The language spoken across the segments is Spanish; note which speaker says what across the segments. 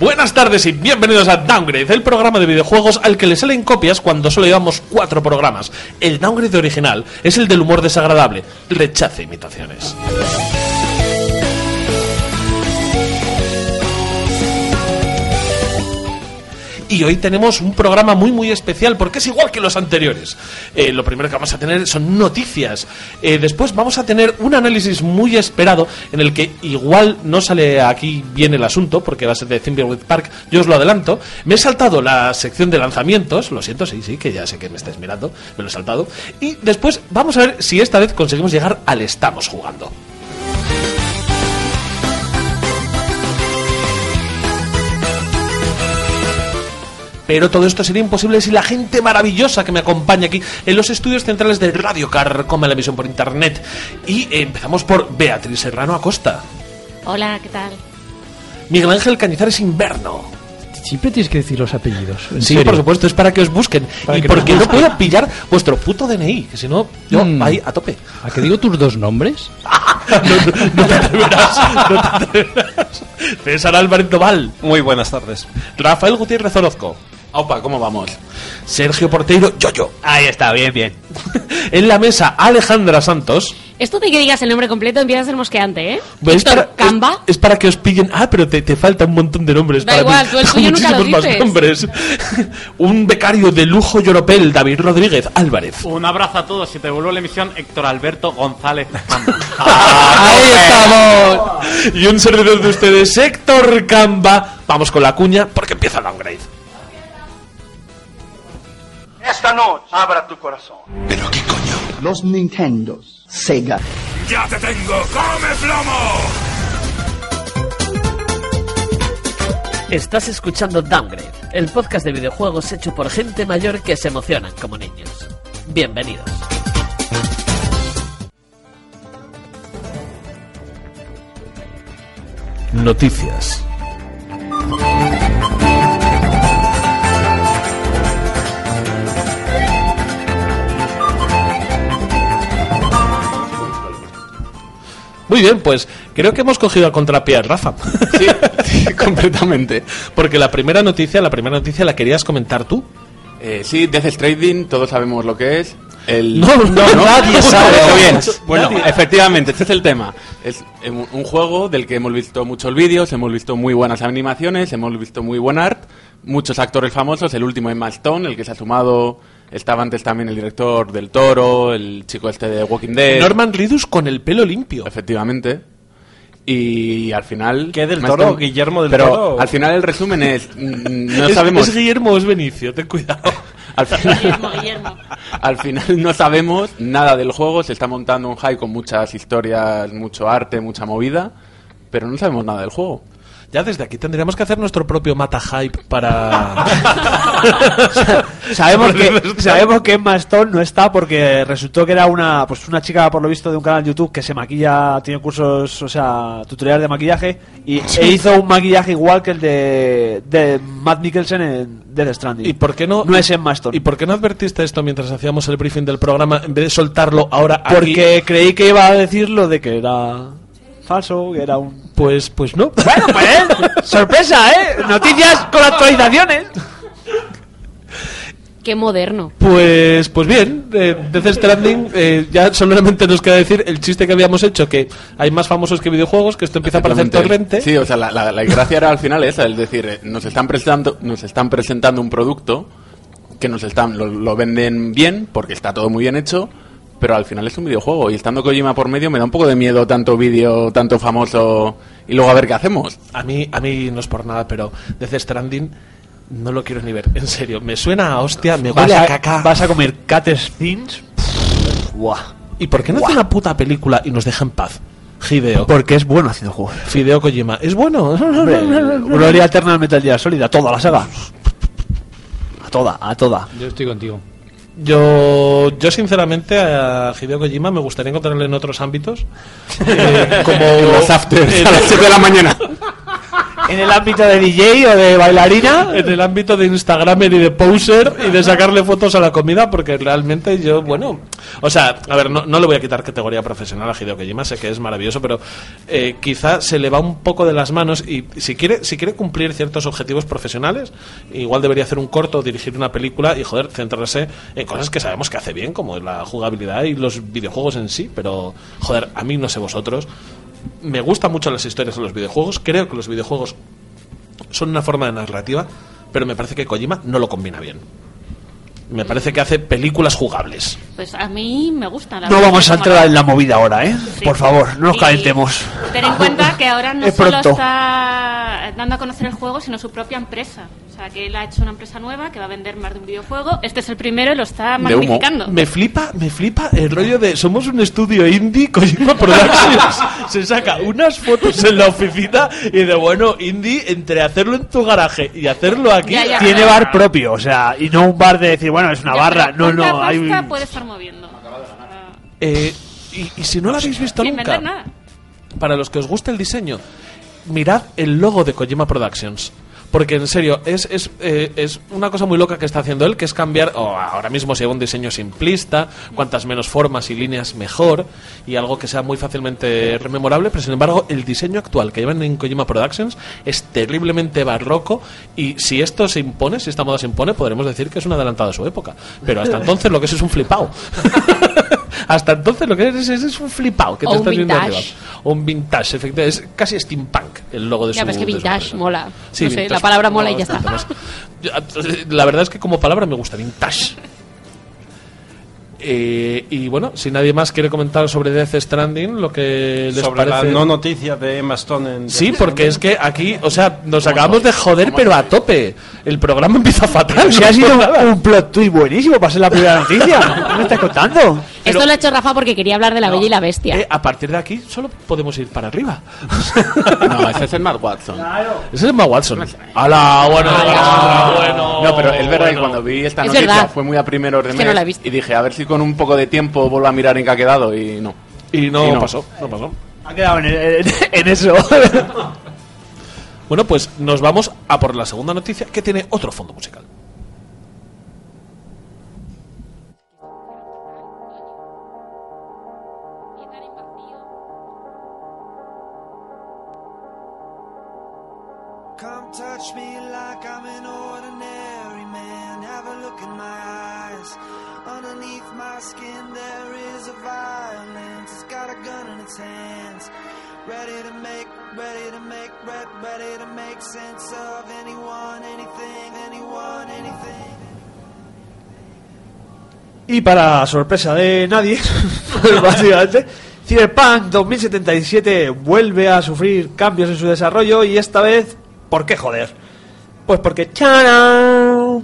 Speaker 1: Buenas tardes y bienvenidos a Downgrade, el programa de videojuegos al que le salen copias cuando solo llevamos cuatro programas. El Downgrade original es el del humor desagradable. Rechace imitaciones. y hoy tenemos un programa muy muy especial porque es igual que los anteriores. Eh, lo primero que vamos a tener son noticias. Eh, después vamos a tener un análisis muy esperado en el que igual no sale aquí bien el asunto porque va a ser de Thimbleweed Park. Yo os lo adelanto. Me he saltado la sección de lanzamientos. Lo siento, sí, sí, que ya sé que me estáis mirando. Me lo he saltado. Y después vamos a ver si esta vez conseguimos llegar al estamos jugando. Pero todo esto sería imposible si la gente maravillosa que me acompaña aquí en los estudios centrales de Radio Car, como en la emisión por internet. Y eh, empezamos por Beatriz Serrano Acosta,
Speaker 2: Hola, ¿qué tal?
Speaker 1: Miguel Ángel Cañizares Inverno.
Speaker 3: Siempre tienes que decir los apellidos. en
Speaker 1: Sí,
Speaker 3: serio.
Speaker 1: por supuesto, es para que os busquen.
Speaker 3: Para
Speaker 1: y
Speaker 3: que
Speaker 1: porque
Speaker 3: nos
Speaker 1: no puedo pillar vuestro puto DNI, que si no, yo
Speaker 3: Mm.
Speaker 1: ahí a tope.
Speaker 3: ¿A que digo tus dos nombres?
Speaker 1: No te atreverás, no te atreverás. César Álvarez Doval,
Speaker 4: Muy buenas tardes.
Speaker 1: Rafael Gutiérrez Orozco,
Speaker 4: Opa, ¿cómo vamos?
Speaker 1: Sergio Porteiro, yo, yo.
Speaker 4: Ahí está, bien, bien.
Speaker 1: En la mesa, Alejandra Santos.
Speaker 2: Esto de que digas el nombre completo empieza a ser mosqueante, ¿eh?
Speaker 1: Bueno,
Speaker 2: Víctor
Speaker 1: para-
Speaker 2: Camba.
Speaker 1: Pues es- es para que os pillen. Ah, pero te, te falta un montón de nombres.
Speaker 2: Da
Speaker 1: para
Speaker 2: igual,
Speaker 1: mí.
Speaker 2: tú el tuyo nunca lo
Speaker 1: Muchísimos más
Speaker 2: dices.
Speaker 1: nombres. un becario de lujo lloropel, David Rodríguez Álvarez.
Speaker 5: Un abrazo a todos y te vuelvo la emisión Héctor Alberto González.
Speaker 3: ¡Ahí estamos!
Speaker 1: Y un servidor de ustedes, Héctor Camba. Vamos con la cuña porque empieza el downgrade.
Speaker 6: Esta noche abra tu corazón.
Speaker 7: los Nintendos, Sega.
Speaker 8: Estás escuchando Downgrade, el podcast de videojuegos hecho por gente mayor que se emocionan como niños. Bienvenidos.
Speaker 1: Noticias. Muy bien, pues creo que hemos cogido a contrapié a Rafa.
Speaker 4: Sí, sí, completamente.
Speaker 1: Porque la primera noticia, la primera noticia la querías comentar tú.
Speaker 4: Eh, sí, Death Stranding, todos sabemos lo que es. El...
Speaker 1: No, no, nadie sabe.
Speaker 4: Muy bien. Bueno,
Speaker 1: Nadie.
Speaker 4: efectivamente, este es el tema. Es eh, un un juego del que hemos visto muchos vídeos, hemos visto muy buenas animaciones, hemos visto muy buen art, muchos actores famosos, el último es Matt Stone, el que se ha sumado, estaba antes también el director del Toro, el chico este de Walking Dead.
Speaker 1: Norman Reedus con el pelo limpio.
Speaker 4: Efectivamente. Y al final.
Speaker 9: ¿Qué del
Speaker 4: me
Speaker 9: Toro?
Speaker 4: están-
Speaker 9: ¿Guillermo del
Speaker 4: Pero
Speaker 9: Toro?
Speaker 4: Al final el resumen es. mm, No
Speaker 1: Es-
Speaker 4: sabemos.
Speaker 1: Es Guillermo, es Benicio, ten cuidado.
Speaker 4: Al
Speaker 2: Guillermo,
Speaker 4: final,
Speaker 2: Guillermo.
Speaker 4: al final no sabemos nada del juego. Se está montando un high con muchas historias, mucho arte, mucha movida. Pero no sabemos nada del juego.
Speaker 1: Ya desde aquí tendríamos que hacer nuestro propio mata hype para.
Speaker 9: sabemos que sabemos que Emma Stone no está porque resultó que era una pues una chica por lo visto de un canal de YouTube que se maquilla tiene cursos o sea tutoriales de maquillaje y e hizo un maquillaje igual que el de, de Matt Mikkelsen en Death Stranding
Speaker 1: ¿Y por qué no?
Speaker 9: no es Emma Stone
Speaker 1: ¿Y por qué no advertiste esto mientras hacíamos el briefing del programa en vez de soltarlo ahora aquí?
Speaker 9: porque creí que iba a decir lo de que era falso que era un
Speaker 1: Pues, pues no.
Speaker 9: bueno pues sorpresa eh noticias con actualizaciones
Speaker 2: Qué moderno.
Speaker 1: Pues, pues bien, eh, Death Stranding, eh, ya solamente nos queda decir el chiste que habíamos hecho, que hay más famosos que videojuegos, que esto empieza a parecer
Speaker 4: Exactamente.
Speaker 1: torrente.
Speaker 4: Sí, o sea, la, la- la gracia era al final esa, es decir, eh, nos están presentando, nos están presentando un producto que nos están, lo, lo venden bien, porque está todo muy bien hecho, pero al final es un videojuego. Y estando Kojima por medio me da un poco de miedo tanto vídeo, tanto famoso, y luego a ver qué hacemos.
Speaker 1: A mí, a mí no es por nada, pero Death Stranding no lo quiero ni ver, en serio. Me suena a hostia, me
Speaker 9: vas
Speaker 1: huele a
Speaker 9: a,
Speaker 1: caca.
Speaker 9: vas a comer cat things
Speaker 1: ¿Y por qué no hace una puta película y nos deja en paz? Hideo.
Speaker 9: porque es bueno haciendo juegos
Speaker 1: Fideo Kojima. Es bueno.
Speaker 9: Hombre, Gloria Eterna al Metal Gear Solid, a toda la saga. A toda, a toda.
Speaker 3: Yo estoy contigo.
Speaker 1: Yo, yo sinceramente a Hideo Kojima me gustaría encontrarle en otros ámbitos. Eh, como
Speaker 4: En los afters, a las 7 de la mañana.
Speaker 9: ¿En el ámbito de DJ o de bailarina?
Speaker 1: en el ámbito de Instagramer y de poser y de sacarle fotos a la comida, porque realmente yo, bueno, o sea, a ver, no, no le voy a quitar categoría profesional a Hideo Kojima, sé que es maravilloso, pero eh, quizá se le va un poco de las manos y si quiere, si quiere cumplir ciertos objetivos profesionales, igual debería hacer un corto, dirigir una película y, joder, centrarse en cosas que sabemos que hace bien, como la jugabilidad y los videojuegos en sí, pero, joder, a mí no sé vosotros. Me gustan mucho las historias de los videojuegos, creo que los videojuegos son una forma de narrativa, pero me parece que Kojima no lo combina bien. Me parece que hace películas jugables.
Speaker 2: Pues a mí me gusta. La
Speaker 9: No
Speaker 2: verdad,
Speaker 9: vamos a
Speaker 2: como
Speaker 9: entrar
Speaker 2: la-
Speaker 9: en la movida ahora, ¿eh?
Speaker 2: Sí.
Speaker 9: Por favor, no nos
Speaker 2: Y
Speaker 9: calentemos.
Speaker 2: Ten en cuenta que ahora no
Speaker 9: Es
Speaker 2: solo
Speaker 9: pronto.
Speaker 2: está dando a conocer el juego, sino su propia empresa. O sea, que él ha hecho una empresa nueva que va a vender más de un videojuego. Este es el primero y lo está
Speaker 4: De humo.
Speaker 2: magnificando.
Speaker 1: Me flipa, me flipa el rollo de somos un estudio indie, Kojima Productions se saca unas fotos en la oficina y de bueno, indie, entre hacerlo en tu garaje y hacerlo aquí,
Speaker 2: Ya, ya.
Speaker 9: Tiene bar propio, o sea, y no un bar de decir, bueno, es una
Speaker 2: Ya,
Speaker 9: barra.
Speaker 2: pero
Speaker 9: No,
Speaker 2: ¿cuánta
Speaker 9: no, hay
Speaker 2: pasta
Speaker 9: un-
Speaker 2: puede estar moviendo? Ah,
Speaker 1: eh, y, y si no lo habéis visto
Speaker 2: Sin
Speaker 1: nunca,
Speaker 2: vender nada.
Speaker 1: para los que os gusta el diseño, mirad el logo de Kojima Productions. Porque en serio, es, es, eh, es una cosa muy loca que está haciendo él, que es cambiar, o ahora mismo se lleva un diseño simplista, cuantas menos formas y líneas mejor, y algo que sea muy fácilmente rememorable, pero sin embargo el diseño actual que llevan en Kojima Productions es terriblemente barroco, y si esto se impone, si esta moda se impone, podremos decir que es un adelantado a su época. Pero hasta entonces lo que es es un flipao. hasta entonces lo que es es, es un flipao que
Speaker 2: O
Speaker 1: te
Speaker 2: un
Speaker 1: estás viendo
Speaker 2: vintage.
Speaker 1: arriba. O un vintage, efectivamente. Es casi steampunk el logo de
Speaker 2: Ya,
Speaker 1: su
Speaker 2: pero es que
Speaker 1: de su
Speaker 2: vintage
Speaker 1: empresa.
Speaker 2: mola. No sé, la palabra mola y ya está.
Speaker 1: bastante más. Yo, La verdad es que como palabra me gusta vintage. Eh, y bueno, si nadie más quiere comentar sobre Death Stranding, lo que les
Speaker 10: Sobre
Speaker 1: parece.
Speaker 10: la no noticia de Emma Stone en...
Speaker 1: Sí, porque es que aquí, o sea, nos acabamos de joder, pero a tope. El programa empieza fatal.
Speaker 9: Si
Speaker 1: no
Speaker 9: ha sido
Speaker 1: por
Speaker 9: un,
Speaker 1: nada.
Speaker 9: un plot twist buenísimo para ser la primera noticia. ¿Qué me estás contando?
Speaker 2: Esto lo ha hecho Rafa porque quería hablar de la bella y la bestia.
Speaker 1: Eh, a partir de aquí solo podemos ir para arriba.
Speaker 4: No, ese es el Matt Watson.
Speaker 1: Ese es Emma Watson. ¡Hala! Bueno, bueno.
Speaker 4: Ah, No, pero es verdad que
Speaker 1: bueno.
Speaker 4: cuando vi esta
Speaker 2: Es
Speaker 4: noticia
Speaker 2: verdad.
Speaker 4: fue muy a primer orden
Speaker 2: Es que no la he visto.
Speaker 4: y dije, a ver si con un poco de tiempo vuelvo a mirar en qué ha quedado y no.
Speaker 1: Y no,
Speaker 4: Y no.
Speaker 1: pasó, no pasó.
Speaker 9: Ha quedado en, en- en eso.
Speaker 1: Bueno, pues nos vamos a por la segunda noticia que tiene otro fondo musical.
Speaker 10: Come touch me like I'm an ordinary man. Have a look in my eyes. Underneath my skin, there is a violence. It's got a gun in its hands. Ready to make, ready to make, re- ready to make sense of anyone, anything, anyone, anything.
Speaker 9: Y para sorpresa de nadie, pues básicamente, Cyberpunk 2077 vuelve a sufrir cambios en su desarrollo y esta vez, ¿por qué joder? Pues porque ¡charan!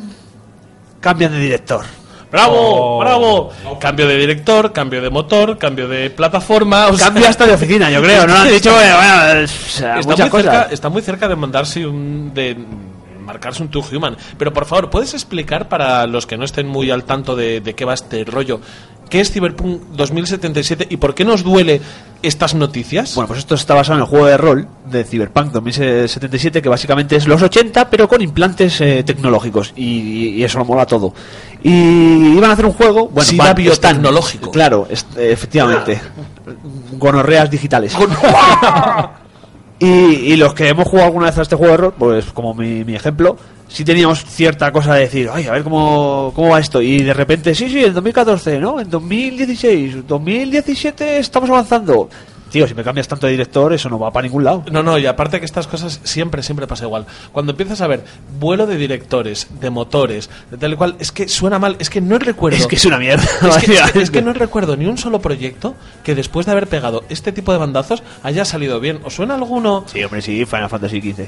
Speaker 9: cambian de director.
Speaker 1: ¡Bravo!
Speaker 9: Oh.
Speaker 1: ¡Bravo! Cambio de director, cambio de motor, cambio de plataforma. o sea,
Speaker 9: Cambio hasta de oficina, yo creo, ¿no? Han dicho, bueno, bueno, o sea,
Speaker 1: está,
Speaker 9: muchas
Speaker 1: muy cerca,
Speaker 9: cosas.
Speaker 1: está muy cerca de mandarse un. de marcarse un Two Human. Pero por favor, ¿puedes explicar para los que no estén muy al tanto de, de qué va este rollo? ¿Qué es Cyberpunk 2077 y por qué nos duele estas noticias?
Speaker 9: Bueno, pues esto está basado en el juego de rol de Cyberpunk 2077, que básicamente es los 80, pero con implantes eh, tecnológicos. Y, y eso lo mola todo. Y iban a hacer un juego. Bueno,
Speaker 1: Sida
Speaker 9: van- están-
Speaker 1: biotecnológico.
Speaker 9: claro, est- eh, efectivamente. Gonorreas digitales. y, y los que hemos jugado alguna vez a este juego de rol, pues como mi, mi ejemplo, sí teníamos cierta cosa de decir, ay, a ver cómo, cómo va esto. Y de repente, sí, sí, en 2014, ¿no? En 2016, 2017 estamos avanzando. Tío, si me cambias tanto de director, eso no va para ningún lado.
Speaker 1: No, no, y aparte que estas cosas siempre, siempre pasa igual. Cuando empiezas a ver vuelo de directores, de motores, de tal y cual, es que suena mal, es que no recuerdo.
Speaker 9: Es que es una mierda.
Speaker 1: Es que- es que,
Speaker 9: básicamente.
Speaker 1: es que no recuerdo ni un solo proyecto que después de haber pegado este tipo de bandazos haya salido bien. ¿Os suena alguno?
Speaker 9: Sí, hombre, sí, Final Fantasy XV.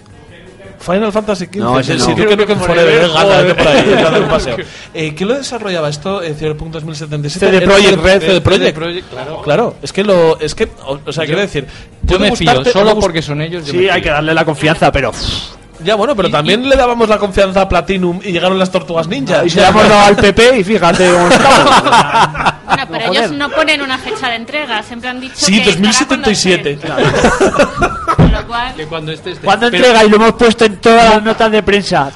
Speaker 1: Final Fantasy XV.
Speaker 9: No, ese
Speaker 1: Sí,
Speaker 9: no.
Speaker 1: sí, yo creo que en
Speaker 5: Forever,
Speaker 1: Forever,
Speaker 5: joder.
Speaker 1: gana, vete por ahí, vete a dar un paseo. Eh, ¿Quién lo desarrollaba esto en Cyberpunk 2077?
Speaker 9: CD
Speaker 1: Era
Speaker 9: Projekt
Speaker 1: CD-
Speaker 9: Red,
Speaker 1: CD Projekt.
Speaker 5: CD Projekt, claro.
Speaker 1: es que lo. Es que, o, o sea, quiero decir.
Speaker 3: Yo
Speaker 1: puede
Speaker 3: me fío,
Speaker 1: gustarte o no
Speaker 3: solo
Speaker 1: gust-
Speaker 3: porque son ellos. yo
Speaker 9: Sí,
Speaker 3: me
Speaker 9: hay que
Speaker 3: fío.
Speaker 9: darle la confianza, pero.
Speaker 1: Ya, bueno, pero también le dábamos la confianza a Platinum y llegaron las tortugas ninja.
Speaker 9: Y se la hemos dado al PP y fíjate cómo estamos.
Speaker 2: Bueno, pero
Speaker 9: joder.
Speaker 2: ellos no ponen una fecha de entrega, siempre han dicho
Speaker 1: Sí,
Speaker 2: que estará cuando
Speaker 1: 2077.
Speaker 2: esté. Con lo cual.
Speaker 11: Que cuando esté, esté.
Speaker 9: ¿Cuándo
Speaker 11: Pero-
Speaker 9: entrega? Y lo hemos puesto en todas las notas de prensa.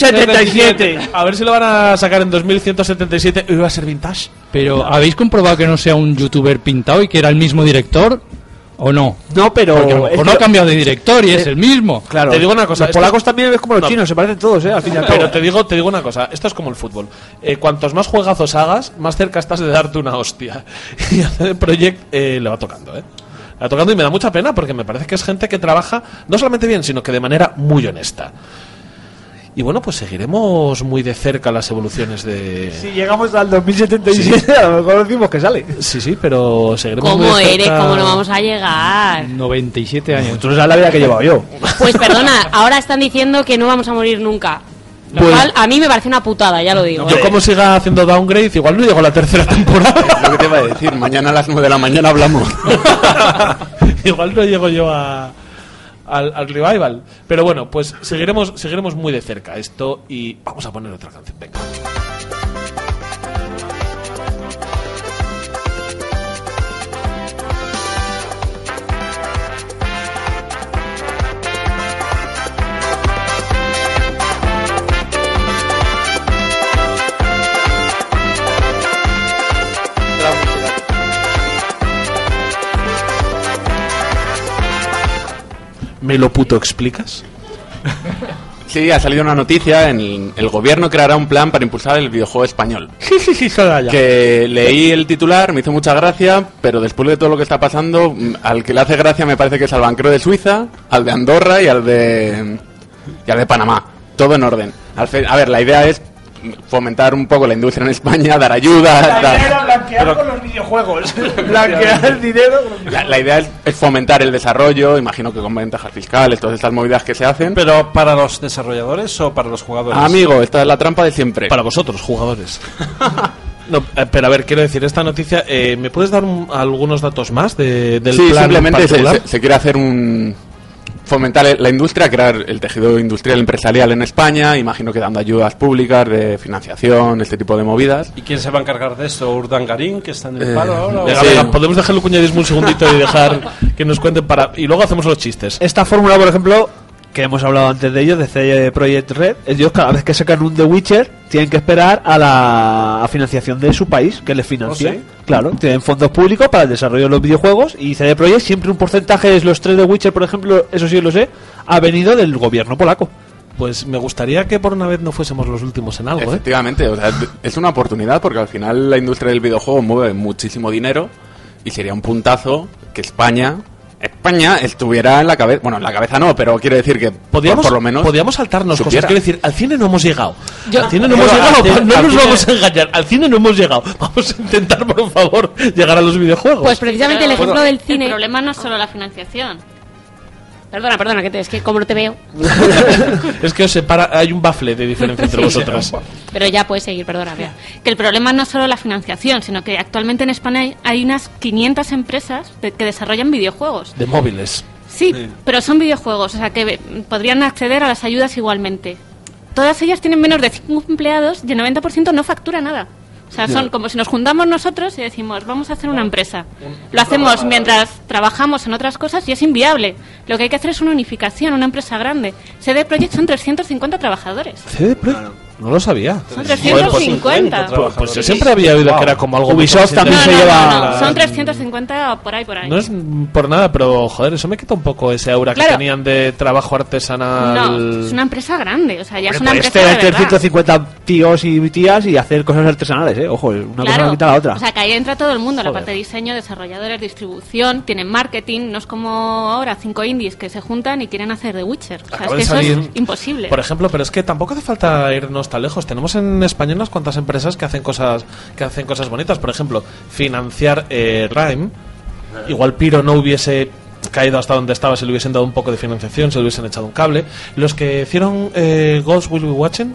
Speaker 9: 2077.
Speaker 1: A ver si lo van a sacar en 2177. Uy, va a ser vintage.
Speaker 3: Pero ¿habéis comprobado que no sea un youtuber pintado y que era el mismo director? ¿O no? eh,
Speaker 9: No, pero.
Speaker 3: Porque a lo mejor no ha cambiado de director y es
Speaker 1: eh,
Speaker 3: el mismo.
Speaker 1: Te digo una cosa.
Speaker 3: Los
Speaker 1: esto-
Speaker 3: polacos
Speaker 9: también es como los
Speaker 1: No.
Speaker 9: chinos, se parecen todos, ¿eh? Al fin y al cabo.
Speaker 1: Pero te digo, te digo una cosa, esto es como el fútbol. Eh, cuantos más juegazos hagas, más cerca estás de darte una hostia. Y a CD Projekt eh, le va tocando, ¿eh? Le va tocando y me da mucha pena porque me parece que es gente que trabaja no solamente bien, sino que de manera muy honesta. Y bueno, pues seguiremos muy de cerca las evoluciones de...
Speaker 9: Si llegamos al 2077, a lo mejor decimos que sale.
Speaker 1: Sí, sí, pero seguiremos
Speaker 2: ¿Cómo
Speaker 1: muy de
Speaker 2: eres?
Speaker 1: cerca...
Speaker 2: ¿Cómo no vamos a llegar?
Speaker 3: 97 años.
Speaker 9: Tú no sabes la vida que he llevado yo.
Speaker 2: Pues perdona, ahora están diciendo que no vamos a morir nunca. Lo
Speaker 1: Bueno.
Speaker 2: cual a mí me parece una putada, ya lo digo.
Speaker 1: Pues-
Speaker 2: ¿eh?
Speaker 12: eh.
Speaker 1: Yo como siga haciendo downgrade, igual no llego a la tercera temporada.
Speaker 4: Lo que te iba a decir, mañana a las 9 de la mañana hablamos.
Speaker 1: Igual no llego yo a- al, al revival. Pero bueno, pues seguiremos, seguiremos muy de cerca esto y vamos a poner otra canción. Venga. ¿Me lo puto explicas?
Speaker 4: Sí, ha salido una noticia. En el gobierno creará un plan para impulsar el videojuego español. Que leí el titular, me hizo mucha gracia, pero después de todo lo que está pasando, mm, al que le hace gracia me parece que es al banquero de Suiza, al de Andorra y al de mm, y al de Panamá. Todo en orden. Al fe- a ver, la idea es mm, fomentar un poco la industria en España, dar ayuda. dar-
Speaker 9: blanquear con los videojuegos. blanquear el dinero con los
Speaker 4: La, la idea es, es fomentar el desarrollo, imagino que con ventajas fiscales, todas estas movidas que se hacen.
Speaker 11: Pero para los desarrolladores o para los jugadores.
Speaker 4: Amigo, esta es la trampa de siempre.
Speaker 1: Pues, Para vosotros, jugadores. No, eh, pero a ver, quiero decir, esta noticia, eh, ¿me puedes dar un- algunos datos más de, del
Speaker 4: sí,
Speaker 1: plan
Speaker 4: simplemente se,
Speaker 1: particular?
Speaker 4: se- se quiere hacer un fomentar el- la industria, crear el tejido industrial empresarial en España, imagino que dando ayudas públicas de financiación, este tipo de movidas.
Speaker 11: ¿Y quién se va a encargar de esto? ¿Urdangarín, que está en el
Speaker 4: Eh,
Speaker 11: palo ahora? o-
Speaker 1: Venga,
Speaker 4: Sí.
Speaker 1: venga, podemos dejar el cuñadismo un segundito y dejar que nos cuenten para... Y luego hacemos los chistes.
Speaker 9: Esta fórmula, por ejemplo, que hemos hablado antes de ellos, de CD Projekt Red, ellos cada vez que sacan un The Witcher tienen que esperar a la a financiación de su país que les financia.
Speaker 11: ¿Oh, sí?
Speaker 9: Claro, tienen fondos públicos para el desarrollo de los videojuegos y CD Projekt siempre un porcentaje es los tres de Witcher, por ejemplo, eso sí lo sé, ha venido del gobierno polaco.
Speaker 1: Pues me gustaría que por una vez no fuésemos los últimos en algo, ¿eh?
Speaker 4: Efectivamente, o sea, es una oportunidad porque al final la industria del videojuego mueve muchísimo dinero y sería un puntazo que España España estuviera en la cabeza, bueno, en la cabeza no, pero quiero decir que por-
Speaker 1: Podíamos,
Speaker 4: por lo menos
Speaker 1: podíamos saltarnos
Speaker 4: supiera.
Speaker 1: cosas. Quiero decir, al cine no hemos llegado.
Speaker 2: Yo-
Speaker 1: al cine no
Speaker 4: Yo-
Speaker 1: hemos
Speaker 4: al
Speaker 1: llegado.
Speaker 4: cine-
Speaker 1: no
Speaker 4: al
Speaker 1: nos
Speaker 4: cine-
Speaker 1: vamos a engañar. Al cine no hemos llegado. Vamos a intentar, por favor, llegar a los videojuegos.
Speaker 12: Pues precisamente el ejemplo del
Speaker 2: El
Speaker 12: cine.
Speaker 2: problema no es solo la financiación. Perdona, perdona, que te- es que como no te veo.
Speaker 1: es que os separa, hay un bafle de diferencia entre
Speaker 2: Sí.
Speaker 1: vosotras.
Speaker 2: Pero ya puedes seguir, perdona. Bea. Que el problema no es solo la financiación, sino que actualmente en España hay- hay unas 500 empresas de- que desarrollan videojuegos.
Speaker 1: De móviles.
Speaker 2: Sí, pero son videojuegos, o sea que mm, podrían acceder a las ayudas igualmente. Todas ellas tienen menos de 5 empleados y el 90% no factura nada. O sea, son como si nos juntamos nosotros y decimos, vamos a hacer una empresa. Lo hacemos mientras trabajamos en otras cosas y es inviable. Lo que hay que hacer es una unificación, una empresa grande. CD Projekt son 350 trabajadores.
Speaker 1: CD Projekt. No lo sabía.
Speaker 2: Son 350.
Speaker 1: Joder, pues- pues yo siempre había oído que era como algo.
Speaker 9: Ubisoft también
Speaker 2: No,
Speaker 9: se
Speaker 2: no,
Speaker 9: lleva.
Speaker 2: no, no, son 350 por ahí, por ahí.
Speaker 1: pues No es por nada, pero joder, eso me quita un poco ese aura que
Speaker 2: Claro.
Speaker 1: tenían de trabajo artesanal.
Speaker 2: No, es una empresa grande, o sea, ya es una
Speaker 1: pues
Speaker 9: Puedes
Speaker 1: este
Speaker 2: empresa de
Speaker 9: tener
Speaker 2: verdad.
Speaker 9: 350 tíos y tías y hacer cosas artesanales, ¿eh? Ojo, una cosa no quita la otra.
Speaker 2: O sea, que ahí entra todo el mundo, la
Speaker 9: Joder.
Speaker 2: parte de diseño, desarrolladores, distribución, tienen marketing, no es como ahora cinco indies que se juntan y quieren hacer The Witcher. O sea, es
Speaker 1: Acaba
Speaker 2: que
Speaker 1: de
Speaker 2: eso
Speaker 1: salir,
Speaker 2: es imposible.
Speaker 1: Por ejemplo, pero es que tampoco hace falta irnos tan lejos. Tenemos en España unas cuantas empresas que hacen cosas que hacen cosas bonitas. Por ejemplo, financiar eh, Rhyme. Igual Piro no hubiese caído hasta donde estaba si le hubiesen dado un poco de financiación, si le hubiesen echado un cable. Los que hicieron eh, Ghost Will Be Watching.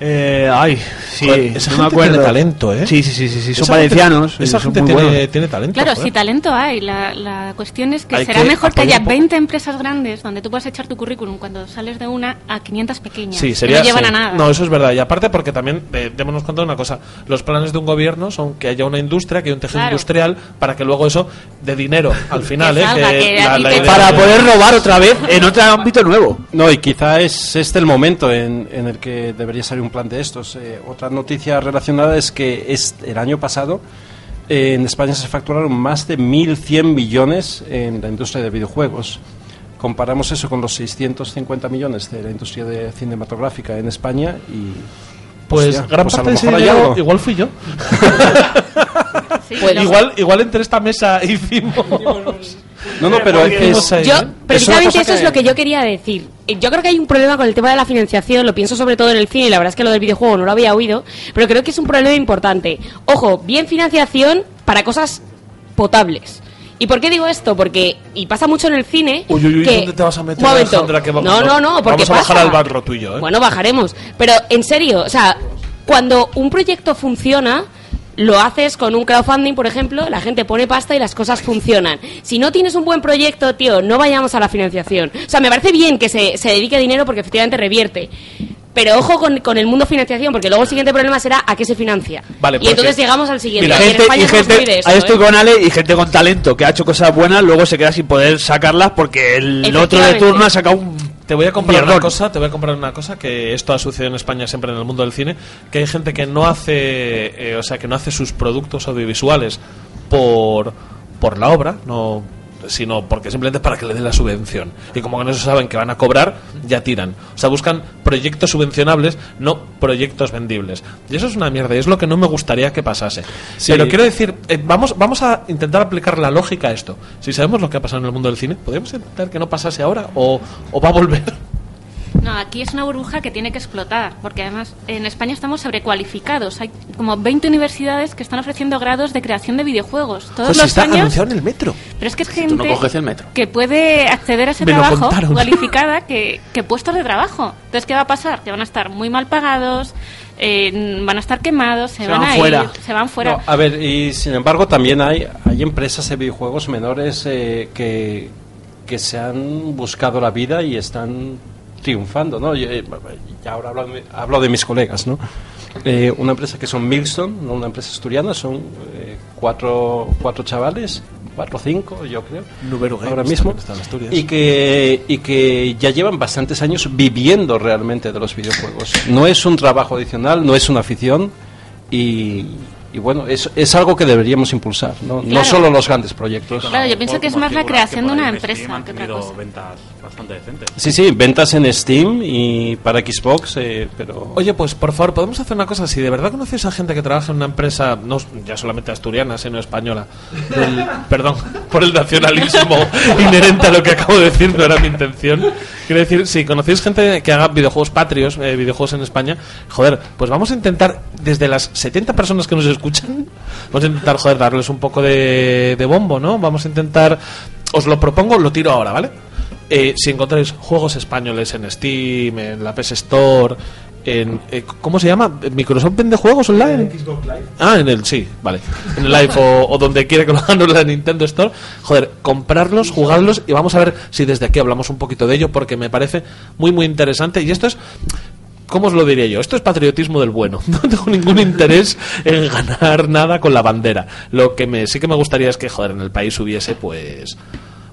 Speaker 9: Eh, ay, sí,
Speaker 1: Joder, esa
Speaker 9: no me
Speaker 1: gente
Speaker 9: acuerdo.
Speaker 1: tiene talento, ¿eh?
Speaker 9: Sí, sí, sí, sí, sí, son
Speaker 1: Esa
Speaker 9: valencianos.
Speaker 1: gente- esa
Speaker 9: son
Speaker 1: gente
Speaker 9: muy
Speaker 1: tiene,
Speaker 9: buenos.
Speaker 1: tiene talento.
Speaker 2: Claro,
Speaker 1: joder.
Speaker 2: si talento hay. La, la cuestión es que
Speaker 1: Hay
Speaker 2: será
Speaker 1: que
Speaker 2: mejor que
Speaker 1: apoyar
Speaker 2: haya
Speaker 1: un poco.
Speaker 2: 20 empresas grandes donde tú puedas echar tu currículum cuando sales de una a 500 pequeñas.
Speaker 1: Sí,
Speaker 2: que
Speaker 1: sería.
Speaker 2: no llevan
Speaker 1: sí.
Speaker 2: a nada.
Speaker 1: No, eso es verdad. Y aparte, porque también, eh, démonos cuenta de una cosa: los planes de un gobierno son que haya una industria, que haya un tejido
Speaker 2: Claro.
Speaker 1: industrial, para que luego eso de dinero al final,
Speaker 2: Que
Speaker 1: ¿eh?
Speaker 2: salga, que a ti te-
Speaker 1: idea
Speaker 9: Para
Speaker 1: de-
Speaker 9: poder robar otra vez
Speaker 11: eh,
Speaker 9: en otro ámbito nuevo.
Speaker 11: No, y quizá es este el momento en, en el que debería salir un plan de estos. Eh, otra noticia relacionada es que es, el año pasado eh, en España se facturaron más de 1.100 millones en la industria de videojuegos. Comparamos eso con los 650 millones de la industria de cinematográfica en España y...
Speaker 1: Pues
Speaker 11: hostia,
Speaker 1: gran
Speaker 11: pues a
Speaker 1: parte
Speaker 11: lo
Speaker 1: de ese
Speaker 11: mejor hay
Speaker 1: dinero
Speaker 11: algo.
Speaker 1: igual fui yo.
Speaker 2: Sí,
Speaker 1: Pues
Speaker 2: lo-
Speaker 1: igual, igual entre esta mesa hicimos.
Speaker 11: No, no, pero es... eh,
Speaker 12: Yo,
Speaker 11: es una
Speaker 12: precisamente
Speaker 11: cosa
Speaker 12: eso es
Speaker 11: que-
Speaker 12: lo que yo quería decir. Eh, Yo creo que hay un problema con el tema de la financiación, lo pienso sobre todo en el cine, y la verdad es que lo del videojuego no lo había oído, pero creo que es un problema importante. Ojo, bien financiación para cosas potables. ¿Y por qué digo esto? Porque, y pasa mucho en el cine,
Speaker 1: Uy, uy, uy,
Speaker 12: que-
Speaker 1: ¿dónde te vas a meter,
Speaker 12: Un momento.
Speaker 1: Alejandra? Que vamos
Speaker 12: no,
Speaker 1: a-
Speaker 12: no, no, porque
Speaker 1: Vamos a bajar
Speaker 12: pasa.
Speaker 1: al barro tuyo, ¿eh?
Speaker 12: Bueno, bajaremos. Pero en serio, o sea, cuando un proyecto funciona, lo haces con un crowdfunding, por ejemplo, la gente pone pasta y las cosas funcionan. Si no tienes un buen proyecto, tío, no vayamos a la financiación. O sea, me parece bien que se, se dedique dinero porque efectivamente revierte. Pero ojo con, con el mundo financiación, porque luego el siguiente problema será a qué se financia.
Speaker 9: Vale,
Speaker 12: y
Speaker 9: porque-
Speaker 12: entonces llegamos al siguiente.
Speaker 9: Mira,
Speaker 12: Y en
Speaker 9: gente,
Speaker 12: España
Speaker 9: y
Speaker 12: somos muy de
Speaker 9: gente,
Speaker 12: esto,
Speaker 9: ahí estoy
Speaker 12: ¿eh?
Speaker 9: con Ale y gente con talento que ha hecho cosas buenas, luego se queda sin poder sacarlas porque el otro de
Speaker 1: Efectivamente.
Speaker 9: turno ha sacado un.
Speaker 1: Te voy a comprar
Speaker 9: Mierdón.
Speaker 1: una cosa, te voy a comprar una cosa que esto ha sucedido en España siempre en el mundo del cine, que hay gente que no hace, eh, o sea, que no hace sus productos audiovisuales por por la obra, no sino porque simplemente para que le den la subvención. Y como que no se saben que van a cobrar, ya tiran. O sea, buscan proyectos subvencionables, no proyectos vendibles. Y eso es una mierda, y es lo que no me gustaría que pasase.
Speaker 11: Sí.
Speaker 1: Pero quiero decir, eh, vamos, vamos a intentar aplicar la lógica a esto. Si sabemos lo que ha pasado en el mundo del cine, ¿podríamos intentar que no pasase ahora o, o va a volver?
Speaker 2: No, aquí es una burbuja que tiene que explotar, porque además en España estamos sobrecualificados. Hay como 20 universidades que están ofreciendo grados de creación de videojuegos todos
Speaker 4: Pues
Speaker 2: los
Speaker 4: está
Speaker 2: años.
Speaker 4: anunciado en el metro.
Speaker 2: Pero es que es
Speaker 4: Tú
Speaker 2: gente
Speaker 4: no coges el metro.
Speaker 2: que puede acceder a ese
Speaker 4: Me lo
Speaker 2: trabajo
Speaker 4: contaron.
Speaker 2: cualificada que, que puestos de trabajo. Entonces, ¿qué va a pasar? Que van a estar muy mal pagados, eh, van a estar quemados, se, van, a ir, se van fuera.
Speaker 11: No, a ver, y sin embargo también hay, hay empresas de videojuegos menores eh, que, que se han buscado la vida y están triunfando, ¿no? Y, eh, ya ahora hablo de, hablo de mis colegas, ¿no? Eh, una empresa que son Milestone, ¿no? una empresa asturiana, son eh, cuatro, cuatro chavales, cuatro o cinco, yo creo,
Speaker 1: Nubero Games
Speaker 11: ahora mismo,
Speaker 1: también pues, está en Asturias.
Speaker 11: y que, y que ya llevan bastantes años viviendo realmente de los videojuegos. No es un trabajo adicional, no es una afición, y, y bueno, es, es algo que deberíamos impulsar, no, No
Speaker 2: Claro.
Speaker 11: solo los grandes proyectos.
Speaker 2: Claro, yo pienso que es más la creación de una empresa
Speaker 5: Han
Speaker 2: que otra
Speaker 5: tenido
Speaker 2: cosa.
Speaker 5: ventas bastante decentes.
Speaker 11: Sí, sí, ventas en Steam y para Xbox, eh, pero...
Speaker 1: Oye, pues por favor, podemos hacer una cosa. Si de verdad conocéis a gente que trabaja en una empresa, no ya solamente asturiana, sino española, del- perdón, por el nacionalismo inherente a lo que acabo de decir, no era mi intención. Quiero decir, si conocéis gente que haga videojuegos patrios, eh, videojuegos en España, joder, pues vamos a intentar, desde las 70 personas que nos escuchan, vamos a intentar, joder, darles un poco de, de bombo, ¿no? Vamos a intentar, os lo propongo, lo tiro ahora, ¿vale? Eh, si encontráis juegos españoles en Steam, en la PS Store, en eh, ¿cómo se llama? Microsoft vende juegos online. Ah, en el sí, vale. En el Live o, o donde quiera que lo hagan en la Nintendo Store. Joder, comprarlos, jugarlos y vamos a ver si desde aquí hablamos un poquito de ello porque me parece muy muy interesante y esto es ¿Cómo os lo diría yo? Esto es patriotismo del bueno. No tengo ningún interés en ganar nada con la bandera. Lo que me, sí que me gustaría es que, joder, en el país hubiese, pues,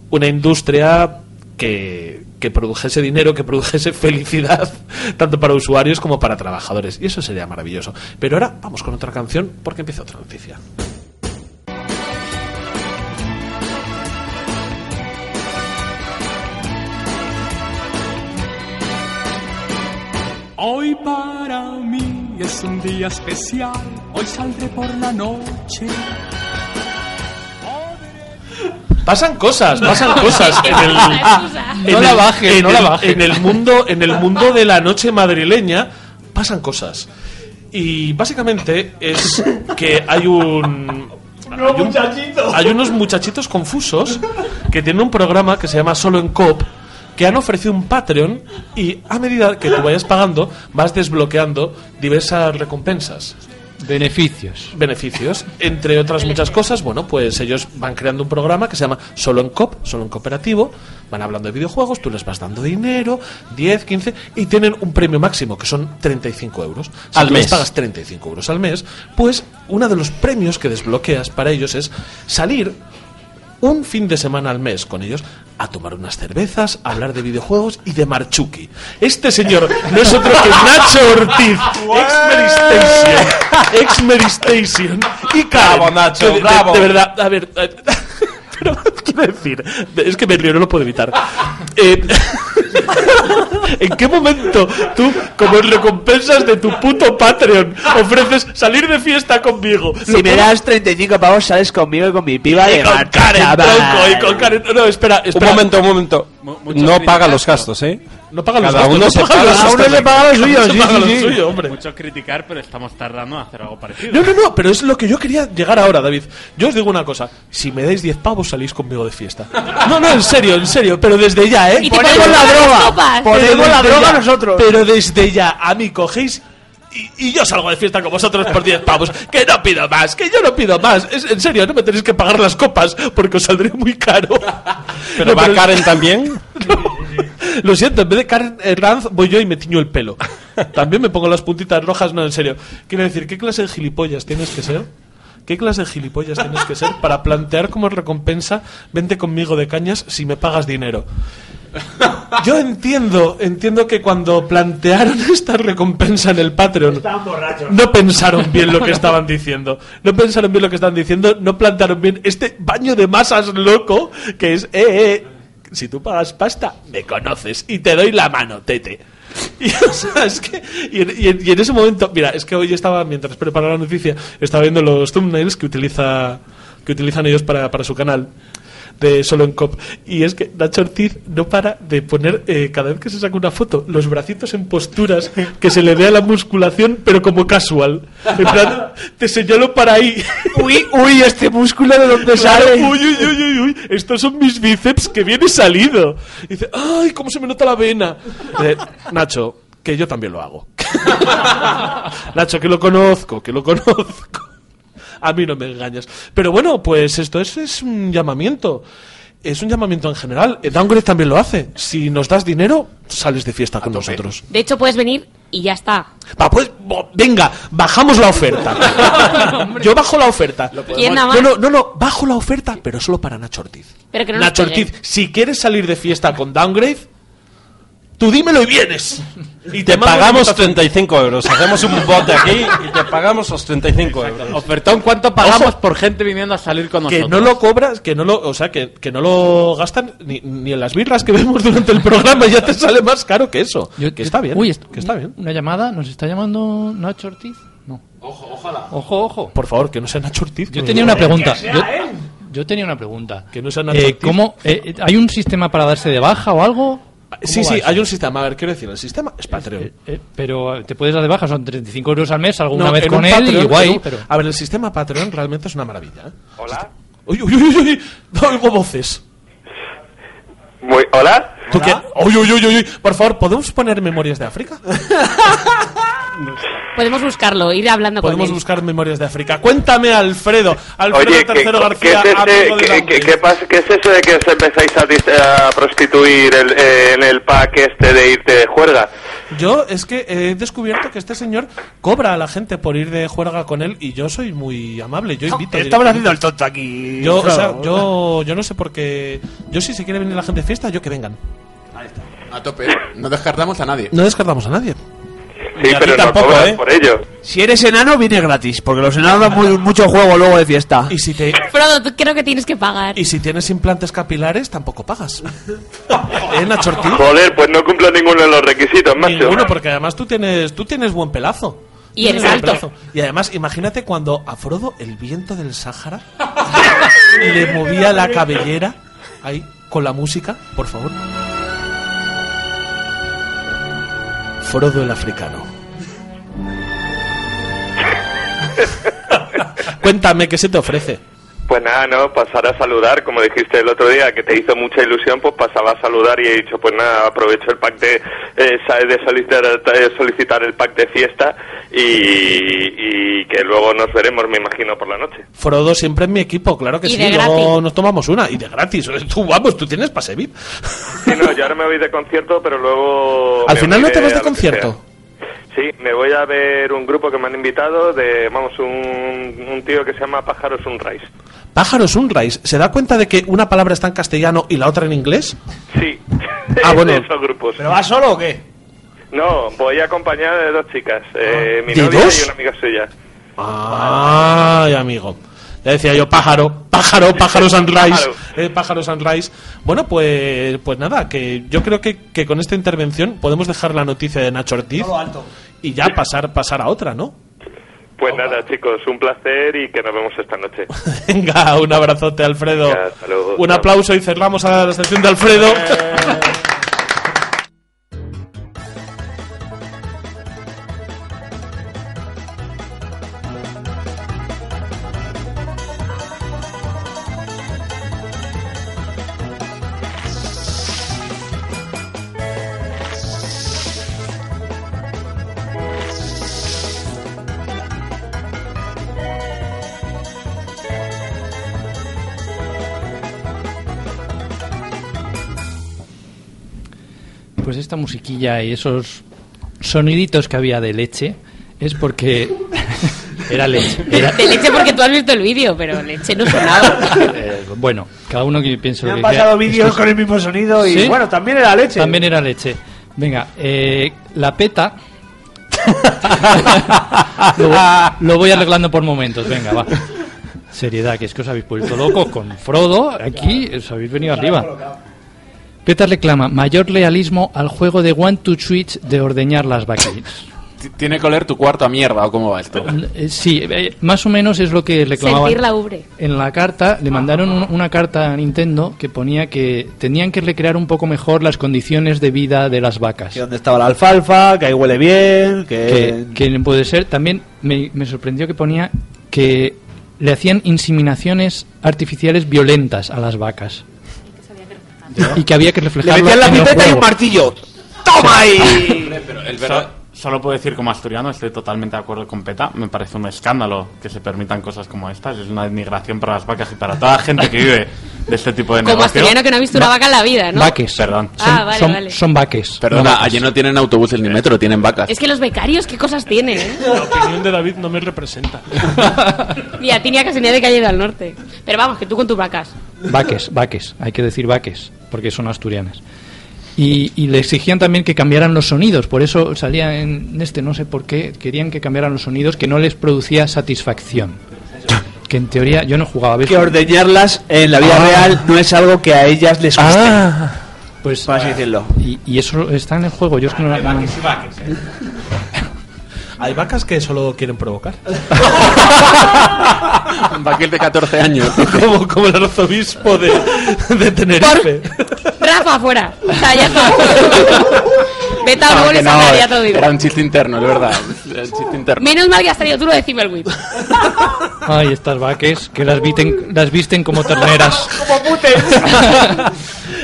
Speaker 1: una industria que, que produjese dinero, que produjese felicidad, tanto para usuarios como para trabajadores. Y eso sería maravilloso. Pero ahora vamos con otra canción porque empieza otra noticia.
Speaker 13: Hoy para mí es un día especial, hoy saldré por la noche.
Speaker 1: Pasan cosas, pasan cosas en el, en
Speaker 9: No
Speaker 1: el-
Speaker 9: la bajes,
Speaker 1: en
Speaker 9: no la
Speaker 1: el-
Speaker 9: bajes.
Speaker 1: en el mundo, en el mundo de la noche madrileña pasan cosas. Y básicamente es que hay un hay, un- hay unos muchachitos confusos que tienen un programa que se llama Solo en Cop que han ofrecido un Patreon y a medida que tú vayas pagando vas desbloqueando diversas recompensas.
Speaker 3: Beneficios.
Speaker 1: Beneficios. Entre otras muchas cosas, bueno, pues ellos van creando un programa que se llama Solo en Cop, Solo en Cooperativo, van hablando de videojuegos, tú les vas dando dinero, 10, 15, y tienen un premio máximo que son 35 euros. Si
Speaker 11: Al
Speaker 1: tú les
Speaker 11: mes.
Speaker 1: pagas 35 euros al mes, pues uno de los premios que desbloqueas para ellos es salir un fin de semana al mes con ellos a tomar unas cervezas, a hablar de videojuegos y de Marchuki. Este señor no es otro que Nacho Ortiz, ex Meristation, ex Meristation y Karen.
Speaker 11: Bravo, Nacho,
Speaker 1: Que de- de-
Speaker 11: bravo.
Speaker 1: De, verdad, a ver, eh, pero quiero decir, es que me río, no lo puedo evitar. Eh, ¿En qué momento tú, como recompensas de tu puto Patreon, ofreces salir de fiesta conmigo?
Speaker 9: Si
Speaker 1: Lo
Speaker 9: me
Speaker 1: cual-
Speaker 9: das 35 pavos, sales conmigo y con mi piba
Speaker 1: y
Speaker 9: de
Speaker 1: con
Speaker 9: marcha,
Speaker 1: Karen
Speaker 9: chaval.
Speaker 1: Tronco, y con Karen- No, espera, espera.
Speaker 11: Un momento, un momento. No paga los gastos, ¿eh?
Speaker 1: No paga
Speaker 11: Cada uno se paga los gastos.
Speaker 1: se paga los suyos, hombre.
Speaker 5: Mucho criticar, pero estamos tardando en hacer algo parecido.
Speaker 1: No, no, no, pero es lo que yo quería llegar ahora, David. Yo os digo una cosa, si me dais 10 pavos salís conmigo de fiesta. No, no, en serio, en serio, pero desde ya, ¿eh?
Speaker 9: Y te Ponemos podemos la pagar droga, las copas. ponemos
Speaker 1: Pero
Speaker 9: la
Speaker 1: desde
Speaker 9: droga
Speaker 1: ya,
Speaker 9: nosotros.
Speaker 1: Pero desde ya, a mí cogéis y, y yo salgo de fiesta con vosotros por 10 pavos. Que no pido más, que yo no pido más. Es, en serio, no me tenéis que pagar las copas porque os saldré muy caro.
Speaker 11: Pero va Karen también.
Speaker 1: Lo siento, en vez de Karen Herranz voy yo y me tiño el pelo. También me pongo las puntitas rojas, no, en serio. Quiero decir, ¿qué clase de gilipollas tienes que ser? ¿Qué clase de gilipollas tienes que ser para plantear como recompensa vente conmigo de cañas si me pagas dinero? Yo entiendo, entiendo que cuando plantearon esta recompensa en el Patreon, no pensaron bien lo que estaban diciendo. No pensaron bien lo que estaban diciendo, no plantearon bien este baño de masas loco que es, eh, eh, si tú pagas pasta, me conoces y te doy la mano, tete. Y, o sea, es que, y, en, y en- y en ese momento, mira, es que hoy estaba, mientras preparaba la noticia, estaba viendo los thumbnails que, utiliza, que utilizan ellos para, para su canal de Solo en Cop. Y es que Nacho Ortiz no para de poner, eh, cada vez que se saca una foto, los bracitos en posturas que se le vea la musculación, pero como casual. En plan, te señalo para ahí. Uy, uy, este músculo de dónde
Speaker 9: sale.
Speaker 1: Uy, uy, uy, uy, uy, estos son mis bíceps que viene salido. Y dice, ay, cómo se me nota la vena. Eh, Nacho, que yo también lo hago. Nacho, que lo conozco, que lo conozco. A mí no me engañas. Pero bueno, pues esto es, es un llamamiento. Es un llamamiento en general. Eh, Downgrade también lo hace. Si nos das dinero, sales de fiesta con nosotros.
Speaker 12: De hecho, puedes venir y ya está.
Speaker 1: Va, pues, bo- venga, bajamos la oferta. Yo bajo la oferta.
Speaker 12: ¿Quién podemos-
Speaker 1: No, no, no, no, bajo la oferta, pero solo para Nacho Ortiz.
Speaker 12: Pero que no nos
Speaker 1: Nacho
Speaker 12: peguen.
Speaker 1: Ortiz, si quieres salir de fiesta con Downgrade, tú dímelo y vienes. Y
Speaker 11: Te
Speaker 1: mando
Speaker 11: pagamos
Speaker 1: una
Speaker 11: 35 euros. Hacemos un bote aquí y te pagamos los 35 euros.
Speaker 5: Ofertón, ¿cuánto pagamos por gente viniendo a salir con
Speaker 1: que
Speaker 5: nosotros?
Speaker 1: no lo cobras, que no lo, o sea, que, que no lo gastan ni, ni en las birras que vemos durante el programa, ya te sale más caro que eso. que está bien.
Speaker 3: Uy,
Speaker 1: que está bien.
Speaker 3: Una llamada, nos está llamando Nacho Ortiz. No. Ojo, ojo.
Speaker 1: Por favor, que no sea Nacho Ortiz.
Speaker 3: Yo
Speaker 1: que
Speaker 3: tenía
Speaker 1: me-
Speaker 3: una pregunta. Yo, yo tenía una pregunta.
Speaker 1: Que no sea Nacho
Speaker 3: Eh,
Speaker 1: Ortiz.
Speaker 3: ¿Cómo? eh, eh, ¿Hay un sistema para darse de baja o algo?
Speaker 1: Sí,
Speaker 3: ¿Cómo va
Speaker 1: sí,
Speaker 3: eso?
Speaker 1: hay un sistema. A ver, quiero decir, el sistema es Patreon.
Speaker 3: Eh, pero eh, te puedes dar de baja, son 35 euros al mes, alguna
Speaker 1: No,
Speaker 3: vez
Speaker 1: en
Speaker 3: con
Speaker 1: un
Speaker 3: él
Speaker 1: Patreon,
Speaker 3: y guay.
Speaker 1: en un-
Speaker 3: pero...
Speaker 1: A ver, el sistema Patreon realmente es una maravilla. ¿eh?
Speaker 14: Hola.
Speaker 1: Uy, uy, uy, uy, uy, no oigo voces.
Speaker 14: Muy, ¿Hola?
Speaker 1: ¿Tú qué? Uy, uy, uy, uy, uy. Por favor, ¿podemos poner Memorias de África?
Speaker 12: Podemos buscarlo, ir hablando con
Speaker 1: Podemos
Speaker 12: él.
Speaker 1: buscar Memorias de África. Cuéntame, Alfredo. Alfredo
Speaker 14: Oye, ¿qué,
Speaker 1: Tercero
Speaker 14: qué
Speaker 1: García,
Speaker 14: es ese-
Speaker 1: amigo de
Speaker 14: qué-
Speaker 1: la-
Speaker 14: qué- qué pasa- qué es eso de que os empezáis a, dis- a prostituir el- eh, en el pack este de irte de juerga?
Speaker 1: Yo es que he descubierto que este señor cobra a la gente por ir de juerga con él y yo soy muy amable. Yo invito.
Speaker 9: Estamos
Speaker 1: directamente.
Speaker 9: haciendo el tonto aquí.
Speaker 1: Yo, o
Speaker 9: Frodo.
Speaker 1: sea, yo, yo no sé por qué. Yo, si se quiere venir la gente de fiesta, yo que vengan.
Speaker 4: A tope. No descartamos a nadie.
Speaker 1: No descartamos a nadie.
Speaker 14: Sí,
Speaker 4: a
Speaker 14: pero
Speaker 4: ti
Speaker 14: no
Speaker 4: tampoco,
Speaker 14: cobras
Speaker 4: ¿eh?
Speaker 14: por ello.
Speaker 9: Si eres enano, viene gratis, porque los enanos dan muy- mucho juego luego de fiesta.
Speaker 1: Y si te...
Speaker 12: Frodo, tú creo que tienes que pagar.
Speaker 1: Y si tienes implantes capilares, tampoco pagas. ¿Eh, Nacho Ortiz?
Speaker 14: Joder, pues no cumplo ninguno de los requisitos, macho.
Speaker 1: Ninguno, porque además tú tienes, tú tienes buen pelazo.
Speaker 12: Y eres
Speaker 1: Tú tienes buen
Speaker 12: alto.
Speaker 1: Y además, imagínate cuando a Frodo el viento del Sáhara le movía la cabellera ahí con la música, por favor. Frodo el africano. Cuéntame qué se te ofrece.
Speaker 14: Pues nada, no, pasar a saludar, como dijiste el otro día, que te hizo mucha ilusión, pues pasaba a saludar y he dicho, pues nada, aprovecho el pack de, eh, sa- de solicitar, eh, solicitar el pack de fiesta y, y que luego nos veremos, me imagino, por la noche.
Speaker 1: Frodo siempre en mi equipo, claro que
Speaker 14: Y
Speaker 1: sí.
Speaker 14: de
Speaker 1: Luego
Speaker 14: gratis.
Speaker 1: nos tomamos una y de gratis. Tú, vamos, tú tienes pase VIP.
Speaker 14: Sí, no, yo ahora me voy de concierto, pero luego...
Speaker 1: Al
Speaker 14: me
Speaker 1: final no
Speaker 14: uniré
Speaker 1: te
Speaker 14: a
Speaker 1: vas de
Speaker 14: lo que
Speaker 1: concierto.
Speaker 14: sea. Sí, me voy a ver un grupo que me han invitado de, vamos, un, un tío que se llama Pájaro Sunrise.
Speaker 1: Pájaro Sunrise, ¿se da cuenta de que una palabra está en castellano y la otra en inglés?
Speaker 14: Sí.
Speaker 1: Ah, bueno.
Speaker 14: De esos grupos.
Speaker 9: ¿Pero vas solo o qué?
Speaker 14: No, voy acompañada de dos chicas,
Speaker 9: Ah.
Speaker 14: eh, mi
Speaker 1: ¿De
Speaker 14: novia
Speaker 1: dos?
Speaker 14: y una amiga suya.
Speaker 1: Ay, amigo. Ya decía yo, pájaro, pájaro, pájaro sunrise,
Speaker 14: Pájaro.
Speaker 1: eh, pájaro sunrise. Bueno, pues, pues nada, que yo creo que, que con esta intervención podemos dejar la noticia de Nacho Ortiz y ya pasar, pasar a otra, ¿no?
Speaker 14: Pues nada, chicos, un placer y que nos vemos esta noche.
Speaker 1: Venga, un abrazote, Alfredo.
Speaker 14: Venga, hasta luego.
Speaker 1: un aplauso y cerramos a la sección de Alfredo.
Speaker 3: Pues esta musiquilla y esos soniditos que había de leche es porque era leche. Era-
Speaker 12: De leche porque tú has visto el vídeo, pero leche no sonaba.
Speaker 3: Eh, bueno, cada uno que piense
Speaker 9: Me
Speaker 3: lo
Speaker 9: han
Speaker 3: que quiera.
Speaker 9: pasado vídeos
Speaker 3: Esto
Speaker 9: con el mismo sonido y
Speaker 3: ¿Sí?
Speaker 9: bueno, también era leche.
Speaker 3: También era leche. Venga, eh, la peta. lo, voy- lo voy arreglando por momentos, venga, va. Seriedad, que es que os habéis puesto locos con Frodo. Aquí os habéis venido arriba. Peta reclama mayor lealismo al juego de One to Switch de ordeñar las vacas.
Speaker 4: T- Tiene que oler tu cuarto a mierda o cómo va esto.
Speaker 3: Eh, Sí, eh, más o menos es lo que reclamaban.
Speaker 12: Sentir la ubre.
Speaker 3: En la carta le mandaron
Speaker 9: Ah.
Speaker 3: un- una carta a Nintendo que ponía que tenían que recrear un poco mejor las condiciones de vida de las vacas.
Speaker 9: Que donde estaba la alfalfa, que ahí huele bien,
Speaker 3: Que,
Speaker 9: que...
Speaker 3: que puede ser. También me, me sorprendió que ponía que le hacían inseminaciones artificiales violentas a las vacas. Y que había que reflejarlo en los juegos.
Speaker 9: martillo.
Speaker 5: ¡Toma
Speaker 9: ahí!
Speaker 5: pero el Solo puedo decir como asturiano, estoy totalmente de acuerdo con PETA. Me parece un escándalo que se permitan cosas como estas. Es una denigración para las vacas y para toda la gente que vive de este tipo de
Speaker 12: Como
Speaker 5: negocio.
Speaker 12: asturiano que no ha visto una vaca en la vida, ¿eh? ¿no?
Speaker 4: Perdón.
Speaker 12: Ah, Son- vale, son- vale. son
Speaker 3: vaques.
Speaker 4: Perdona, allí no tienen autobuses ni metro, tienen vacas.
Speaker 12: Es que los becarios, ¿qué cosas tienen? eh?
Speaker 1: La opinión de David no me representa.
Speaker 12: Y a ti ni a casi nadie que haya ido al norte. Pero vamos, que tú con tus vacas.
Speaker 3: Vaques, vaques, hay que decir vaques, porque son asturianas. Y, y le exigían también que cambiaran los sonidos, por eso salía en este, no sé por qué, querían que cambiaran los sonidos que no les producía satisfacción. Que en teoría yo no jugaba a
Speaker 9: Que ordeñarlas en la vida
Speaker 3: Ah.
Speaker 9: real no es algo que a ellas les guste.
Speaker 3: pues,
Speaker 9: por así decirlo.
Speaker 3: Y, y eso está en el juego, yo es que no, no-
Speaker 1: Hay vacas que solo quieren provocar.
Speaker 4: Vaquil de 14 años.
Speaker 1: como, como el arzobispo de, de Tenerife.
Speaker 12: Rafa, fuera. O sea, ya está. Vete a un gol y
Speaker 4: que no, eh.
Speaker 12: saca, ya te lo digo.
Speaker 4: era un chiste interno, es verdad. Era un
Speaker 12: Oh.
Speaker 4: chiste interno.
Speaker 12: Menos mal que has traído tú lo de Ciberwip.
Speaker 3: Ay, estas vaques que las, viten- las visten como terneras.
Speaker 12: Como putes.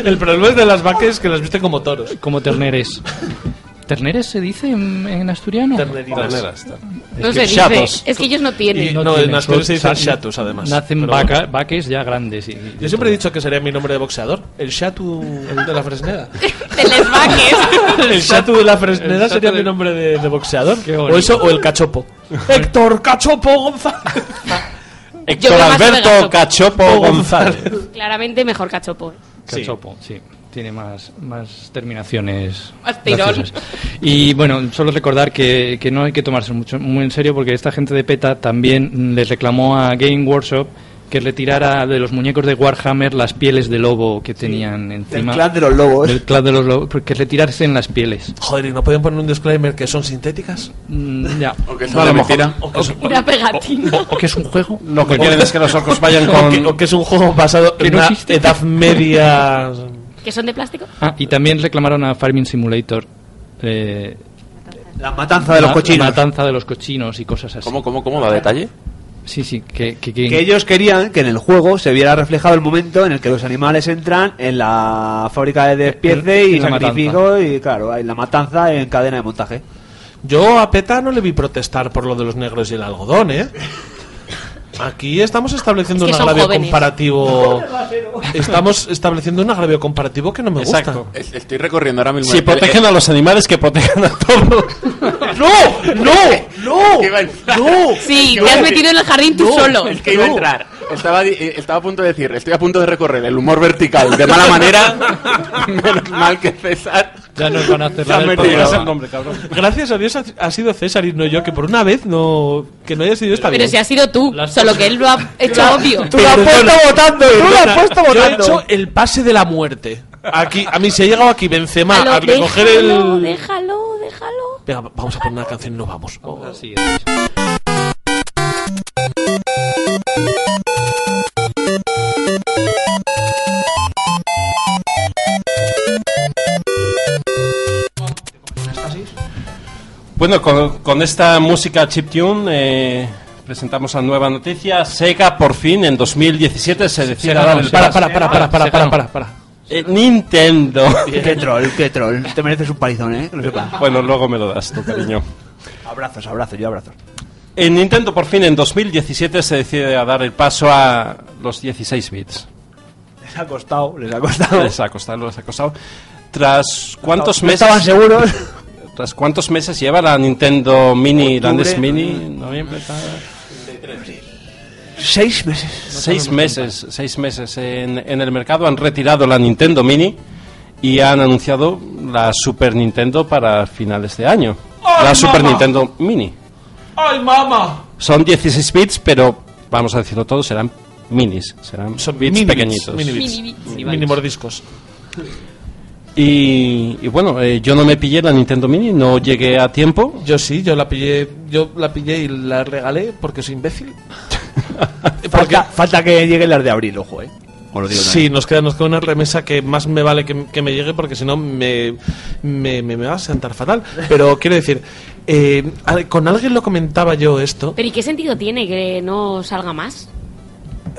Speaker 1: El problema es de las vacas que las visten como toros.
Speaker 3: Como terneres. ¿Terneres se dice en, en asturiano?
Speaker 1: Terneritas.
Speaker 12: No
Speaker 3: Es
Speaker 12: se
Speaker 3: que
Speaker 12: dice.
Speaker 3: chatos.
Speaker 12: Es que ellos no tienen.
Speaker 1: No, en
Speaker 3: tienen,
Speaker 1: Asturias se
Speaker 3: son-
Speaker 1: dicen chatos, además.
Speaker 3: Nacen
Speaker 1: Pero
Speaker 3: vaca-
Speaker 1: bueno.
Speaker 3: vaques ya grandes. Y,
Speaker 1: Yo siempre he dicho que sería mi nombre de boxeador. El Shatu de la Fresneda. el Shatu de la Fresneda sería mi nombre de, de boxeador. O eso o el Cachopo. Héctor Cachopo González.
Speaker 12: Yo creo más que Gachopo.
Speaker 1: González.
Speaker 12: Claramente mejor cachopo. ¿eh?
Speaker 3: Cachopo, sí. Tiene más, más terminaciones.
Speaker 12: Más tirón.
Speaker 3: graciosas. Y bueno, solo recordar que, que no hay que tomarse mucho, muy en serio porque esta gente de PETA también les reclamó a Game Workshop que retirara de los muñecos de Warhammer las pieles de lobo que tenían encima.
Speaker 9: clan de los lobos.
Speaker 3: Del clan de los lobos, porque retirarse en las pieles.
Speaker 1: Joder, ¿y no pueden poner un disclaimer que son sintéticas?
Speaker 3: ya.
Speaker 1: O
Speaker 3: que son de mentira.
Speaker 12: Una pegatina.
Speaker 3: ¿O que es un juego?
Speaker 11: Lo que quieren es que los orcos vayan
Speaker 1: O que,
Speaker 11: con...
Speaker 1: o que es un juego basado
Speaker 3: Que
Speaker 1: en
Speaker 3: no
Speaker 1: una
Speaker 3: existe.
Speaker 1: edad media.
Speaker 12: ¿Que son de plástico?
Speaker 3: Ah, y también reclamaron a Farming Simulator. eh,
Speaker 9: La matanza de los
Speaker 3: la-
Speaker 9: cochinos.
Speaker 3: La matanza de los cochinos y cosas así.
Speaker 4: ¿Cómo, cómo, cómo? ¿Da detalle?
Speaker 3: Sí, sí, que, que- que-
Speaker 9: Que ellos querían que en el juego se viera reflejado el momento en el que los animales entran en la fábrica de despiece
Speaker 1: En-
Speaker 9: y
Speaker 1: en la
Speaker 9: sacrificio y claro, en la matanza en cadena de montaje.
Speaker 1: Yo a PETA no le vi protestar por lo de los negros y el algodón, ¿eh? Aquí estamos estableciendo
Speaker 4: Es que
Speaker 1: un
Speaker 4: son
Speaker 1: agravio
Speaker 4: jóvenes.
Speaker 1: comparativo. Estamos estableciendo un agravio comparativo que no me gusta.
Speaker 4: Exacto. Es- Estoy recorriendo ahora mismo.
Speaker 1: Si
Speaker 4: el-
Speaker 1: protegen
Speaker 4: el-
Speaker 1: a los animales, que protejan a todos. ¡No! ¡No! ¡No!
Speaker 12: Sí,
Speaker 4: que
Speaker 12: te has
Speaker 4: voy a
Speaker 12: metido en el jardín tú
Speaker 4: No,
Speaker 12: solo.
Speaker 4: Es que iba a entrar. Estaba, di- eh, estaba a punto de decir, estoy a punto de recorrer el humor vertical de mala manera. Menos mal que César.
Speaker 3: Ya no van a hacer
Speaker 4: se ha
Speaker 1: nada del
Speaker 4: metido.
Speaker 1: programa. Gracias a Dios ha, ha sido César y no yo, que por una vez no que no haya sido esta
Speaker 12: Pero si ha sido tú, solo que él lo ha hecho obvio.
Speaker 1: Yo he hecho el pase de la muerte. Aquí, a mí se ha llegado aquí Benzema
Speaker 12: Déjalo,
Speaker 1: a recoger
Speaker 12: déjalo,
Speaker 1: el...
Speaker 12: déjalo, déjalo.
Speaker 1: Venga, vamos a poner una canción y nos vamos.
Speaker 3: Así
Speaker 11: Bueno, con, con esta música chiptune eh, presentamos la nueva noticia. Sega por fin en 2017 se decide
Speaker 1: ganó,
Speaker 11: dar el
Speaker 1: se ganó.
Speaker 11: paso.
Speaker 1: Para, para, para, para,
Speaker 11: Se
Speaker 1: para,
Speaker 11: ganó.
Speaker 1: para, para.
Speaker 11: Eh, Nintendo.
Speaker 9: Qué troll, qué troll. Te mereces un palizón, ¿eh? Que lo sepas.
Speaker 11: Bueno, luego me lo das tú, cariño.
Speaker 9: Abrazos, abrazos, yo abrazo.
Speaker 11: En Nintendo por fin en 2017 se decide a dar el paso a los 16 bits.
Speaker 9: Les ha costado, les ha costado.
Speaker 11: Les ha costado, les ha costado. Tras cuántos
Speaker 9: No
Speaker 11: meses...
Speaker 9: estaban seguros.
Speaker 11: Tras cuántos meses lleva la Nintendo Mini, la NES
Speaker 9: Octubre,
Speaker 11: Mini,
Speaker 9: mm,
Speaker 11: noviembre, tal.
Speaker 9: Seis meses.
Speaker 11: Seis meses, seis meses en, en el mercado han retirado la Nintendo Mini y han anunciado la Super Nintendo para finales de año.
Speaker 9: ¡Oh,
Speaker 1: ¡Ay,
Speaker 11: la Super
Speaker 1: mamá!
Speaker 11: Nintendo Mini.
Speaker 1: ¡Ay, mamá!
Speaker 11: Son 16 bits, pero vamos a decirlo todo, serán minis, serán bits
Speaker 1: mini bits,
Speaker 11: pequeñitos.
Speaker 1: mini bits. Mini bits. Mini mordiscos.
Speaker 11: Y, y bueno, eh, yo no me pillé la Nintendo Mini, no llegué a tiempo.
Speaker 1: Yo sí, yo la pillé, yo la pillé y la regalé porque soy imbécil.
Speaker 9: Falta, falta que lleguen las de abril, ojo, ¿eh? Os lo digo también.
Speaker 1: Sí, nos queda, nos queda una remesa que más me vale que, que me llegue porque si no me, me, me- me va a sentar fatal. Pero quiero decir, eh, a- con alguien lo comentaba yo esto.
Speaker 12: Pero ¿y qué sentido tiene que no salga más?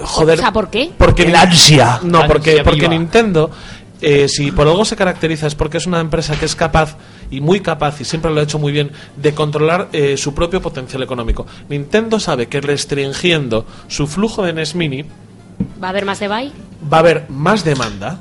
Speaker 1: Joder.
Speaker 12: O sea, ¿por qué?
Speaker 1: Porque
Speaker 9: El ansia.
Speaker 1: No, porque,
Speaker 9: Ansia
Speaker 1: porque
Speaker 9: viva.
Speaker 1: Nintendo, eh, si por algo se caracteriza es porque es una empresa que es capaz y muy capaz y siempre lo ha hecho muy bien de controlar eh, su propio potencial económico. Nintendo sabe que restringiendo su flujo de NES Mini
Speaker 12: ¿Va a haber más de Bay?
Speaker 1: va a haber más demanda.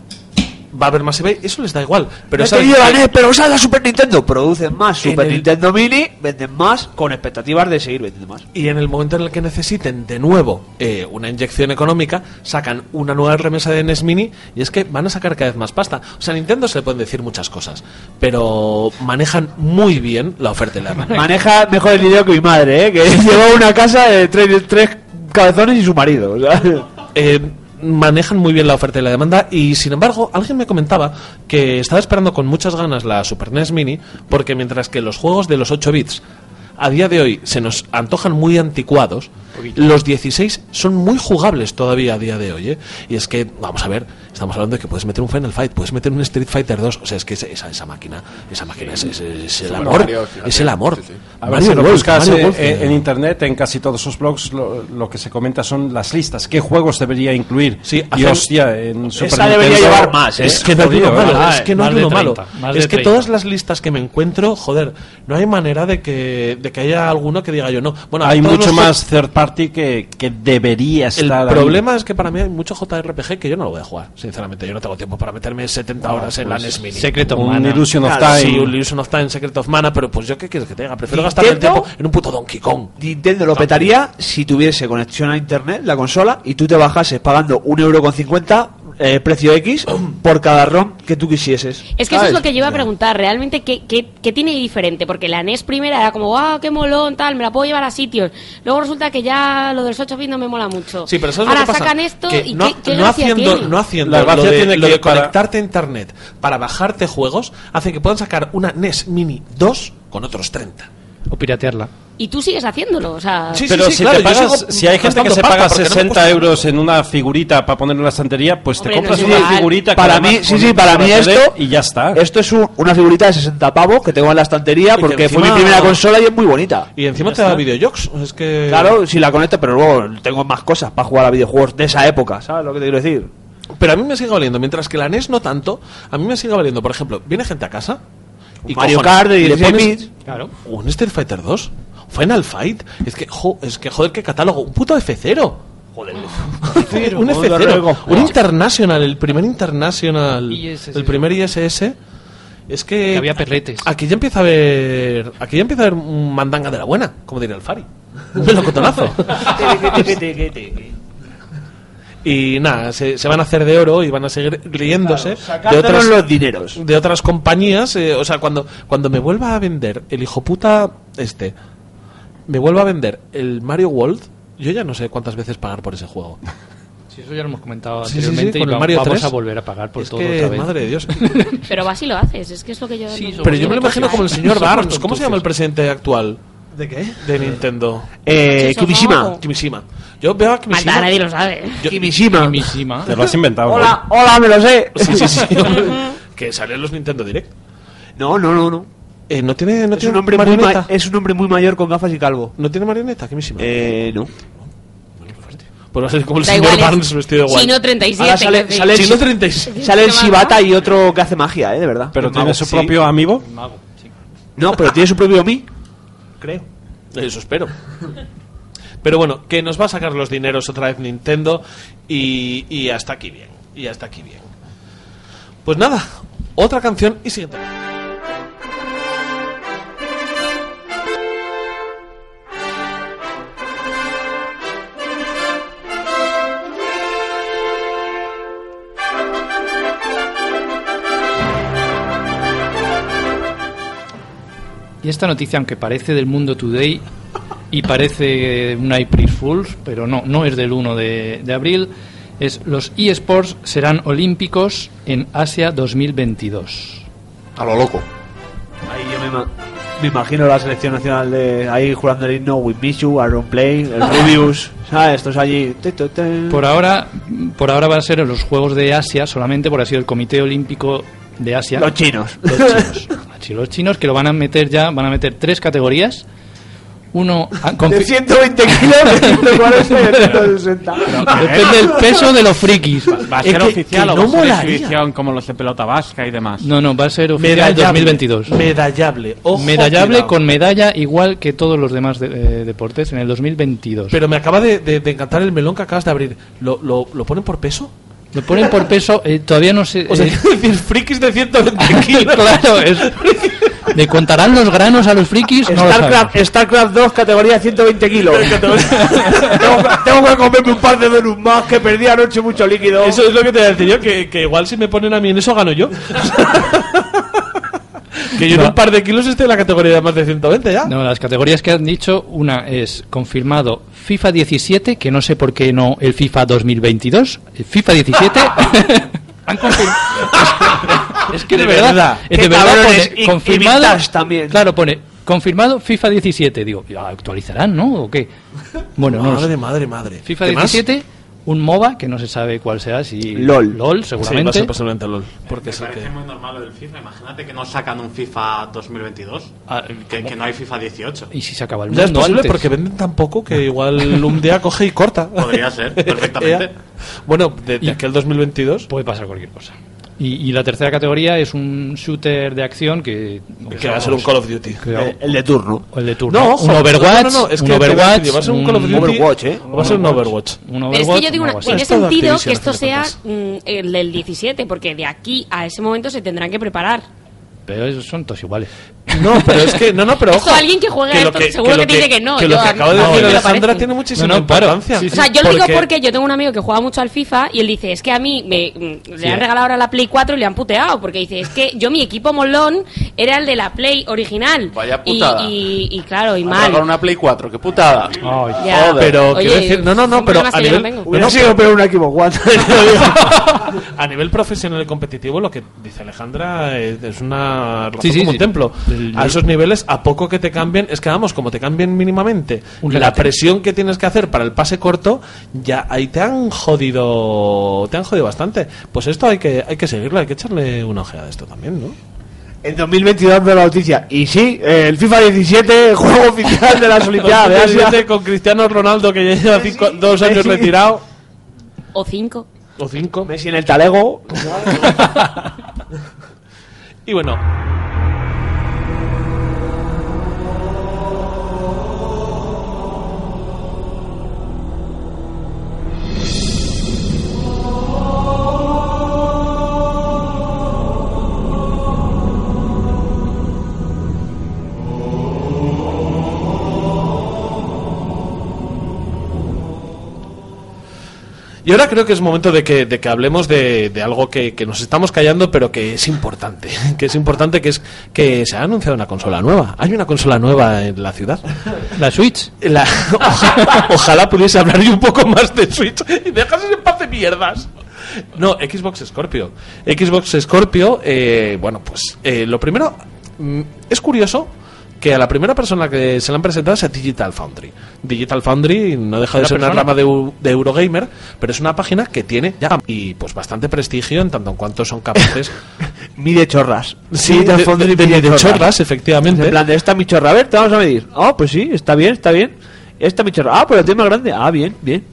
Speaker 1: Va a haber más eBay, eso les da igual. Pero
Speaker 9: No he
Speaker 1: saben
Speaker 9: tenido la
Speaker 1: que-
Speaker 9: NES, pero usad la Super Nintendo. Producen más
Speaker 1: En
Speaker 9: Super
Speaker 1: el-
Speaker 9: Nintendo Mini, venden más, con expectativas de seguir vendiendo más.
Speaker 1: y en el momento en el que necesiten de nuevo eh, una inyección económica, sacan una nueva remesa de NES Mini y es que van a sacar cada vez más pasta. O sea, a Nintendo se le pueden decir muchas cosas, pero manejan muy bien la oferta y la demanda.
Speaker 9: Maneja mejor el dinero que mi madre, ¿eh? Que lleva una casa de tres, tres cabezones y su marido. o sea.
Speaker 1: Eh, manejan muy bien la oferta y la demanda y sin embargo alguien me comentaba que estaba esperando con muchas ganas la Super NES Mini porque mientras que los juegos de los 8 bits a día de hoy se nos antojan muy anticuados
Speaker 11: Poquito.
Speaker 1: los 16 son muy jugables todavía a día de hoy ¿eh? y es que vamos a ver estamos hablando de que puedes meter un Final Fight puedes meter un Street Fighter 2 o sea es que esa, esa- esa máquina esa máquina es, es- es el
Speaker 11: Super
Speaker 1: amor
Speaker 11: Mario, fíjate.
Speaker 1: es el amor
Speaker 11: A ver si lo
Speaker 1: Golf,
Speaker 11: buscas
Speaker 1: Mario
Speaker 11: eh,
Speaker 1: Golf.
Speaker 11: eh, en internet, en casi todos los blogs, lo, lo que se comenta son las listas. ¿Qué juegos debería incluir? Sí, y
Speaker 1: hacen-
Speaker 11: hostia, en Super
Speaker 1: debería
Speaker 11: Nintendo-
Speaker 1: llevar más, ¿eh? Es que no hay uno
Speaker 11: Jodido,
Speaker 1: malo,
Speaker 11: ¿verdad?
Speaker 1: es que no
Speaker 11: Más
Speaker 1: hay
Speaker 11: de
Speaker 1: uno malo.
Speaker 11: 30, más
Speaker 1: Es
Speaker 11: de
Speaker 1: que
Speaker 11: 30.
Speaker 1: todas las listas que me encuentro, joder, no hay manera de que, de que haya alguno que diga yo no. Bueno,
Speaker 11: hay
Speaker 1: todos
Speaker 11: mucho
Speaker 1: los-
Speaker 11: más third party que, que debería
Speaker 1: El
Speaker 11: estar. ahí.
Speaker 1: problema es que para mí hay mucho JRPG que yo no lo voy a jugar, sinceramente. Yo no tengo tiempo para meterme 70
Speaker 11: Ah,
Speaker 1: horas en la
Speaker 11: pues,
Speaker 1: NES Mini.
Speaker 11: Secret of Un Mana. Illusion of
Speaker 1: Claro,
Speaker 11: Time.
Speaker 1: Sí, un Illusion of Time, Secret of Mana, pero pues yo qué quieres que tenga. Prefiero gastar el
Speaker 9: ¿Nintendo?
Speaker 1: tiempo en un puto Donkey Kong.
Speaker 9: Nintendo lo petaría si tuviese conexión a internet la consola y tú te bajases pagando un euro con cincuenta eh, precio X por cada ROM que tú quisieses.
Speaker 12: Es que eso es lo que yo iba a preguntar, realmente, ¿qué, qué, qué tiene de diferente? Porque la NES primera era como, ah, qué molón, tal, me la puedo llevar a sitios. Luego resulta que ya lo de los 8 bits no me mola mucho.
Speaker 1: Sí, pero ¿sabes
Speaker 12: Ahora
Speaker 1: lo que pasa?
Speaker 12: sacan esto
Speaker 1: Que
Speaker 12: y
Speaker 1: no,
Speaker 12: qué, qué
Speaker 1: no
Speaker 12: gracia
Speaker 1: haciendo,
Speaker 12: tiene.
Speaker 1: no haciendo
Speaker 11: La
Speaker 1: lo
Speaker 11: gracia
Speaker 1: de,
Speaker 11: tiene
Speaker 1: lo
Speaker 11: que
Speaker 1: de
Speaker 11: para-
Speaker 1: conectarte a internet para bajarte E juegos, hace que puedan sacar una NES Mini 2 con otros 30.
Speaker 3: O piratearla.
Speaker 12: y tú sigues haciéndolo. O sea,
Speaker 11: pero si, te pagas- si hay gente que se paga 60 euros en una figurita para poner en la estantería, pues
Speaker 12: Hombre,
Speaker 11: te compras
Speaker 12: no es
Speaker 11: una
Speaker 12: igual.
Speaker 11: figurita que
Speaker 9: Para
Speaker 11: además
Speaker 9: mí, sí,
Speaker 11: pones
Speaker 9: sí, para
Speaker 11: en la
Speaker 9: mí
Speaker 11: tele
Speaker 9: esto.
Speaker 11: Y ya está.
Speaker 9: Esto es un- una figurita de 60 pavos que tengo en la estantería
Speaker 1: que
Speaker 9: porque fue mi
Speaker 1: encima-
Speaker 9: primera consola y es muy bonita.
Speaker 1: Y encima
Speaker 9: Ya
Speaker 1: te da
Speaker 9: está.
Speaker 1: videojocs. Es que.
Speaker 9: Claro, si la conectas, pero luego tengo más cosas para jugar a videojuegos de esa época, ¿sabes lo que te quiero decir?
Speaker 1: Pero a mí me sigue valiendo, mientras que la NES no tanto, a mí me sigue valiendo. Por ejemplo, viene gente a casa y
Speaker 9: Mario
Speaker 1: cojones,
Speaker 9: Kart de
Speaker 1: y le
Speaker 9: 16
Speaker 1: pones
Speaker 9: bits.
Speaker 1: un Street Fighter 2, Final Fight, es que, jo- es que joder, qué catálogo, un puto F0. Joder, un
Speaker 9: joder,
Speaker 1: F0,
Speaker 9: luego.
Speaker 1: un International, el primer International,
Speaker 3: ISS.
Speaker 1: el primer ISS. Es que,
Speaker 3: Que había perretes.
Speaker 1: Aquí ya empieza a haber. Aquí ya empieza a haber un mandanga de la buena, como diría el Fari. Un melocotonazo. Y nada, se, se van a hacer de oro y van a seguir riéndose de
Speaker 9: sacándonos los dineros.
Speaker 1: De otras compañías. eh, o sea, cuando, cuando me vuelva a vender el hijo puta este, me vuelva a vender el Mario World, yo ya no sé cuántas veces pagar por ese juego.
Speaker 3: Sí, eso ya lo hemos comentado
Speaker 1: Sí, sí, sí,
Speaker 3: anteriormente y
Speaker 1: con el
Speaker 3: va-
Speaker 1: Mario
Speaker 3: vamos
Speaker 1: 3.
Speaker 3: a volver a pagar por
Speaker 1: Es
Speaker 3: todo
Speaker 1: que,
Speaker 3: otra vez.
Speaker 1: madre de Dios.
Speaker 12: Pero vas y lo haces, es que es lo que yo. no-
Speaker 1: Pero yo me lo
Speaker 12: no-
Speaker 1: imagino como el señor
Speaker 12: Somos
Speaker 1: Barnes. ¿Cómo se llama el presidente actual?
Speaker 9: ¿De qué?
Speaker 1: De Nintendo.
Speaker 9: Eh, Shizuoka Kimishima. Ono.
Speaker 1: Kimishima. Yo veo a Kimishima.
Speaker 12: Maldad, nadie lo sabe.
Speaker 1: Yo-
Speaker 3: Te
Speaker 11: lo has inventado.
Speaker 9: Hola, hola, me lo sé.
Speaker 1: Sí, sí, sí. que sale en los Nintendo Direct.
Speaker 9: No, no, no, no.
Speaker 1: Eh, no tiene, no
Speaker 9: es,
Speaker 1: tiene
Speaker 9: un hombre muy
Speaker 1: marioneta.
Speaker 9: ma- es un hombre muy mayor con gafas y calvo.
Speaker 1: ¿No tiene marioneta? Kimishima?
Speaker 9: Eh, no.
Speaker 1: Pues va a ser como el
Speaker 12: Da
Speaker 1: señor
Speaker 12: igual, es
Speaker 1: Barnes vestido igual.
Speaker 12: Chino 37,
Speaker 9: Ahora sale-
Speaker 12: que-
Speaker 9: sale-
Speaker 1: Chino 36.
Speaker 9: Sale el
Speaker 12: ¿Qué va,
Speaker 9: Shibata
Speaker 12: no?
Speaker 9: y otro que hace magia, ¿eh? De verdad.
Speaker 11: Pero
Speaker 9: El
Speaker 11: tiene
Speaker 9: mago.
Speaker 11: su
Speaker 9: Sí.
Speaker 11: propio amigo.
Speaker 9: No, pero tiene su propio mí. Creo.
Speaker 1: Eso espero. Pero bueno, que nos va a sacar los dineros otra vez Nintendo y, y hasta aquí bien. Y hasta aquí bien. Pues nada, otra canción y siguiente.
Speaker 3: Y esta noticia, aunque parece del mundo today y parece un April Fools, pero no, no es del 1 de, de abril, es los eSports serán olímpicos en Asia 2022.
Speaker 4: A lo loco.
Speaker 9: Ahí yo me, ima- me imagino la selección nacional de ahí jugando el himno With Michu, Aaron Play, el Rubius, ¿sabes? Estos allí. te, te, te.
Speaker 3: Por ahora, por ahora van a ser en los Juegos de Asia solamente, por así el Comité Olímpico de Asia.
Speaker 9: Los chinos.
Speaker 3: Los chinos. Macho, Los chinos que lo van a meter ya, van a meter tres categorías. Uno a- con-
Speaker 9: De 120 kilos, de 140 y de 160.
Speaker 3: depende del peso de los frikis.
Speaker 5: Ah, ¿eh? ¿Va a
Speaker 3: Es
Speaker 5: ser
Speaker 3: que-
Speaker 5: oficial
Speaker 3: que
Speaker 5: o
Speaker 3: no
Speaker 5: va a ser
Speaker 3: molaría.
Speaker 5: exhibición como los de pelota vasca y demás?
Speaker 3: No, no, va a ser oficial
Speaker 1: Medallable.
Speaker 3: 2022.
Speaker 1: Medallable. Ojo,
Speaker 3: Medallable
Speaker 1: cuidado.
Speaker 3: con medalla igual que todos los demás de- eh, deportes en el 2022.
Speaker 1: Pero me acaba de, de- de encantar el melón que acabas de abrir. ¿Lo, lo, lo ponen por peso?
Speaker 3: Lo ponen por peso, eh, todavía no sé.
Speaker 1: O sea,
Speaker 3: eh,
Speaker 1: quiero decir, frikis de 120 kilos.
Speaker 3: claro, es- ¿Le contarán los granos a los frikis? No lo sabemos.
Speaker 9: Starcraft, Starcraft 2, categoría 120 kilos. tengo, que- tengo que comerme un par de donuts más que perdí anoche mucho líquido.
Speaker 1: Eso es lo que te voy a decir yo, que, que igual si me ponen a mí en eso gano yo. que yo en un par de kilos esté en la categoría de más de 120 ya.
Speaker 3: No, las categorías que han dicho, una es confirmado FIFA 17, que no sé por qué no el FIFA 2022. El FIFA 17 han confirmado. es que de
Speaker 9: De
Speaker 3: verdad,
Speaker 9: verdad.
Speaker 3: es
Speaker 9: Qué
Speaker 3: de verdad
Speaker 9: cabrones.
Speaker 3: pone
Speaker 9: Y- y
Speaker 3: confirmado.
Speaker 9: vintage también.
Speaker 3: Claro, pone confirmado FIFA 17. Digo, "Ya, actualizarán, ¿no? ¿O qué? Bueno, no. lo
Speaker 1: madre,
Speaker 3: sé.
Speaker 1: madre, madre.
Speaker 3: FIFA
Speaker 1: ¿Qué más?
Speaker 3: 17, un MOBA que no se sabe cuál será, si
Speaker 9: LOL.
Speaker 3: LOL
Speaker 1: Sí, va a
Speaker 3: seguramente.
Speaker 1: ser posiblemente LOL. Porque
Speaker 5: Me
Speaker 1: es el
Speaker 5: parece
Speaker 1: que...
Speaker 5: muy normal lo del FIFA. Imagínate que no sacan un FIFA 2022.
Speaker 3: Ah,
Speaker 5: que,
Speaker 3: ¿cómo?
Speaker 5: que no hay FIFA 18.
Speaker 3: y si se acaba el mundo
Speaker 1: Ya es posible
Speaker 3: antes.
Speaker 1: porque venden tan poco que igual un día coge y corta.
Speaker 5: Podría ser, perfectamente.
Speaker 1: bueno, de, de
Speaker 3: Y-
Speaker 1: aquel 2022.
Speaker 3: puede pasar cualquier cosa.
Speaker 1: Pues
Speaker 3: Y, y la tercera categoría es un shooter de acción que, pues,
Speaker 1: Que va a ser un Call of Duty.
Speaker 3: que-
Speaker 9: Eh, El de turno.
Speaker 3: o el de turno. un
Speaker 1: no,
Speaker 3: Overwatch,
Speaker 1: no, no, es
Speaker 3: un
Speaker 1: que te voy a
Speaker 3: Overwatch,
Speaker 1: decir, va a ser un Call of Duty.
Speaker 9: Overwatch, ¿eh?
Speaker 1: o Va a ser un Overwatch.
Speaker 3: un
Speaker 12: Pero es
Speaker 3: Overwatch,
Speaker 12: que yo digo
Speaker 3: un
Speaker 12: una,
Speaker 3: Overwatch.
Speaker 12: tiene
Speaker 1: Es todo
Speaker 12: sentido
Speaker 1: Activision,
Speaker 12: que esto
Speaker 1: a fin de
Speaker 12: sea
Speaker 1: cuentas.
Speaker 12: mm, el del 17, porque de aquí a ese momento se tendrán que preparar.
Speaker 3: Pero esos son todos iguales.
Speaker 1: No, pero es que no, no, pero
Speaker 12: Esto
Speaker 1: ojo.
Speaker 12: alguien que juega
Speaker 1: que lo
Speaker 12: esto
Speaker 1: que-
Speaker 12: seguro
Speaker 1: que
Speaker 12: que,
Speaker 1: lo
Speaker 12: te dice
Speaker 1: que-
Speaker 12: que no.
Speaker 1: que lo
Speaker 12: yo
Speaker 1: que
Speaker 12: a-
Speaker 1: acaba de
Speaker 12: no,
Speaker 1: decir
Speaker 12: no me lo
Speaker 1: Alessandra
Speaker 12: parece.
Speaker 1: tiene muchísima
Speaker 3: No, no, claro.
Speaker 1: importancia.
Speaker 3: Sí, sí.
Speaker 12: O sea, yo lo digo
Speaker 1: Porque-
Speaker 12: porque yo tengo un amigo que juega mucho al FIFA y él dice, es que a mí me, mm, le han regalado ahora la Play 4 y le han puteado, porque dice, es que yo mi equipo molón era el de la Play original.
Speaker 4: Vaya
Speaker 12: Y-
Speaker 4: putada.
Speaker 12: Y, y claro, y
Speaker 4: Para
Speaker 12: mal.
Speaker 4: pagar una Play 4, qué putada.
Speaker 12: Ya.
Speaker 4: Joder.
Speaker 1: Pero
Speaker 12: Oye,
Speaker 1: quiero decir, no, no, no,
Speaker 12: son
Speaker 1: pero
Speaker 12: problemas
Speaker 1: a
Speaker 12: que yo no
Speaker 1: nivel,
Speaker 12: tengo.
Speaker 9: Hubiera
Speaker 1: no,
Speaker 9: sido peor un equipo One.
Speaker 1: a nivel profesional y competitivo, lo que dice Alejandra eh, es una una razón
Speaker 3: Sí, sí,
Speaker 1: como
Speaker 3: sí.
Speaker 1: un templo.
Speaker 3: El-
Speaker 1: a esos niveles, a poco que te cambien, es que vamos, como te cambien mínimamente
Speaker 3: Un
Speaker 1: la
Speaker 3: regate.
Speaker 1: presión que tienes que hacer para el pase corto, ya ahí te han jodido, te han jodido bastante. Pues esto hay que, hay que seguirlo, hay que echarle una ojeada a esto también, ¿no?
Speaker 9: En 2022 de la noticia. Y sí, eh, el FIFA 17, juego oficial de las Olimpiadas de Asia.
Speaker 1: 2017 Con Cristiano Ronaldo, que ya lleva cinco- dos años
Speaker 9: Messi.
Speaker 1: retirado.
Speaker 12: O cinco.
Speaker 1: O cinco.
Speaker 9: Messi en el talego.
Speaker 1: Y bueno. Y ahora creo que es momento de que, de que hablemos de, de algo que, que nos estamos callando, pero que es importante. Que es importante, que es que se ha anunciado una consola nueva. Hay una consola nueva en la ciudad.
Speaker 3: ¿La Switch?
Speaker 1: ojalá, ojalá pudiese hablar yo un poco más de Switch y dejas en paz de mierdas. No, Xbox Scorpio. Xbox Scorpio, eh, bueno, pues eh, lo primero, mm, es curioso que a la primera persona que se le han presentado sea Digital Foundry. Digital Foundry no deja de
Speaker 3: ¿Una
Speaker 1: ser una
Speaker 3: persona?
Speaker 1: rama de, Eu- de Eurogamer, pero es una página que tiene ya y pues bastante prestigio en tanto en cuanto son capaces.
Speaker 9: Mide chorras.
Speaker 1: Sí,
Speaker 9: Mide
Speaker 1: de-
Speaker 9: fondo y
Speaker 1: de- de-
Speaker 9: mide
Speaker 1: de chorras, efectivamente.
Speaker 9: En plan, de esta es mi chorra. A ver, te vamos a medir. Ah, pues sí, está bien, está bien. Esta es mi chorra. Ah, pero tiene más grande. Ah, bien, bien.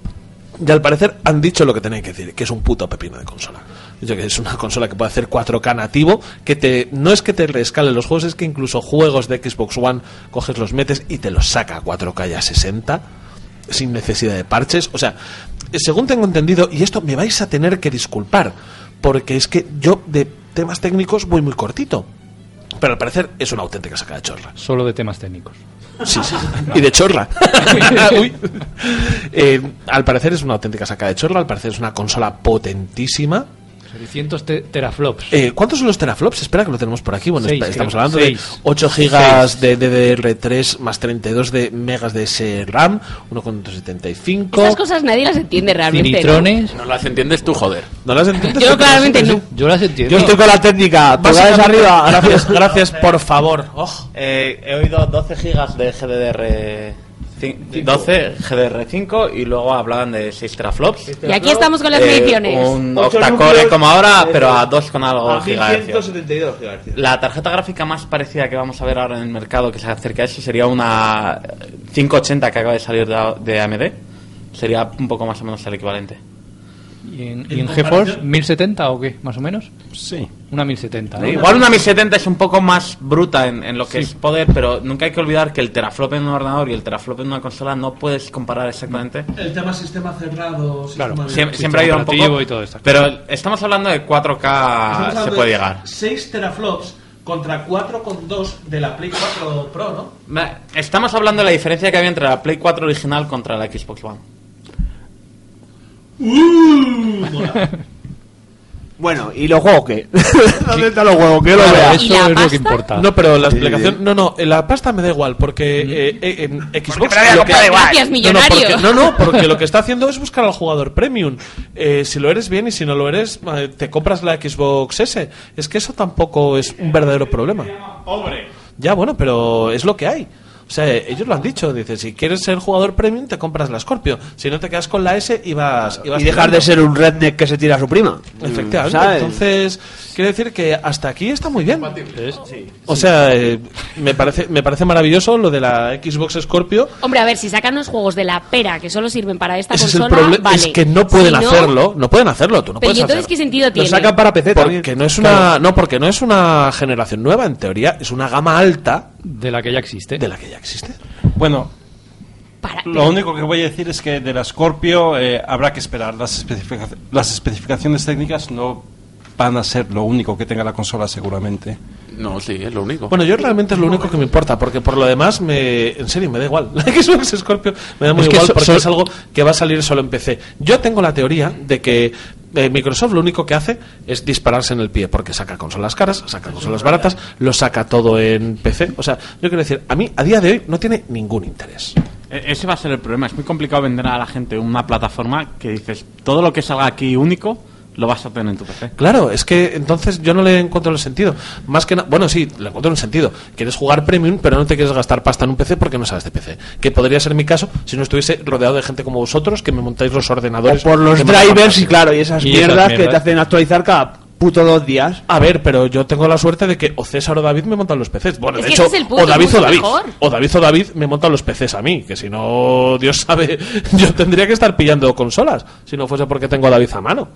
Speaker 1: Y al parecer han dicho lo que tenéis que decir, que es un puto pepino de consola. Yo que es una consola que puede hacer 4K nativo, que te no es que te rescale los juegos, es que incluso juegos de Xbox One coges los metes y te los saca a 4K y a 60 sin necesidad de parches, o sea, según tengo entendido y esto me vais a tener que disculpar, porque es que yo de temas técnicos voy muy cortito. Pero al parecer es una auténtica saca de chorra.
Speaker 3: Solo de temas técnicos.
Speaker 1: Sí, sí. Y de chorla.
Speaker 3: Ah,
Speaker 1: Uy. Eh, al parecer es una auténtica saca de chorla, al parecer es una consola potentísima.
Speaker 3: 600 te- teraflops.
Speaker 1: Eh, ¿Cuántos son los teraflops? Espera que lo tenemos por aquí. Bueno,
Speaker 3: Seis,
Speaker 1: esp- estamos
Speaker 3: creo.
Speaker 1: hablando
Speaker 3: Seis.
Speaker 1: de 8
Speaker 3: Seis.
Speaker 1: gigas de DDR3 más 32 de megas de ese RAM, 1,75.
Speaker 12: Estas cosas nadie las entiende realmente. ¿no?
Speaker 15: No las entiendes tú, joder.
Speaker 1: No las entiendes.
Speaker 12: Yo claramente no.
Speaker 3: Yo las entiendo.
Speaker 9: Yo estoy con la técnica. Pulgares
Speaker 1: Básicamente-
Speaker 9: arriba.
Speaker 1: Pues Gracias, gracias, por favor. Oh.
Speaker 5: Eh, he oído 12 gigas de GDDR. 12 GDR5 y luego hablaban de 6 teraflops. Eh,
Speaker 12: Y aquí estamos con las mediciones.
Speaker 5: Un
Speaker 12: Ocho
Speaker 5: octacore
Speaker 12: núcleos,
Speaker 5: como ahora, pero Eh, a
Speaker 12: eso.
Speaker 5: 2
Speaker 9: Ah,
Speaker 5: con algo gigahercios.
Speaker 9: 1172 gigahercios.
Speaker 5: La tarjeta gráfica más parecida que vamos a ver ahora en el mercado que se acerca a eso sería una 580 que acaba de salir de- de AMD. Sería un poco más o menos el equivalente.
Speaker 3: ¿Y en, y en GeForce 1070 o qué? ¿Más o menos?
Speaker 5: Sí.
Speaker 3: Una 1070. ¿no?
Speaker 5: Igual una 1070 es un poco más bruta en, en lo que
Speaker 3: Sí.
Speaker 5: es poder, pero nunca hay que olvidar que el teraflop en un ordenador y el teraflop en una consola no puedes comparar exactamente.
Speaker 1: El tema sistema cerrado,
Speaker 5: Siem- siempre, ha ido un poco. pero estamos hablando de 4K Ah, se puede llegar.
Speaker 1: 6 teraflops contra 4,2 de la Play 4 Pro, ¿no?
Speaker 5: Ma- Estamos hablando de la diferencia que había entre la Play 4 original contra la Xbox One.
Speaker 9: Bueno, ¿y los juegos qué? ¿Dónde están los juegos? Que yo lo
Speaker 1: Claro,
Speaker 9: vea.
Speaker 1: No, pero la explicación. No, no, eh, la pasta me da igual, porque eh, eh, en Xbox.
Speaker 9: me la voy a
Speaker 1: lo
Speaker 9: comprar
Speaker 1: que-
Speaker 9: igual. Gracias,
Speaker 1: No,
Speaker 9: millonario.
Speaker 1: No, porque- no, no, porque lo que está haciendo es buscar al jugador premium. Eh, si lo eres bien y si no lo eres, eh, te compras la Xbox S. Es que eso tampoco es un verdadero problema. Ya, bueno, pero es lo que hay. O sea, ellos lo han dicho. Dice, si quieres ser jugador premium, te compras la Scorpio. Si no, te quedas con la S y vas. vas
Speaker 9: Y dejar
Speaker 1: tirando.
Speaker 9: de ser un redneck que se tira a su prima.
Speaker 1: Efectivamente.
Speaker 9: ¿Sabes?
Speaker 1: Entonces, quiere decir que hasta aquí está muy bien. O sea, eh, me, parece, me parece maravilloso lo de la Xbox Scorpio.
Speaker 12: Hombre, a ver, si sacan los juegos de la pera que solo sirven para esta
Speaker 1: Ese es el
Speaker 12: consola,
Speaker 1: problema.
Speaker 12: vale.
Speaker 1: Es que no pueden
Speaker 12: Si
Speaker 1: hacerlo. No pueden hacerlo. Tú no
Speaker 12: Pero
Speaker 1: puedes
Speaker 12: ¿y entonces
Speaker 1: hacerlo.
Speaker 12: qué sentido tiene?
Speaker 1: porque No, es una, no, porque no es una generación nueva, en teoría. Es una gama alta.
Speaker 3: De la que ya existe.
Speaker 1: De la que ya existe.
Speaker 11: Bueno, lo único que voy a decir es que de la Scorpio eh, habrá que esperar. Las, especifica- las especificaciones técnicas no van a ser lo único que tenga la consola seguramente.
Speaker 15: No, sí, es lo único.
Speaker 1: Bueno, yo realmente es lo único que me importa, porque por lo demás, me, en serio, me da igual. La Xbox Scorpio me da muy
Speaker 3: Es que
Speaker 1: igual
Speaker 3: so-
Speaker 1: porque
Speaker 3: so-
Speaker 1: es algo que va a salir solo en PC. Yo tengo la teoría de que eh, Microsoft lo único que hace es dispararse en el pie, porque saca consolas caras, saca consolas baratas, lo saca todo en PC. O sea, yo quiero decir, a mí a día de hoy no tiene ningún interés.
Speaker 5: E- Ese va a ser el problema. Es muy complicado vender a la gente una plataforma que dices todo lo que salga aquí único lo vas a tener en tu PC.
Speaker 1: Claro, es que entonces yo no le encuentro el sentido. Más que na- bueno, sí, le encuentro el sentido. Quieres jugar premium, pero no te quieres gastar pasta en un PC porque no sabes de PC. Que podría ser mi caso si no estuviese rodeado de gente como vosotros que me montáis los ordenadores.
Speaker 9: por los
Speaker 1: de manera
Speaker 9: drivers y
Speaker 1: fácil.
Speaker 9: claro, y esas mierdas que te hacen actualizar cada puto dos días.
Speaker 1: A ver, pero yo tengo la suerte de que o César o David me montan los PCs. Bueno,
Speaker 9: Es
Speaker 1: de
Speaker 9: que
Speaker 1: hecho,
Speaker 9: ese es el punto,
Speaker 1: o David
Speaker 9: mucho
Speaker 1: o David.
Speaker 9: mejor.
Speaker 1: O David o David me montan los PCs a mí, que si no, Dios sabe, yo tendría que estar pillando consolas, si no fuese porque tengo a David a mano.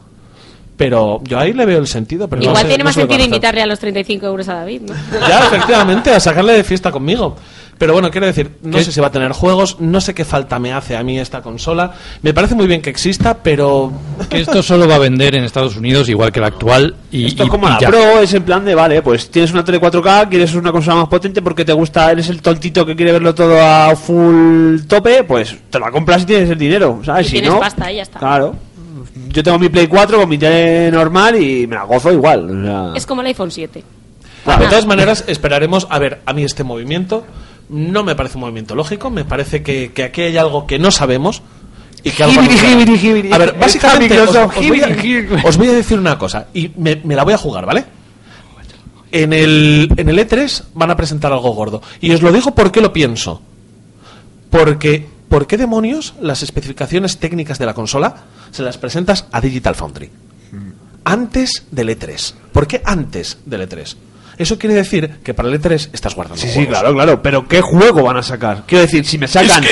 Speaker 1: Pero yo ahí le veo el sentido. Pero no
Speaker 12: Igual
Speaker 1: sé-
Speaker 12: tiene
Speaker 1: no
Speaker 12: más
Speaker 1: se lo
Speaker 12: sentido
Speaker 1: conozco.
Speaker 12: invitarle a los 35 euros a David, ¿no?
Speaker 1: Ya, efectivamente, a sacarle de fiesta conmigo. Pero bueno, quiero decir, no
Speaker 12: ¿Qué?
Speaker 1: sé si va a tener juegos, no sé qué falta me hace a mí esta consola. Me parece muy bien que exista, pero...
Speaker 3: Que esto solo va a vender en Estados Unidos igual que la actual y,
Speaker 9: Esto
Speaker 3: y-
Speaker 9: es como
Speaker 3: y
Speaker 9: la
Speaker 3: ya.
Speaker 9: Pro, es en plan de, vale, pues tienes una tele 4K, quieres una consola más potente porque te gusta, eres el tontito que quiere verlo todo a full tope, pues te la compras y tienes el dinero,
Speaker 1: Ah,
Speaker 9: ¿sabes?
Speaker 12: Y
Speaker 9: si
Speaker 12: tienes
Speaker 9: no,
Speaker 12: pasta y ya está.
Speaker 9: Claro. Yo tengo mi Play 4 con mi tele normal y me la gozo igual. o sea.
Speaker 12: Es como el iPhone 7.
Speaker 1: De todas maneras, esperaremos. A ver, a mí este movimiento no me parece un movimiento lógico. Me parece que, que aquí hay algo que no sabemos. Y que algo
Speaker 9: Jibiri,
Speaker 1: anunciarán.
Speaker 9: jibiri, jibiri.
Speaker 1: A ver,
Speaker 9: Está
Speaker 1: básicamente, os,
Speaker 9: Microsoft,
Speaker 1: os voy
Speaker 9: jibiri,
Speaker 1: a, os voy a decir una cosa. Y me, me la voy a jugar, ¿vale? En el, en el E3 van a presentar algo gordo. Y os lo digo porque lo pienso. Porque, ¿por qué demonios las especificaciones técnicas de la consola se las presentas a Digital Foundry? Antes del E3. ¿Por qué antes del E3? Eso quiere decir que para el E3 estás guardando
Speaker 9: Sí, sí,
Speaker 1: juegos.
Speaker 9: claro, claro, pero ¿qué juego van a sacar? Quiero decir, si me sacan...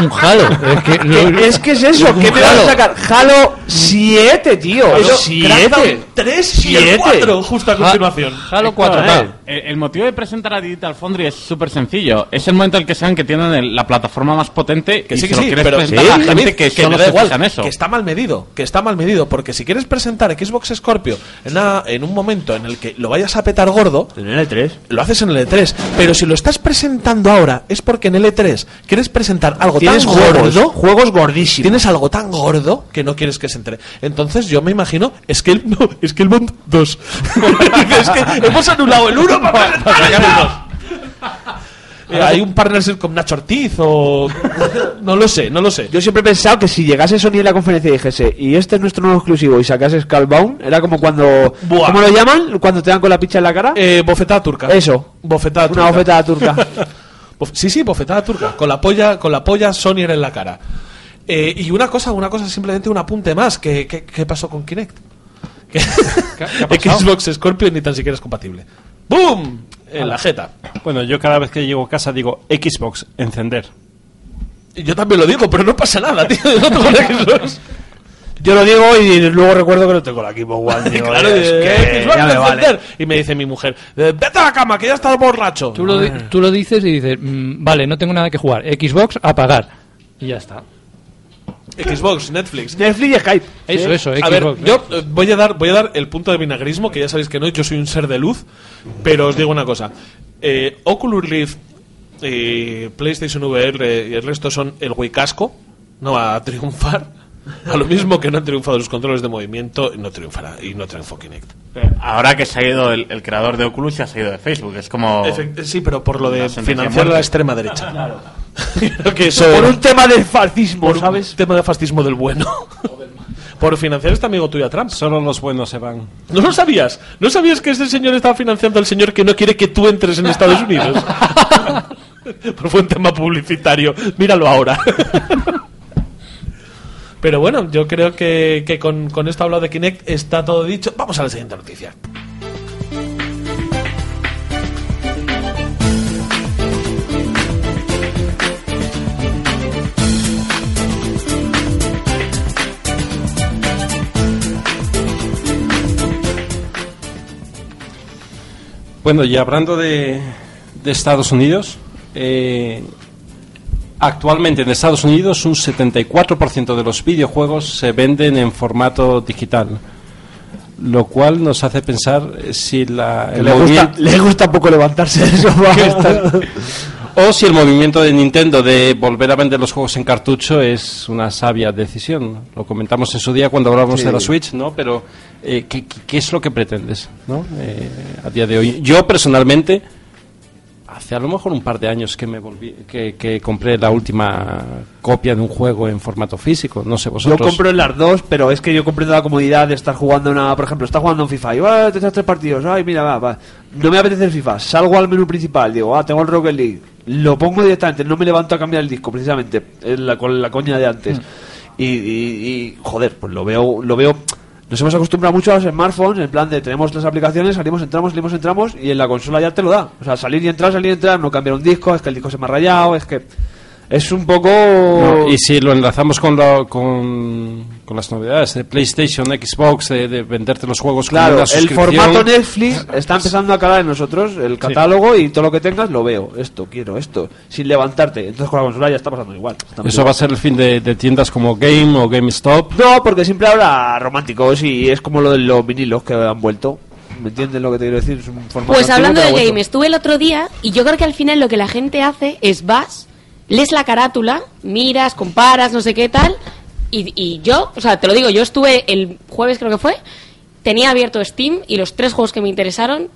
Speaker 3: un Halo. Es que, lo-
Speaker 9: es que es eso,
Speaker 3: un
Speaker 9: ¿qué me van a
Speaker 3: Halo.
Speaker 9: sacar? Halo 7, tío.
Speaker 1: Halo
Speaker 9: Eso,
Speaker 1: 7. 3 y el
Speaker 9: Siete.
Speaker 1: cuatro, justo a continuación.
Speaker 5: Halo El, e-, el motivo de presentar a Digital Foundry es súper sencillo. Es el momento en el que saben que tienen el- la plataforma más potente
Speaker 1: Que
Speaker 5: y
Speaker 1: sí, que
Speaker 5: se lo
Speaker 1: sí,
Speaker 5: quieres
Speaker 1: pero
Speaker 5: presentar a la gente
Speaker 1: David,
Speaker 5: que,
Speaker 1: que me
Speaker 5: son los
Speaker 1: da
Speaker 5: que
Speaker 1: igual,
Speaker 5: fijan eso.
Speaker 1: que está mal medido, que está mal medido, porque si quieres presentar Xbox Scorpio en, una- en un momento en el que lo vayas a petar gordo,
Speaker 9: en el E E3,
Speaker 1: lo haces en el E3, pero si lo estás presentando ahora es porque en el E3 quieres presentar algo
Speaker 9: Tienes
Speaker 1: tan
Speaker 9: juegos,
Speaker 1: gordo,
Speaker 9: juegos gordísimos.
Speaker 1: Tienes algo tan gordo que no quieres que se entre. Entonces yo me imagino Scale, no, Scalebound 2. es que hemos anulado el 1 para presentar el dos. Eh, Hay un partnership con Nacho Ortiz o... No lo sé, no lo sé.
Speaker 9: Yo siempre he pensado que si llegase Sony en la conferencia y dijese, y este es nuestro nuevo exclusivo, y sacase Skullbound, era como cuando.
Speaker 1: Buah.
Speaker 9: ¿Cómo lo llaman? Cuando te dan con la picha en la cara.
Speaker 1: Eh, bofetada turca.
Speaker 9: Eso.
Speaker 1: Bofetada
Speaker 9: Una bofetada turca.
Speaker 1: Bof- sí, sí, bofetada turca. Con la polla, con la polla Sonier en la cara. Eh, y una cosa, una cosa, simplemente un apunte más. ¿Qué, qué, qué pasó con Kinect? Que- Xbox Scorpio ni tan siquiera es compatible. ¡Boom! En la jeta.
Speaker 11: Bueno, yo cada vez que llego a casa digo Xbox, encender.
Speaker 1: Yo también lo digo, pero no pasa nada, tío. Yo no tengo la Xbox.
Speaker 9: Yo lo digo y luego recuerdo que no tengo la equipo One. digo,
Speaker 1: Claro,
Speaker 9: es
Speaker 1: eh,
Speaker 9: que
Speaker 1: Xbox
Speaker 9: ya me vale.
Speaker 1: encender. Y me dice mi mujer, eh, vete a la cama, que ya estás borracho.
Speaker 3: Tú lo, di-
Speaker 1: Ah.
Speaker 3: tú lo dices y dices, mm, vale, no tengo nada que jugar. Xbox, apagar. Y ya está.
Speaker 1: Xbox, Netflix.
Speaker 9: Netflix y Skype.
Speaker 3: Eso, eso,
Speaker 1: A
Speaker 3: Xbox,
Speaker 1: ver,
Speaker 3: Netflix.
Speaker 1: yo eh, voy a, dar, voy a dar el punto de vinagrismo, que ya sabéis que no, yo soy un ser de luz, pero os digo una cosa. Eh, Oculus Rift, eh, PlayStation VR y el resto son el huicasco, no va a triunfar. A lo mismo que no han triunfado los controles de movimiento, no triunfará y no triunfó Kinect.
Speaker 5: Ahora que se ha ido el, el creador de Oculus, se ha ido de Facebook. Es como.
Speaker 1: Efect- sí, pero por lo de
Speaker 5: Una sentencia
Speaker 1: financiar a la
Speaker 5: muerte.
Speaker 1: extrema derecha. Creo que eso
Speaker 9: Por
Speaker 1: era.
Speaker 9: un tema del fascismo,
Speaker 1: Por un
Speaker 9: ¿sabes?
Speaker 1: tema de fascismo del bueno. Por financiar a este amigo tuyo a Trump.
Speaker 11: Solo los buenos se van.
Speaker 1: ¿No lo sabías? ¿No sabías que este señor estaba financiando al señor que no quiere que tú entres en Estados Unidos? Pero fue un tema publicitario. Míralo ahora. Pero bueno, yo creo que, que con, con esta habla de Kinect está todo dicho. Vamos a la siguiente noticia.
Speaker 11: Bueno, y hablando de, de Estados Unidos, eh, actualmente en Estados Unidos un 74% de los videojuegos se venden en formato digital, lo cual nos hace pensar eh, si la,
Speaker 9: Que le, gusta,
Speaker 11: movimiento-
Speaker 9: le gusta poco levantarse de eso.
Speaker 11: o si el movimiento de Nintendo de volver a vender los juegos en cartucho es una sabia decisión. Lo comentamos en su día cuando hablábamos
Speaker 5: Sí.
Speaker 11: de la Switch, ¿no? Pero eh, ¿qué, qué- qué es lo que pretendes, no? Eh, a día de hoy. Yo personalmente hace a lo mejor un par de años que me volví, que, que compré la última copia de un juego en formato físico. No sé
Speaker 9: Yo
Speaker 11: vosotros.
Speaker 9: compro en las dos, pero es que yo comprendo la comodidad de estar jugando una, por ejemplo, está jugando en FIFA y va, te echas tres partidos, ay, mira, va, va. No me apetece el FIFA, salgo al menú principal, digo, ah, tengo el Rocket League, lo pongo directamente, no me levanto a cambiar el disco, precisamente, es la, con la coña de antes. Y, y- y, joder, pues lo veo, lo veo. Nos hemos acostumbrado mucho a los smartphones, en plan de tenemos las aplicaciones, salimos, entramos, salimos, entramos, y en la consola ya te lo da. O sea, salir y entrar, salir y entrar, no cambiar un disco, es que el disco se me ha rayado, es que. Es un poco.
Speaker 11: No, y si lo enlazamos con, lo- con, con las novedades de PlayStation, Xbox, de, de venderte los juegos con
Speaker 9: Claro,
Speaker 11: una
Speaker 9: el
Speaker 11: suscripción.
Speaker 9: formato Netflix está empezando a calar en nosotros, el catálogo y todo lo que tengas lo veo. Esto, quiero, esto, sin levantarte. Entonces con la consola ya está pasando igual. Estamos
Speaker 11: Eso va a ser el fin de, de tiendas como Game o GameStop.
Speaker 9: No, porque siempre habrá románticos y es como lo de los vinilos que han vuelto. ¿Me entiendes lo que te quiero decir? Es un formato
Speaker 12: Pues
Speaker 9: antiguo,
Speaker 12: hablando de
Speaker 9: pero bueno.
Speaker 12: game, estuve el otro día y yo creo que al final lo que la gente hace es vas, lees la carátula, miras, comparas, no sé qué tal, y, y yo, o sea, te lo digo, yo estuve el jueves creo que fue, tenía abierto Steam y los tres juegos que me interesaron,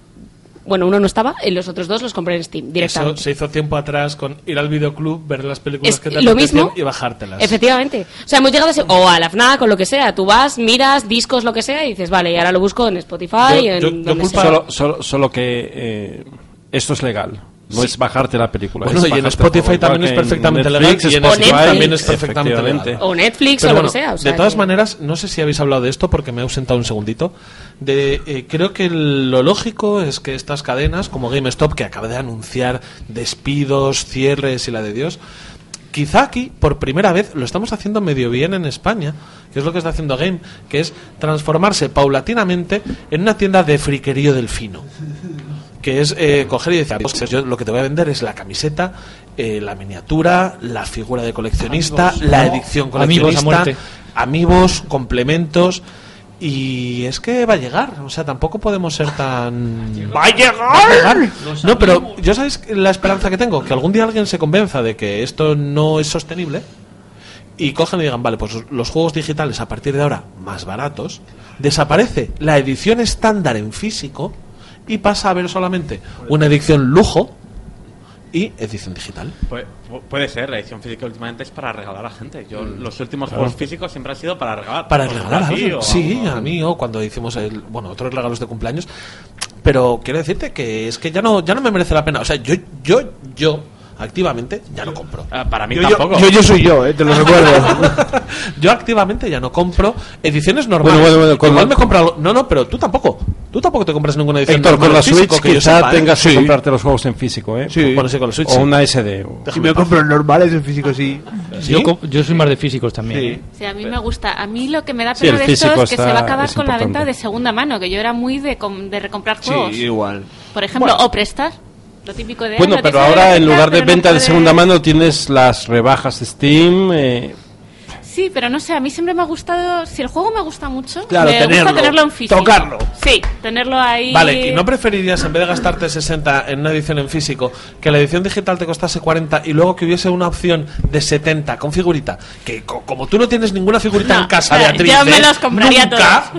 Speaker 12: bueno, uno no estaba, y los otros dos los compré en Steam
Speaker 1: Eso
Speaker 12: directamente.
Speaker 1: se hizo tiempo atrás con ir al videoclub, ver las películas
Speaker 12: Es
Speaker 1: que te
Speaker 12: lo
Speaker 1: apetecían
Speaker 12: mismo.
Speaker 1: y bajártelas.
Speaker 12: Efectivamente. O sea, hemos llegado a ese- o a la FNAC o lo que sea. Tú vas, miras discos, lo que sea, y dices, vale, y ahora lo busco en Spotify.
Speaker 11: Yo-
Speaker 12: en
Speaker 11: yo- yo
Speaker 12: donde sea.
Speaker 11: solo, solo- solo que eh, esto es legal. No
Speaker 1: Sí.
Speaker 11: es bajarte la película.
Speaker 1: Bueno,
Speaker 11: es
Speaker 1: y en
Speaker 11: bajarte
Speaker 1: Spotify
Speaker 11: el juego,
Speaker 1: también
Speaker 11: igual
Speaker 1: es
Speaker 11: que en
Speaker 1: perfectamente
Speaker 11: Netflix,
Speaker 1: legal y en
Speaker 11: Spotify
Speaker 1: Steam también es perfectamente
Speaker 11: efectivamente.
Speaker 1: legal.
Speaker 12: O Netflix o
Speaker 1: Pero
Speaker 12: lo
Speaker 1: bueno,
Speaker 12: que sea. o sea
Speaker 1: de todas
Speaker 12: que-
Speaker 1: maneras, no sé si habéis hablado de esto porque me he ausentado un segundito. De, eh, creo que el- lo lógico es que estas cadenas, como GameStop, que acaba de anunciar despidos, cierres y la de Dios, quizá aquí, por primera vez, lo estamos haciendo medio bien en España, que es lo que está haciendo Game, que es transformarse paulatinamente en una tienda de friquerío del fino que es eh, coger y decir, "Pues yo lo que te voy a vender es la camiseta, eh, la miniatura, la figura de coleccionista,
Speaker 3: Amigos.
Speaker 1: la
Speaker 3: No.
Speaker 1: edición
Speaker 3: Amigos a
Speaker 1: coleccionista,
Speaker 3: muerte.
Speaker 1: amigos, complementos. Y es que va a llegar, o sea, tampoco podemos ser tan... ¡Va a llegar! No, pero yo sabéis la esperanza que tengo, que algún día alguien se convenza de que esto no es sostenible y cogen y digan, vale, pues los juegos digitales a partir de ahora más baratos, desaparece la edición estándar en físico y pasa a haber solamente una edición lujo y edición digital.
Speaker 5: Puede, pu- puede ser, la edición física últimamente es para regalar a gente. Yo, Los últimos
Speaker 1: Claro.
Speaker 5: juegos físicos siempre han sido para regalar.
Speaker 1: Para
Speaker 5: Pues,
Speaker 1: regalar a
Speaker 5: así,
Speaker 1: alguien.
Speaker 5: o-
Speaker 1: Sí, a mí o cuando hicimos el, bueno, otros regalos de cumpleaños. Pero quiero decirte que es que ya no, ya no me merece la pena. O sea, yo, yo, yo, activamente, ya no compro.
Speaker 5: Ah, para mí
Speaker 1: Yo- yo-
Speaker 5: tampoco.
Speaker 1: yo- yo soy
Speaker 9: yo, eh, te lo recuerdo.
Speaker 1: Yo activamente ya no compro ediciones normales.
Speaker 11: Bueno, bueno, bueno, con
Speaker 1: Igual
Speaker 11: la-
Speaker 1: me compro algo- No, no, pero tú tampoco. Tú tampoco te compras ninguna edición
Speaker 11: Héctor,
Speaker 1: normal
Speaker 11: con la
Speaker 1: en físico,
Speaker 11: Switch
Speaker 1: que yo
Speaker 11: quizá
Speaker 1: sepa, ¿eh?
Speaker 11: tengas que
Speaker 1: Sí.
Speaker 11: comprarte los juegos en físico, ¿eh?
Speaker 3: Pues
Speaker 1: Bueno, sí, con la Switch,
Speaker 11: o
Speaker 1: sí.
Speaker 11: una SD. o-
Speaker 9: Si me compro en normales, en físico sí.
Speaker 3: Yo, co- yo soy más de físicos también. ¿eh?
Speaker 2: Sí, a mí me gusta. A mí lo que me da
Speaker 3: Sí,
Speaker 2: pena
Speaker 3: el
Speaker 2: de esto
Speaker 3: físico
Speaker 2: es que se
Speaker 3: está-
Speaker 2: va a acabar
Speaker 3: es
Speaker 2: con la venta
Speaker 3: importante.
Speaker 2: de segunda mano, que yo era muy de, com- de recomprar juegos.
Speaker 9: igual.
Speaker 2: Por ejemplo,
Speaker 11: Bueno.
Speaker 2: o prestar. Lo típico de.
Speaker 11: Bueno,
Speaker 2: "Ah, no te
Speaker 11: pero
Speaker 2: sale
Speaker 11: ahora en
Speaker 2: prestar,
Speaker 11: lugar de
Speaker 2: pero no
Speaker 11: venta de
Speaker 2: puedes".
Speaker 11: segunda mano tienes las rebajas de Steam. eh,
Speaker 2: Sí, pero no sé, a mí siempre me ha gustado. Si el juego me gusta mucho,
Speaker 11: Claro,
Speaker 2: me
Speaker 11: tenerlo,
Speaker 2: gusta tenerlo en físico.
Speaker 1: tocarlo.
Speaker 2: Sí, tenerlo ahí.
Speaker 1: Vale, ¿y no preferirías en vez de gastarte 60 en una edición en físico, que la edición digital te costase 40 y luego que hubiese una opción de 70 con figurita? Que co- como tú no tienes ninguna figurita en casa,
Speaker 2: o sea,
Speaker 1: Beatriz,
Speaker 2: yo me
Speaker 1: ¿eh?
Speaker 2: los compraría
Speaker 1: nunca,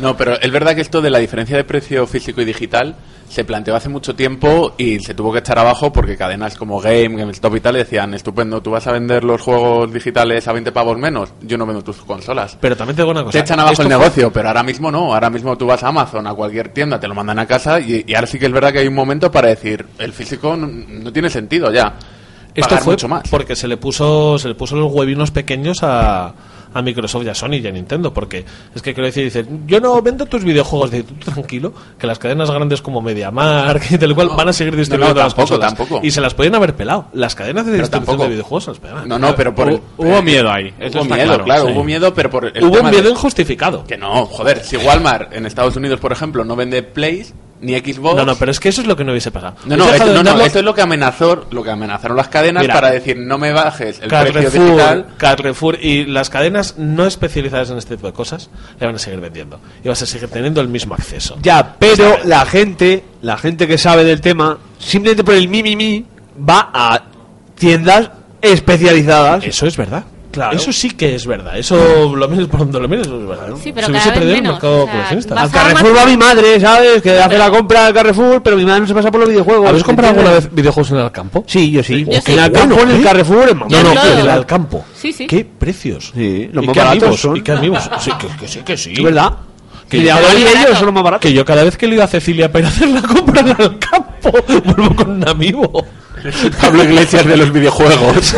Speaker 4: No, pero es verdad que esto de la diferencia de precio físico y digital se planteó hace mucho tiempo y se tuvo que echar abajo porque cadenas como Game, GameStop y tal decían, estupendo, tú vas a vender los juegos digitales a 20 pavos menos, yo no vendo tus consolas.
Speaker 1: Pero también te digo una cosa.
Speaker 4: Te echan abajo
Speaker 1: esto
Speaker 4: el
Speaker 1: fue-
Speaker 4: negocio, pero ahora mismo no. Ahora mismo tú vas a Amazon, a cualquier tienda, te lo mandan a casa y, y ahora sí que es verdad que hay un momento para decir, el físico no, no tiene sentido ya.
Speaker 1: Esto
Speaker 4: Pagar
Speaker 1: fue
Speaker 4: mucho más.
Speaker 1: porque se le puso se le puso los huevinos pequeños a, a Microsoft y a Sony y a Nintendo porque es que quiero decir dicen yo no vendo tus videojuegos de tú tranquilo que las cadenas grandes como MediaMarkt y tal cual van a seguir distribuyendo
Speaker 4: no, tampoco,
Speaker 1: las consolas.
Speaker 4: tampoco.
Speaker 1: y se las podían haber pelado las cadenas de
Speaker 4: Pero
Speaker 1: distribución
Speaker 4: tampoco.
Speaker 1: de videojuegos se las pelaban.
Speaker 4: No, no, pero por el-
Speaker 5: Hubo miedo ahí.
Speaker 1: eso
Speaker 4: hubo
Speaker 1: está
Speaker 4: miedo,
Speaker 1: claro,
Speaker 4: claro,
Speaker 1: sí.
Speaker 4: hubo miedo, pero por el
Speaker 1: Hubo
Speaker 4: tema
Speaker 1: un miedo
Speaker 4: de-
Speaker 1: injustificado
Speaker 4: Que no, joder, si Walmart en Estados Unidos, por ejemplo, no vende Plays ni Xbox.
Speaker 1: no no pero es que eso es lo que no hubiese pasado
Speaker 4: No,
Speaker 1: Hubiese
Speaker 4: no,
Speaker 1: dejado
Speaker 4: esto,
Speaker 1: de
Speaker 4: no, no,
Speaker 1: venderlo
Speaker 4: esto es lo que amenazó, lo que amenazaron las cadenas
Speaker 1: Mira.
Speaker 4: para decir no me bajes el precio
Speaker 1: Carrefour,
Speaker 4: digital.
Speaker 1: Carrefour y las cadenas no especializadas en este tipo de cosas le van a seguir vendiendo y vas a seguir teniendo el mismo acceso
Speaker 9: Ya, pero la gente, la gente que sabe del tema, simplemente por el mi mi mi va a tiendas especializadas.
Speaker 1: Eso es verdad. Claro. Eso sí que es verdad. Eso lo mires por donde lo mires, eso es verdad.
Speaker 2: Sí, pero
Speaker 1: Se
Speaker 2: cada
Speaker 1: hubiese
Speaker 2: vez
Speaker 1: perdido el
Speaker 2: menos,
Speaker 1: mercado
Speaker 2: o sea,
Speaker 1: coleccionista.
Speaker 2: vas
Speaker 9: Al Carrefour va mi madre, ¿sabes? Que hace la compra al Carrefour, pero mi madre no se pasa por los videojuegos.
Speaker 1: ¿Habéis comprado alguna
Speaker 9: ¿entiendes?
Speaker 1: vez videojuegos en el campo?
Speaker 9: Sí, yo sí.
Speaker 1: Yo
Speaker 9: En el campo, en el Carrefour, en
Speaker 1: No, no,
Speaker 9: Mamá.
Speaker 1: en el Alcampo.
Speaker 9: Sí, sí.
Speaker 1: ¿Qué precios?
Speaker 9: Sí, los
Speaker 1: ¿Y
Speaker 9: más
Speaker 1: qué
Speaker 9: baratos
Speaker 1: amigos?
Speaker 9: son.
Speaker 1: ¿Y qué amigos? Sí, que, que sí, que sí.
Speaker 9: Es verdad.
Speaker 1: Que
Speaker 9: Y
Speaker 1: yo,
Speaker 9: de
Speaker 1: cada
Speaker 9: Audal y
Speaker 1: vez,
Speaker 9: de ellos son los más baratos.
Speaker 1: que yo cada vez que le iba a Cecilia para ir a hacer la compra en el campo, vuelvo con un amigo.
Speaker 4: Pablo Iglesias de los videojuegos.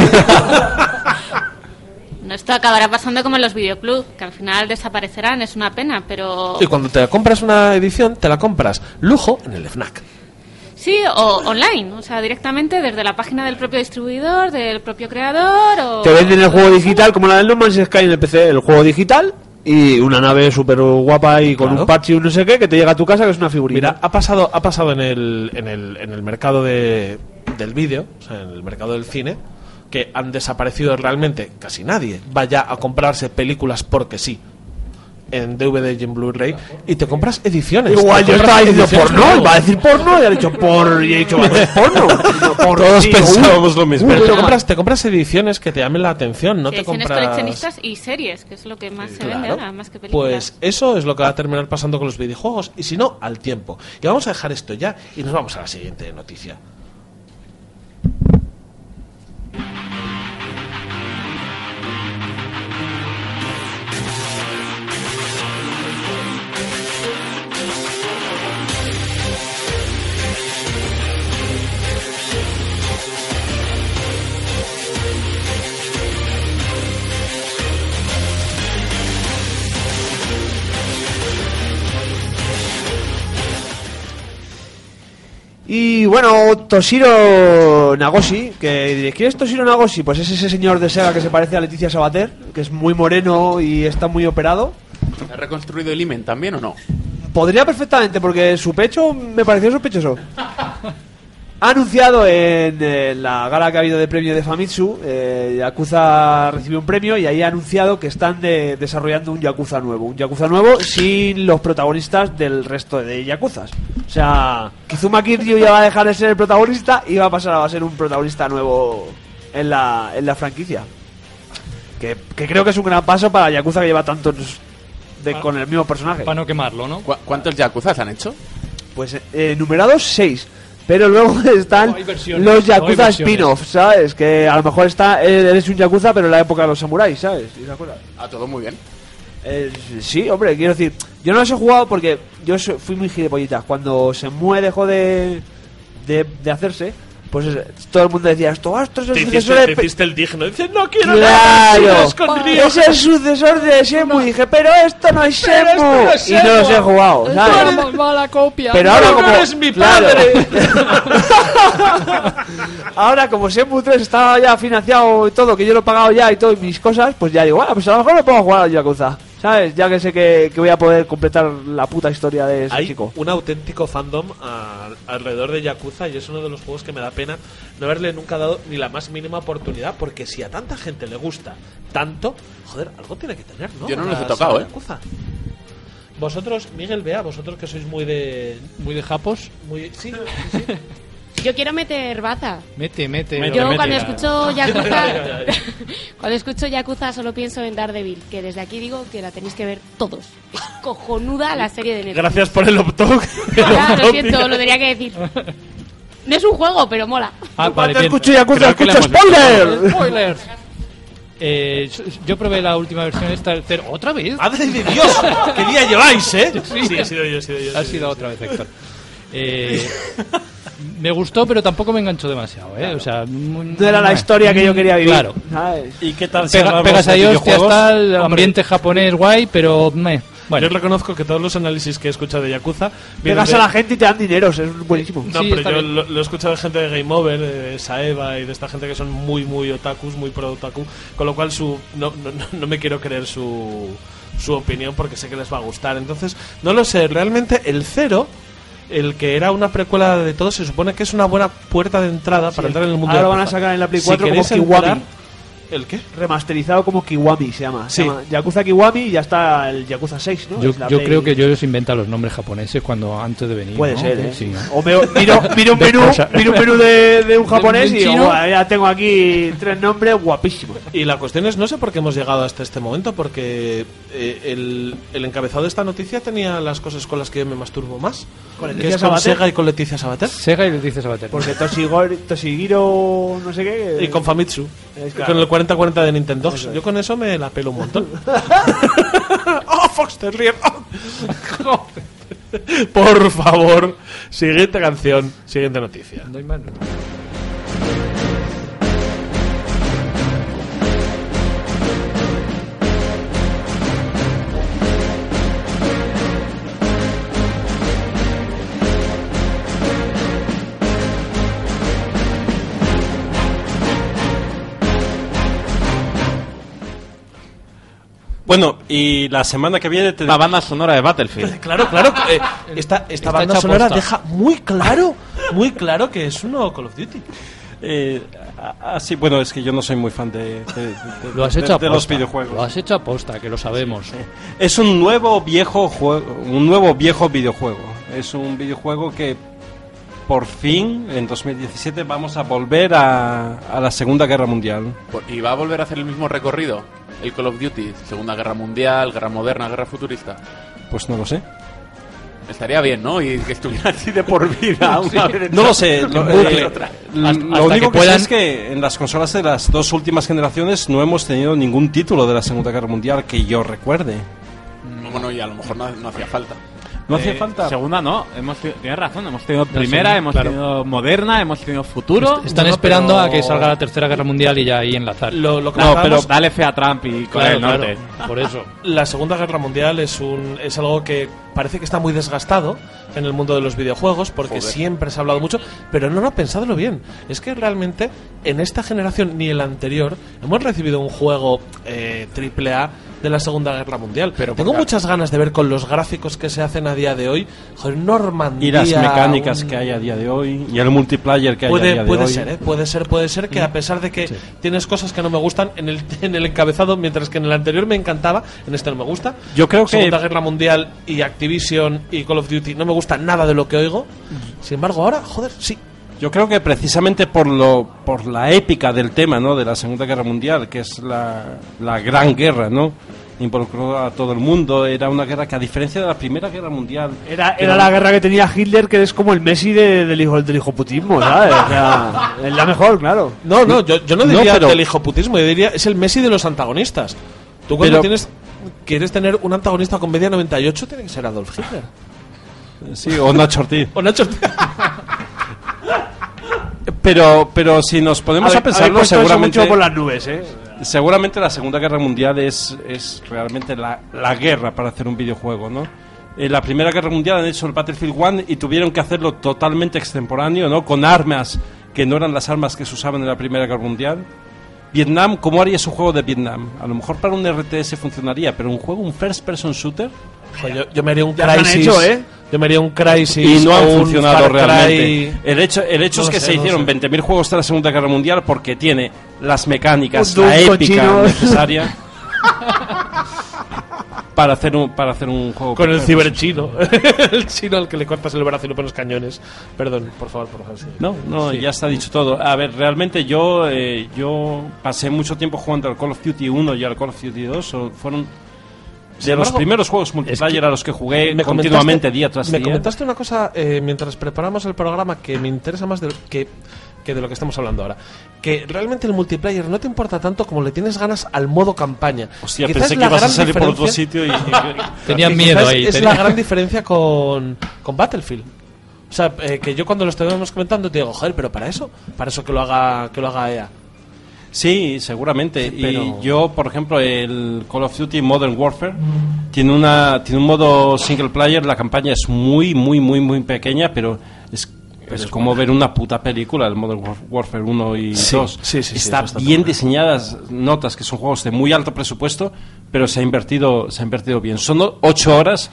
Speaker 2: No, Esto acabará pasando como en los videoclubs, que al final desaparecerán, es una pena, pero...
Speaker 1: Y cuando te compras una edición, te la compras lujo en el FNAC.
Speaker 2: Sí, o online, o sea, directamente desde la página del propio distribuidor, del propio creador, o...
Speaker 9: Te venden el juego digital como la del No Man's Sky en el PC, el juego digital y una nave súper guapa y con un parche y un no sé qué que te llega a tu casa que es una figurita.
Speaker 1: Mira, ha pasado, ha pasado en el, en el, en el mercado de, del vídeo, o sea, en el mercado del cine, que han desaparecido realmente casi nadie. Vaya a comprarse películas porque sí. En DVD y en Blu-ray, y te compras ediciones.
Speaker 9: Igual
Speaker 1: te
Speaker 9: yo
Speaker 1: compras
Speaker 9: estaba diciendo
Speaker 1: ediciones
Speaker 9: porno,
Speaker 1: nuevas.
Speaker 9: iba a decir porno y ha dicho por y he dicho "Vale, porno. No, porno,
Speaker 1: Todos
Speaker 9: sí,
Speaker 1: pensábamos
Speaker 9: uy,
Speaker 1: lo mismo.
Speaker 9: uy,
Speaker 1: Pero te
Speaker 9: toma.
Speaker 1: compras, te compras ediciones que te llamen la atención, no te
Speaker 2: ediciones
Speaker 1: compras.
Speaker 2: coleccionistas y series, que es lo que más se
Speaker 1: Claro.
Speaker 2: vende ahora, más que películas.
Speaker 1: Pues eso es lo que va a terminar pasando con los videojuegos, y si no, al tiempo. Y vamos a dejar esto ya y nos vamos a la siguiente noticia.
Speaker 9: Y bueno, Toshiro Nagoshi, que diréis, ¿quién es Toshiro Nagoshi? Pues es ese señor de Sega que se parece a Leticia Sabater, que es muy moreno y está muy operado.
Speaker 4: ¿Ha reconstruido el imen también o no?
Speaker 9: Podría perfectamente, porque su pecho me pareció sospechoso. Ha anunciado en eh, la gala que ha habido de premio de Famitsu, eh, Yakuza recibió un premio y ahí ha anunciado que están de- desarrollando un Yakuza nuevo. Un Yakuza nuevo sin los protagonistas del resto de Yakuzas. O sea, Kizuma Kiryu ya va a dejar de ser el protagonista y va a pasar a ser un protagonista nuevo en la, en la franquicia. Que, que creo que es un gran paso para Yakuza que lleva tantos de- con el mismo personaje.
Speaker 3: Para no quemarlo, ¿no?
Speaker 4: ¿Cuántos Yakuzas han hecho?
Speaker 9: Pues eh, numerados 6. Pero luego están
Speaker 3: hay versiones,
Speaker 9: los
Speaker 3: no hay
Speaker 9: Yakuza
Speaker 3: versiones.
Speaker 9: spin-off, ¿sabes? Que a lo mejor está eh, eres un Yakuza, pero en la época de los samuráis, ¿sabes?
Speaker 4: Ah, todo muy bien.
Speaker 9: Eh, sí, hombre, quiero decir, yo no los he jugado porque yo so- fui muy gilipollitas. Cuando se mueve dejó de, de, de hacerse, pues eh, todo el mundo decía, esto, ah, esto es el
Speaker 1: Te
Speaker 9: sucesor
Speaker 1: hiciste,
Speaker 9: de
Speaker 1: te
Speaker 9: Pe-
Speaker 1: hiciste el digno. Dices, no quiero nada de
Speaker 9: ¡Claro!
Speaker 1: churros con Río.
Speaker 9: Es el sucesor de Shenmue. Y Dije, pero esto no es Shenmue. y no los he jugado, ¿sabes?
Speaker 3: mala copia.
Speaker 9: Pero ahora
Speaker 3: No,
Speaker 9: como...
Speaker 3: no
Speaker 1: eres mi
Speaker 9: claro.
Speaker 1: padre.
Speaker 9: ahora como Shenmue 3 estaba ya financiado y todo, que yo lo he pagado ya y todo, y mis cosas, pues ya digo, bueno, pues a lo mejor me puedo jugar a Yakuza. ¿Sabes? Ya que sé que, que voy a poder completar la puta historia de ese
Speaker 1: Hay
Speaker 9: chico.
Speaker 1: un auténtico fandom a- alrededor de Yakuza y es uno de los juegos que me da pena no haberle nunca dado ni la más mínima oportunidad porque si a tanta gente le gusta tanto, joder, algo tiene que tener, ¿no?
Speaker 4: Yo no
Speaker 1: La
Speaker 4: los he tocado,
Speaker 1: saga
Speaker 4: ¿eh?
Speaker 1: Yakuza. Vosotros, Miguel, vea, vosotros que sois muy de muy de japos, muy sí, sí, sí.
Speaker 12: Yo quiero meter baza.
Speaker 3: Mete, mete.
Speaker 1: Mete,
Speaker 12: Yo
Speaker 1: mete,
Speaker 12: cuando
Speaker 1: ya.
Speaker 12: escucho
Speaker 1: Ya,
Speaker 12: Yakuza,
Speaker 1: ya, ya.
Speaker 12: cuando escucho Yakuza solo pienso en Daredevil, que desde aquí digo que la tenéis que ver todos. Es cojonuda la serie de Netflix.
Speaker 1: Gracias por el optoc.
Speaker 12: Ya, lo siento, lo tenía que decir. No es un juego, pero mola.
Speaker 3: Ah, vale, bien.
Speaker 9: escucho Yakuza,
Speaker 3: Creo que la
Speaker 9: escucho
Speaker 3: hemos visto.
Speaker 9: spoiler.
Speaker 3: Spoiler. Eh, yo- yo probé la última versión esta del cero. ¿Otra vez?
Speaker 1: ¡Madre de Dios! ¿Qué día lleváis, eh?
Speaker 3: Sí.
Speaker 1: Sí, he sido yo, he sido yo. he
Speaker 3: Ha
Speaker 1: sido
Speaker 3: sido
Speaker 1: yo.
Speaker 3: otra vez, Héctor. Eh, me gustó, pero tampoco me enganchó demasiado, ¿eh? O sea, muy-
Speaker 9: No era la
Speaker 3: bueno,
Speaker 9: historia que yo quería
Speaker 3: Mm,
Speaker 9: vivir.
Speaker 3: Claro.
Speaker 9: ¿sabes?
Speaker 11: ¿Y qué tal si
Speaker 3: Pega,
Speaker 11: hablamos
Speaker 3: pegas
Speaker 11: de
Speaker 1: este
Speaker 3: ahí, hostia,
Speaker 11: videojuegos?
Speaker 3: está el ambiente japonés guay, pero... meh. Bueno,
Speaker 1: Yo reconozco que todos los análisis que he escuchado de Yakuza vienen
Speaker 9: Pegas
Speaker 1: de-
Speaker 9: a la gente y te dan dineros, Pues es buenísimo.
Speaker 1: No, pero yo lo, lo he escuchado de gente de Game Over, de Saeva y de esta gente que son muy, muy otakus, muy pro otaku. Con lo cual, su, no, no- no- no me quiero creer su, su opinión porque sé que les va a gustar. Entonces, no lo sé. Realmente, el cero, el que era una precuela de todo, se supone que es una buena puerta de entrada para entrar en el mundo
Speaker 9: Ahora
Speaker 1: de
Speaker 9: lo van a
Speaker 1: Yakuza.
Speaker 9: sacar en la Play
Speaker 1: Si
Speaker 9: 4 como
Speaker 1: queréis
Speaker 9: Kiwami.
Speaker 1: entrar, ¿El qué?
Speaker 9: Remasterizado como Kiwami se llama. Se
Speaker 3: Sí.
Speaker 9: llama Yakuza Kiwami y ya está el Yakuza 6, ¿no?
Speaker 3: Yo,
Speaker 9: Es la
Speaker 3: yo
Speaker 9: Play-
Speaker 3: creo que yo les invento los nombres japoneses cuando antes de venir.
Speaker 9: Puede
Speaker 3: ¿no?
Speaker 9: ser, ¿eh?
Speaker 3: Sí.
Speaker 9: O veo- miro, miro un menú,
Speaker 3: Destroza.
Speaker 9: miro un menú de, de un japonés
Speaker 1: ¿De un
Speaker 9: y digo,
Speaker 1: chino?
Speaker 9: "Buah, ya tengo aquí tres nombres guapísimos.
Speaker 1: Y la cuestión es, no sé por qué hemos llegado hasta este momento, porque eh, el, el encabezado de esta noticia tenía las cosas con las que yo me masturbo más.
Speaker 9: Con
Speaker 1: que
Speaker 9: Leticia
Speaker 1: es con
Speaker 9: Sabater.
Speaker 1: Sega y con Leticia Sabater.
Speaker 3: Sega y Leticia Sabater.
Speaker 9: Porque Toshigor- Toshigiro, no sé qué.
Speaker 1: Y con Famitsu.
Speaker 9: Es
Speaker 1: Con
Speaker 9: claro.
Speaker 1: el 4040 de Nintendo.
Speaker 9: Eso es.
Speaker 1: Yo con eso me la pelo un montón. ¡Oh, Fox Terrier! ¡Oh! Por favor, siguiente canción, siguiente noticia.
Speaker 3: No hay más.
Speaker 11: Bueno, y la semana que viene te...
Speaker 5: La banda sonora de Battlefield.
Speaker 1: Claro, claro. eh, esta, esta
Speaker 11: Está
Speaker 1: banda
Speaker 11: hecha
Speaker 1: sonora
Speaker 11: posta.
Speaker 1: deja muy claro, muy claro que es uno Call of Duty.
Speaker 11: eh, a- así, bueno, es que yo no soy muy fan de, de- de-
Speaker 3: Lo has
Speaker 11: de-
Speaker 3: hecho
Speaker 11: de
Speaker 3: aposta.
Speaker 11: los videojuegos.
Speaker 3: Lo has hecho aposta, que lo sabemos.
Speaker 11: Es un nuevo viejo juego, un nuevo viejo videojuego. Es un videojuego que por fin en 2017 vamos a volver a, a la Segunda Guerra Mundial.
Speaker 4: Por- ¿Y va a volver a hacer el mismo recorrido? El Call of Duty, Segunda Guerra Mundial, Guerra Moderna, Guerra Futurista.
Speaker 11: Pues no lo sé.
Speaker 4: Estaría bien, ¿no? Y que estuviera así de por vida. Una
Speaker 11: Sí.
Speaker 4: vez
Speaker 11: No lo sé. Lo,
Speaker 4: En bucle
Speaker 11: eh,
Speaker 4: otra.
Speaker 11: lo único que, sé es que en las consolas de las dos últimas generaciones no hemos tenido ningún título de la Segunda Guerra Mundial que yo recuerde.
Speaker 4: Bueno, y a lo mejor no, no hacía falta.
Speaker 11: No hacía falta.
Speaker 5: Eh, Segunda no, hemos tenido- tienes razón, hemos tenido primera,
Speaker 11: sí,
Speaker 5: hemos
Speaker 11: claro.
Speaker 5: tenido moderna, hemos tenido futuro.
Speaker 3: Están
Speaker 5: No,
Speaker 3: esperando
Speaker 5: pero-
Speaker 3: a que salga la Tercera Guerra Mundial y ya ahí enlazar.
Speaker 5: no, pero dale fe a Trump y
Speaker 1: Claro,
Speaker 5: Corea del Norte.
Speaker 1: claro,
Speaker 3: por eso.
Speaker 1: La Segunda Guerra Mundial es un es algo que parece que está muy desgastado en el mundo de los videojuegos porque
Speaker 5: Joder.
Speaker 1: siempre se ha hablado mucho, pero no, no, pensadlo bien. Es que realmente en esta generación ni en la anterior hemos recibido un juego eh, triple A de la Segunda Guerra Mundial. Pero Tengo muchas ganas de ver con los gráficos que se hacen a día de hoy, joder, Normandía...
Speaker 11: Y las mecánicas
Speaker 1: un-
Speaker 11: que hay a día de hoy y el multiplayer que hay
Speaker 1: puede,
Speaker 11: a día de
Speaker 1: puede
Speaker 11: hoy. Mm.
Speaker 1: ser, ¿eh? puede ser, puede ser que a pesar de que tienes cosas que no me gustan en el, en el encabezado, mientras que en el anterior me encantaba, en este no me gusta.
Speaker 11: Yo creo que-
Speaker 1: Segunda Guerra Mundial y Activision y Call of Duty no me gusta nada de lo que oigo. Sin embargo, ahora, joder, sí.
Speaker 11: Yo creo que precisamente por lo por la épica del tema, ¿no? De la Segunda Guerra Mundial, que es la, la gran guerra, ¿no? Involucró a todo el mundo. Era una guerra que a diferencia de la Primera Guerra Mundial
Speaker 9: Era, era la guerra que tenía Hitler, que es como el Messi de- del, hijo, del hijoputismo, ¿sabes? O sea, es la mejor, claro.
Speaker 1: No, no, yo, yo no diría
Speaker 9: pero-
Speaker 1: del hijoputismo, yo diría es el Messi de los antagonistas. Tú cuando
Speaker 11: Pero-
Speaker 1: tienes quieres tener un antagonista con media 98 tiene que ser Adolf Hitler.
Speaker 11: Sí, o Nacho Ortiz.
Speaker 1: O Nacho Ortiz.
Speaker 11: Pero, pero si nos ponemos a,
Speaker 9: Habéis-
Speaker 11: pensarlo,
Speaker 9: habéis puesto eso
Speaker 11: seguramente.
Speaker 9: pues, mucho por las nubes, ¿eh?
Speaker 11: Seguramente la Segunda Guerra Mundial es, es realmente la, la guerra para hacer un videojuego, ¿no? En la Primera Guerra Mundial han hecho el Battlefield 1 y tuvieron que hacerlo totalmente extemporáneo, ¿no? Con armas que no eran las armas que se usaban en la Primera Guerra Mundial. Vietnam, ¿cómo harías un juego de Vietnam? A lo mejor para un RTS funcionaría, pero un juego, un first-person shooter.
Speaker 1: Jo, Pues Yo, yo me haría un
Speaker 11: Ya lo han
Speaker 1: crisis.
Speaker 11: hecho, ¿eh?
Speaker 1: Yo me haría un crisis.
Speaker 11: y no han
Speaker 1: o un
Speaker 11: funcionado
Speaker 1: Far Cry.
Speaker 11: realmente. El hecho, el hecho
Speaker 1: No
Speaker 11: es que
Speaker 1: sé,
Speaker 11: se
Speaker 1: no
Speaker 11: hicieron
Speaker 1: sé.
Speaker 11: 20.000 juegos tras la Segunda Guerra Mundial porque tiene las mecánicas,
Speaker 1: Un
Speaker 11: la
Speaker 1: Doom
Speaker 11: épica
Speaker 1: cochino.
Speaker 11: necesaria para hacer un para hacer un juego
Speaker 1: Con el
Speaker 11: perfecto.
Speaker 1: ciberchino. el chino al que le cortas el brazo y le pones cañones. Perdón, por favor, por favor. sí.
Speaker 11: No, no, ya está dicho todo. A ver, realmente yo eh, yo pasé mucho tiempo jugando al Call of Duty 1 y al Call of Duty 2, o fueron de
Speaker 1: Sin
Speaker 11: los
Speaker 1: embargo,
Speaker 11: primeros juegos multiplayer a los que jugué
Speaker 1: Me
Speaker 11: continuamente
Speaker 1: comentaste-
Speaker 11: día tras
Speaker 1: Me
Speaker 11: día.
Speaker 1: comentaste una cosa eh, mientras preparamos el programa que me interesa más de lo- que, que de lo que estamos hablando ahora. Que realmente el multiplayer no te importa tanto como le tienes ganas al modo campaña.
Speaker 11: Hostia,
Speaker 1: Quizás
Speaker 11: pensé que
Speaker 1: la
Speaker 11: ibas a
Speaker 1: gran
Speaker 11: salir por otro
Speaker 1: diferencia-
Speaker 11: sitio y...
Speaker 3: Tenían
Speaker 1: Y
Speaker 3: miedo
Speaker 1: quizás
Speaker 3: ahí,
Speaker 1: Es
Speaker 3: tenían-
Speaker 1: la gran diferencia con, con Battlefield. O sea, eh, que yo cuando lo estuvimos comentando te digo, joder, pero para eso, para eso que lo haga, que lo haga E EA.
Speaker 11: Sí, seguramente.
Speaker 1: Sí, pero-
Speaker 11: Y yo, por ejemplo, el Call of Duty Modern Warfare tiene una tiene un modo single player. La campaña es muy, muy, muy, muy pequeña, pero es, es como ver una puta película, el Modern Warf- Warfare 1 y
Speaker 1: Sí,
Speaker 11: 2.
Speaker 1: sí, sí, sí,
Speaker 11: Está
Speaker 1: es bastante
Speaker 11: bien diseñadas notas, que son juegos de muy alto presupuesto, pero se ha invertido, se ha invertido bien. Son o- ocho horas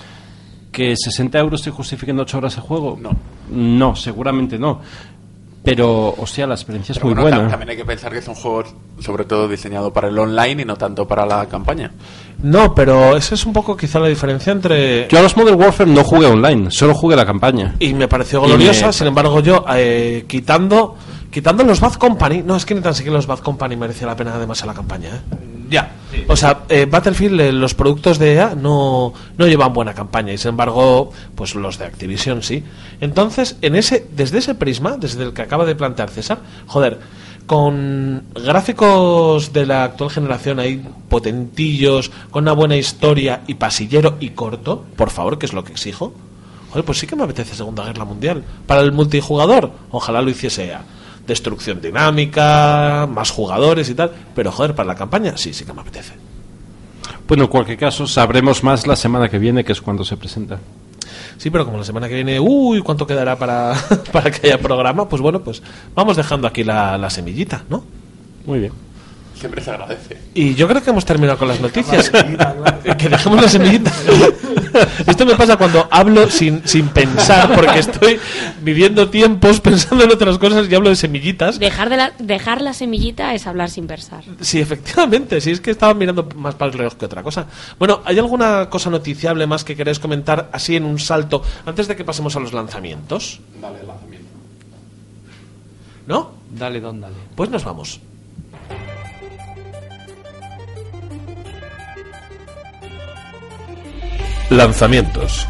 Speaker 11: que 60 euros te justifiquen 8 horas de juego. No. No, seguramente no. Pero, o sea, la experiencia es
Speaker 4: Pero
Speaker 11: muy
Speaker 4: bueno, tam-
Speaker 11: buena.
Speaker 4: También hay que pensar que son juegos sobre todo diseñados para el online y no tanto para la campaña.
Speaker 1: No, pero esa es un poco quizá la diferencia entre...
Speaker 11: Yo a los Modern Warfare no jugué online, solo jugué la campaña.
Speaker 1: Y me pareció
Speaker 11: Y
Speaker 1: gloriosa,
Speaker 11: me-
Speaker 1: sin embargo yo, eh, quitando quitando los Bad Company, no, es que ni tan siquiera los Bad Company merece la pena además a la campaña, ¿eh? Ya. O sea, eh, Battlefield, eh, los productos de EA no, no llevan buena campaña y sin embargo, pues los de Activision sí. Entonces, en ese, desde ese prisma, desde el que acaba de plantear César, joder, con gráficos de la actual generación ahí potentillos, con una buena historia y pasillero y corto, por favor, que es lo que exijo. Joder, pues sí que me apetece Segunda Guerra Mundial. Para el multijugador, ojalá lo hiciese EA. Destrucción dinámica, más jugadores y tal. Pero joder, para la campaña, sí, sí que me apetece.
Speaker 11: Bueno, en cualquier caso, sabremos más la semana que viene, que es cuando se presenta.
Speaker 1: Sí, pero como la semana que viene, uy, ¿cuánto quedará para, para que haya programa? Pues bueno, pues vamos dejando aquí la, la semillita, ¿no?
Speaker 11: Muy bien.
Speaker 4: Siempre se agradece.
Speaker 1: Y yo creo que hemos terminado con las noticias. que dejemos la semillita. Esto me pasa cuando hablo sin, sin pensar, porque estoy viviendo tiempos pensando en otras cosas y hablo de semillitas.
Speaker 12: Dejar, de la, dejar la semillita es hablar sin versar.
Speaker 1: Sí, efectivamente, sí, es que estaba mirando más para lejos que otra cosa. Bueno, ¿hay alguna cosa noticiable más que queréis comentar así en un salto antes de que pasemos a los lanzamientos?
Speaker 4: Dale, lanzamiento.
Speaker 1: ¿No?
Speaker 11: Dale, don, dale.
Speaker 1: Pues nos vamos. Lanzamientos.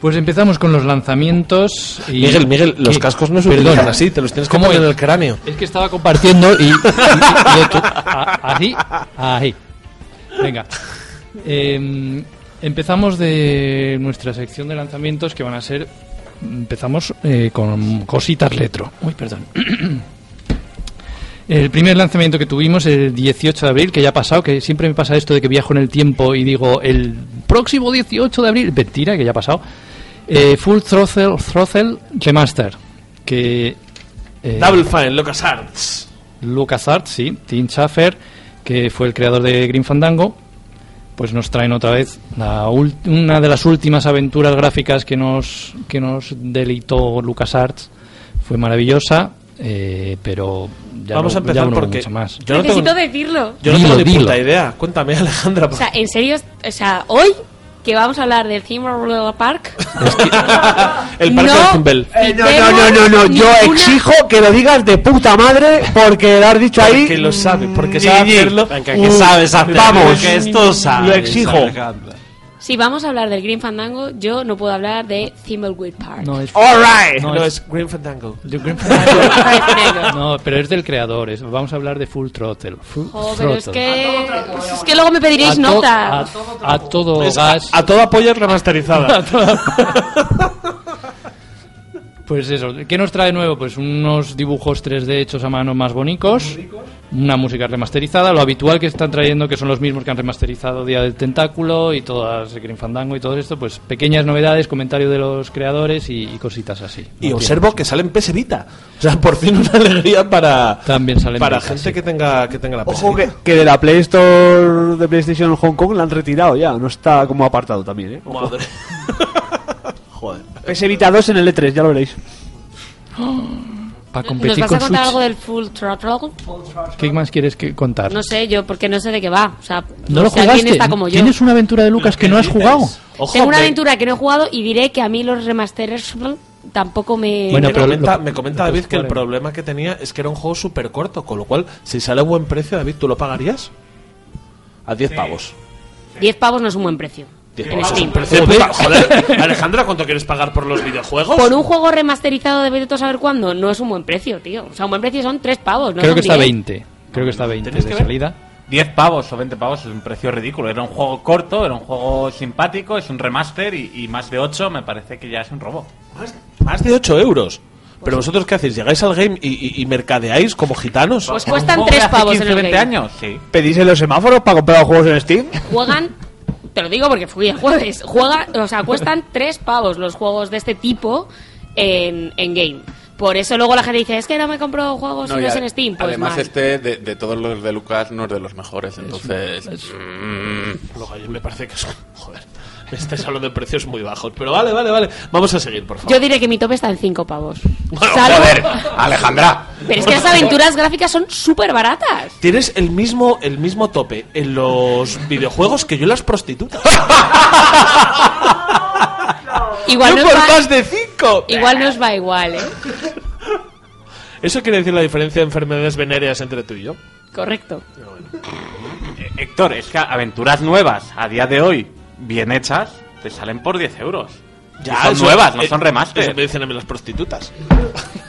Speaker 3: Pues empezamos con los lanzamientos. Y
Speaker 1: Miguel, Miguel, los cascos no se
Speaker 3: Perdón.
Speaker 1: utilizan así, te los tienes que
Speaker 3: ¿Cómo
Speaker 1: poner en
Speaker 3: es?
Speaker 1: el cráneo.
Speaker 3: Es que estaba compartiendo y. y- y- y esto- a- así, ahí. Venga. Em, empezamos de nuestra sección de lanzamientos que van a ser. Empezamos eh, con cositas retro. Uy, perdón. El primer lanzamiento que tuvimos el 18 de abril, que ya ha pasado, que siempre me pasa esto de que viajo en el tiempo y digo el próximo 18 de abril, mentira, que ya ha pasado. Eh, Full Throttle, Throttle Remaster, que... eh,
Speaker 1: Double Fine, LucasArts.
Speaker 3: LucasArts, sí, Tim Schafer, que fue el creador de Green Fandango, pues nos traen otra vez la ul- una de las últimas aventuras gráficas que nos, que nos delitó LucasArts. Fue maravillosa, eh, pero ya
Speaker 1: Vamos
Speaker 3: no-
Speaker 1: a empezar
Speaker 3: ya no hubo
Speaker 1: porque
Speaker 3: mucho más.
Speaker 1: yo no tengo,
Speaker 12: Necesito decirlo.
Speaker 1: yo no
Speaker 3: Dilo,
Speaker 1: tengo ni
Speaker 3: dilo.
Speaker 1: puta idea. Cuéntame, Alejandra.
Speaker 12: O sea, en serio, o sea, hoy que vamos a hablar del Theme Park,
Speaker 1: el parque
Speaker 12: no.
Speaker 1: de Zumbel.
Speaker 9: Eh, no, no, no, no, no, yo
Speaker 12: Ninguna-
Speaker 9: exijo que lo digas de puta madre porque lo has dicho ahí.
Speaker 1: Porque lo sabe, porque
Speaker 9: Sí,
Speaker 1: sabe
Speaker 9: sí.
Speaker 1: hacerlo. Uh,
Speaker 9: Venga, que sabes hacerlo,
Speaker 1: Vamos,
Speaker 9: que esto sabes,
Speaker 1: Lo exijo.
Speaker 9: Alejandra.
Speaker 12: si vamos a hablar del Green Fandango, yo no puedo hablar de Thimbleweed Park.
Speaker 3: No, es-
Speaker 1: No,
Speaker 3: No,
Speaker 1: es, Green Fandango.
Speaker 3: The Grim Fandango. no, pero es del creador. es- vamos a hablar de Full Throttle. Full
Speaker 12: Oh, pero es
Speaker 3: Throttle.
Speaker 12: que, es que luego me pediréis
Speaker 3: A to-
Speaker 12: nota.
Speaker 3: A, a todo
Speaker 1: Es a,
Speaker 3: gas.
Speaker 1: a toda polla remasterizada.
Speaker 3: Pues eso. ¿Qué nos trae nuevo? Pues unos dibujos 3D hechos a mano más bonitos. Una música remasterizada. Lo habitual que están trayendo, que son los mismos que han remasterizado Día del Tentáculo y todas Green Fandango y todo esto. Pues pequeñas novedades, comentario de los creadores y, y cositas así.
Speaker 1: y observo que sale en PS Vita. O sea, por fin una alegría para,
Speaker 3: También sale en
Speaker 1: para
Speaker 3: Vita,
Speaker 1: gente que tenga que tenga la PS
Speaker 9: Ojo que,
Speaker 1: Vita.
Speaker 9: que de la Play Store de PlayStation Hong Kong la han retirado ya, no está como apartado también, ¿eh?
Speaker 1: Madre. Joder.
Speaker 9: PS Vita 2 en el E3, ya lo veréis.
Speaker 3: Para
Speaker 12: ¿Nos
Speaker 3: competir
Speaker 12: vas a
Speaker 3: con
Speaker 12: contar algo
Speaker 3: Switch.
Speaker 12: del Full Throttle?
Speaker 3: ¿Qué más quieres que contar?
Speaker 12: No sé, yo porque no sé de qué va. O sea, no
Speaker 3: ¿No lo
Speaker 12: sé a quién
Speaker 3: jugaste?
Speaker 12: está como yo.
Speaker 3: ¿Tienes una aventura de Lucas que no has jugado?
Speaker 1: Ojo,
Speaker 12: Tengo una
Speaker 1: me-
Speaker 12: aventura que no he jugado y diré que a mí los remasters tampoco me...
Speaker 3: Bueno,
Speaker 1: me,
Speaker 3: pero
Speaker 1: comenta,
Speaker 3: lo-
Speaker 1: me comenta
Speaker 3: lo
Speaker 1: David
Speaker 3: puedes
Speaker 1: que el
Speaker 3: jugar en-
Speaker 1: problema que tenía es que era un juego súper corto, con lo cual, si sale a buen precio, David, ¿tú lo pagarías? A 10 pavos.
Speaker 12: 10 pavos no es un buen precio.
Speaker 1: 10
Speaker 12: En
Speaker 1: pavos.
Speaker 12: Steam.
Speaker 1: Precio de puta- Joder, Alejandra, ¿cuánto quieres pagar por los videojuegos?
Speaker 12: Por un juego remasterizado de vete tú a saber cuándo, no es un buen precio, tío. O sea, un buen precio son 3 pavos, no
Speaker 3: Creo
Speaker 12: son
Speaker 3: que está
Speaker 12: 10.
Speaker 3: 20. Creo que está 20
Speaker 5: ¿Tenéis que
Speaker 3: de
Speaker 5: ver?
Speaker 3: salida.
Speaker 5: 10 pavos o 20 pavos es un precio ridículo. Era un juego corto, era un juego simpático, es un remaster y, y más de 8 me parece que ya es un robo.
Speaker 1: Más de 8 euros.
Speaker 12: Pues
Speaker 1: Pero vosotros, ¿qué hacéis? ¿Llegáis al game y, y- y mercadeáis como gitanos?
Speaker 12: Pues cuestan tres pavos en el game.
Speaker 1: sí.
Speaker 9: ¿Pedís en los semáforos para comprar los juegos en Steam?
Speaker 12: Juegan, te lo digo porque fui el jueves, juega, o sea, cuestan tres pavos los juegos de este tipo en, en game. Por eso luego la gente dice, es que no me compro juegos
Speaker 4: No,
Speaker 12: si
Speaker 4: y
Speaker 12: no es
Speaker 4: a-
Speaker 12: en Steam. Pues
Speaker 4: además,
Speaker 12: mal.
Speaker 4: este de, de todos los de Lucas no es de los mejores, entonces. mm.
Speaker 1: Luego, a mí me parece que son. Joder, me estáis hablando de precios muy bajos. Pero vale, vale, vale. Vamos a seguir, por favor.
Speaker 12: Yo diré que mi tope está en cinco pavos.
Speaker 1: joder, Alejandra.
Speaker 12: Pero es que las aventuras gráficas son súper baratas.
Speaker 1: Tienes el mismo, el mismo tope en los videojuegos que yo en las prostitutas.
Speaker 12: Igual
Speaker 1: Yo
Speaker 12: no os
Speaker 1: por
Speaker 12: va-
Speaker 1: más de cinco.
Speaker 12: Igual nos va igual, ¿eh?
Speaker 1: Eso quiere decir la diferencia de enfermedades venéreas entre tú y yo.
Speaker 12: Correcto.
Speaker 5: Eh, Héctor, es que aventuras nuevas a día de hoy, bien hechas, te salen por 10 euros. Y son
Speaker 1: eso-
Speaker 5: nuevas, no
Speaker 1: eh,
Speaker 5: son remaster.
Speaker 1: Eso me dicen a mí las prostitutas.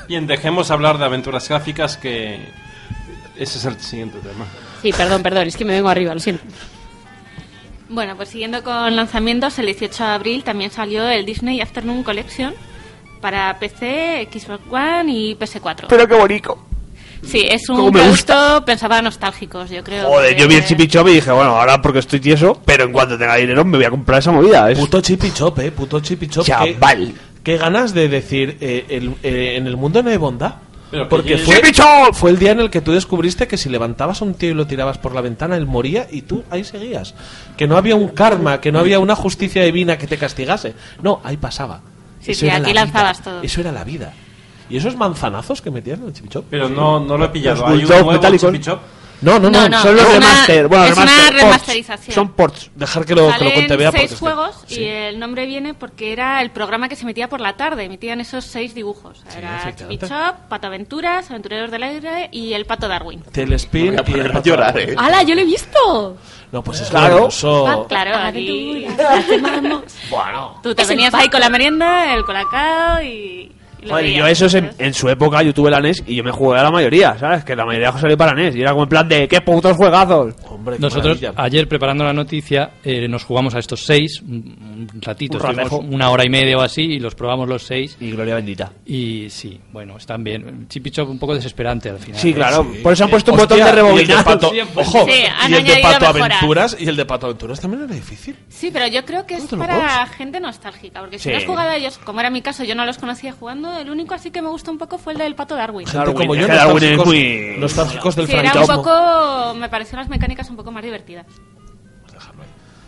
Speaker 11: Y en dejemos hablar de aventuras gráficas que ese es el siguiente tema.
Speaker 12: Sí, perdón, perdón, es que me vengo arriba, lo siento.
Speaker 2: Bueno, pues siguiendo con lanzamientos, el 18 de abril también salió el Disney Afternoon Collection para PC, Xbox One y PS4.
Speaker 9: Pero qué bonito.
Speaker 2: Sí, es un
Speaker 9: Cómo me
Speaker 2: producto pensaba nostálgicos, yo creo.
Speaker 9: Joder,
Speaker 2: que-
Speaker 9: yo vi el chipichop y dije, bueno, ahora porque estoy tieso, pero en cuanto tenga dinero me voy a comprar esa movida. Es...
Speaker 1: Puto chipichop, eh, puto chipichop.
Speaker 9: Chaval.
Speaker 1: Qué, qué ganas de decir eh, el- eh, en el mundo no hay bondad.
Speaker 11: Pero que
Speaker 1: Porque
Speaker 11: llegue-
Speaker 1: fue,
Speaker 9: ¡Chipichop!
Speaker 1: fue el día en el que tú descubriste que si levantabas a un tío y lo tirabas por la ventana, él moría y tú ahí seguías. Que no había un karma, que no había una justicia divina que te castigase. No, ahí pasaba.
Speaker 2: Sí,
Speaker 1: Eso
Speaker 2: sí,
Speaker 1: era la
Speaker 2: aquí
Speaker 1: vida.
Speaker 2: lanzabas todo.
Speaker 1: Eso era la vida. Y esos manzanazos que metían en el chipichop.
Speaker 11: Pero no, no lo he pillado.
Speaker 1: Los
Speaker 11: Hay un
Speaker 1: Bulldog
Speaker 11: nuevo
Speaker 1: Metallicon.
Speaker 11: Chipichop.
Speaker 1: No, no, no,
Speaker 2: No, no,
Speaker 1: son los
Speaker 2: es una-
Speaker 1: remaster. Bueno,
Speaker 2: Ah, es una
Speaker 1: remaster, ports.
Speaker 2: remasterización.
Speaker 1: Son ports. Dejar que lo, que lo
Speaker 2: Salen
Speaker 1: cuente Bea, porque
Speaker 2: seis
Speaker 1: es que-
Speaker 2: juegos y el nombre viene porque era el programa que se metía por la tarde. Emitían esos seis dibujos. era
Speaker 1: efectivamente.
Speaker 2: Chipichop, Pato Aventuras, Aventureros del Aire y el Pato Darwin.
Speaker 1: Telespin
Speaker 4: Me voy a
Speaker 1: y el
Speaker 4: poner a
Speaker 1: Pato
Speaker 4: llorar,
Speaker 1: Darwin.
Speaker 4: eh.
Speaker 12: ¡Hala, yo lo he visto!
Speaker 1: No, pues es
Speaker 9: Claro.
Speaker 1: claro.
Speaker 2: Ah, claro, aquí.
Speaker 1: Bueno.
Speaker 2: Tú te
Speaker 12: Es el
Speaker 2: venías ahí con la merienda, el colacao y... y lo
Speaker 9: Joder, yo
Speaker 2: veías.
Speaker 9: eso es en, en su época yo tuve la NES y yo me jugué a la mayoría, ¿sabes? Que la mayoría salió para NES y era como en plan de ¡qué putos juegazos!
Speaker 1: Hombre, qué
Speaker 3: Nosotros
Speaker 1: maravilla.
Speaker 3: ayer preparando la noticia eh, nos jugamos a estos seis, un un ratito,
Speaker 9: Un
Speaker 3: estuvimos
Speaker 9: ratejo.
Speaker 3: una hora y media o así y los probamos los seis
Speaker 9: Y gloria bendita.
Speaker 3: y sí, bueno, están bien. Chipichop un poco desesperante al final.
Speaker 9: Sí, claro.
Speaker 3: Sí.
Speaker 9: Por eso han puesto un
Speaker 1: Hostia,
Speaker 9: botón de
Speaker 1: y el de
Speaker 9: rebobinar.
Speaker 1: Pato-
Speaker 3: Siempre.
Speaker 1: Ojo,
Speaker 2: Sí, han
Speaker 1: y el de
Speaker 2: añadido
Speaker 1: Pato
Speaker 2: mejoras.
Speaker 1: Aventuras y el de Pato Aventuras también era difícil.
Speaker 2: Sí, pero yo creo que es
Speaker 1: lo
Speaker 2: para
Speaker 1: juegas?
Speaker 2: gente nostálgica, porque si
Speaker 1: Sí.
Speaker 2: no has jugado a ellos, como era mi caso, yo no los conocía jugando, el único así que me gustó un poco fue el del Pato Darwin.
Speaker 1: Gente
Speaker 9: Darwin,
Speaker 1: como yo,
Speaker 9: es que Darwin es
Speaker 1: nostálgicos,
Speaker 9: muy-
Speaker 1: nostálgicos del
Speaker 2: Sí, era un
Speaker 1: franquismo.
Speaker 2: poco, me parecieron las mecánicas un poco más divertidas.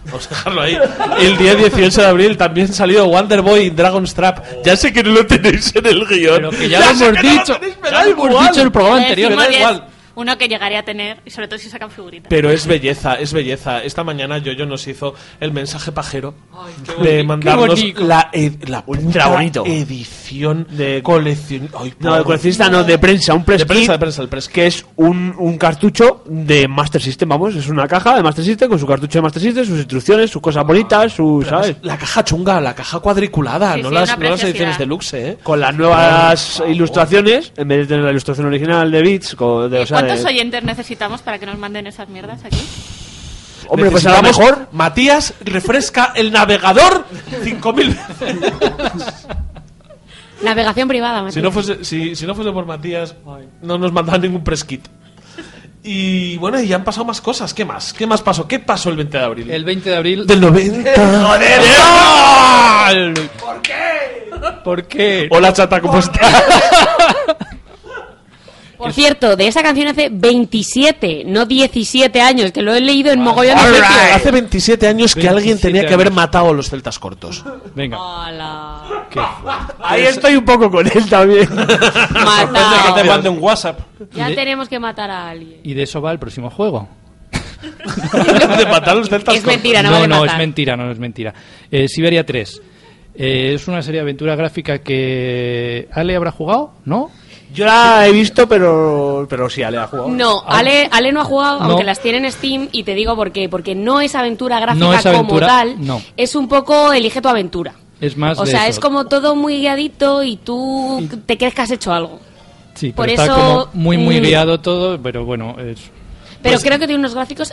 Speaker 1: Vamos a dejarlo ahí. El día 18 de abril también salió Wonder Boy y Dragon's Trap. Ya sé que no lo tenéis en el guión.
Speaker 3: Pero que ya lo
Speaker 1: sé
Speaker 3: hemos
Speaker 1: que no
Speaker 3: dicho.
Speaker 1: tenéis, me
Speaker 3: Ya
Speaker 1: da
Speaker 3: lo hemos
Speaker 1: igual.
Speaker 3: dicho en el programa
Speaker 2: Lo
Speaker 3: anterior, ¿eh?
Speaker 2: decimos
Speaker 3: da
Speaker 2: y es
Speaker 3: igual.
Speaker 2: Uno que llegaría a tener, y sobre todo si sacan figuritas.
Speaker 1: Pero es belleza, es belleza. Esta mañana Yoyo nos hizo el mensaje pajero de mandarnos
Speaker 3: bonito.
Speaker 1: la, ed- la
Speaker 9: Ultra
Speaker 1: puta
Speaker 9: bonito.
Speaker 1: edición de colección. Ay,
Speaker 9: No, de
Speaker 1: por-
Speaker 9: coleccionista no, de prensa, un press
Speaker 1: De prensa,
Speaker 9: kit,
Speaker 1: de prensa, el press kit.
Speaker 9: que es un, un cartucho de Master System, vamos, es una caja de Master System con su cartucho de Master System, sus instrucciones, sus cosas bonitas, sus,
Speaker 1: Pero
Speaker 9: ¿sabes?
Speaker 1: además, La caja chunga, la caja cuadriculada,
Speaker 2: Sí,
Speaker 1: Ah, no,
Speaker 2: sí,
Speaker 1: las,
Speaker 2: una
Speaker 1: no las ediciones
Speaker 2: preciosidad.
Speaker 1: deluxe, ¿eh?
Speaker 9: Con las nuevas ilustraciones, en vez de tener la ilustración original de Beats, con, de, o sea,
Speaker 2: ¿Cuántos
Speaker 3: eh,
Speaker 9: de-
Speaker 2: oyentes necesitamos para que nos manden esas mierdas aquí?
Speaker 9: Hombre, pues a lo
Speaker 1: Necesitamos-
Speaker 9: mejor
Speaker 1: Matías refresca el navegador 5000 veces.
Speaker 12: Navegación privada, Matías.
Speaker 1: Si no, fuese, si, si no fuese por Matías, no nos mandaban ningún press kit. Y bueno, y ya han pasado más cosas. ¿Qué más? ¿Qué más pasó? ¿Qué pasó el 20 de abril?
Speaker 3: El 20 de abril...
Speaker 1: Del 90. ¡Joder!
Speaker 3: ¿Por qué?
Speaker 1: Hola, chata, ¿cómo estás?
Speaker 12: Por cierto, de esa canción hace 27, no 17 años, que lo he leído en mogollón de sitios.
Speaker 1: Hace 27 años que alguien
Speaker 3: 27
Speaker 1: tenía que haber
Speaker 3: años.
Speaker 1: matado a los celtas cortos.
Speaker 3: Venga.
Speaker 12: Hola.
Speaker 3: ¿qué?
Speaker 9: ahí estoy un poco con él también.
Speaker 11: Sorprende que te
Speaker 12: Matao.
Speaker 11: mande un WhatsApp.
Speaker 12: Ya tenemos que matar a alguien.
Speaker 3: Y de eso va el próximo juego.
Speaker 1: de matar a los celtas
Speaker 12: Es
Speaker 1: cortos.
Speaker 12: mentira, no,
Speaker 3: no,
Speaker 12: vale
Speaker 3: es
Speaker 12: matar.
Speaker 3: mentira, no es mentira. Eh, Siberia 3. Eh, es una serie de aventura gráfica que Ale habrá jugado, ¿no?
Speaker 9: Yo la he visto, pero, pero sí, Ale ha jugado.
Speaker 12: No,
Speaker 3: Ah.
Speaker 12: Ale, Ale no ha jugado,
Speaker 3: No.
Speaker 12: aunque las tiene en Steam, y te digo por qué. Porque no es aventura gráfica
Speaker 3: No es aventura,
Speaker 12: como tal,
Speaker 3: no.
Speaker 12: es un poco elige tu aventura.
Speaker 3: Es más
Speaker 12: o
Speaker 3: de
Speaker 12: sea,
Speaker 3: eso.
Speaker 12: es como todo muy guiadito y tú te crees que has hecho algo.
Speaker 3: Sí, pero
Speaker 12: por
Speaker 3: está
Speaker 12: eso-
Speaker 3: como muy, muy
Speaker 12: mm.
Speaker 3: guiado todo, pero bueno, eh, es...
Speaker 12: Pero creo que tiene unos gráficos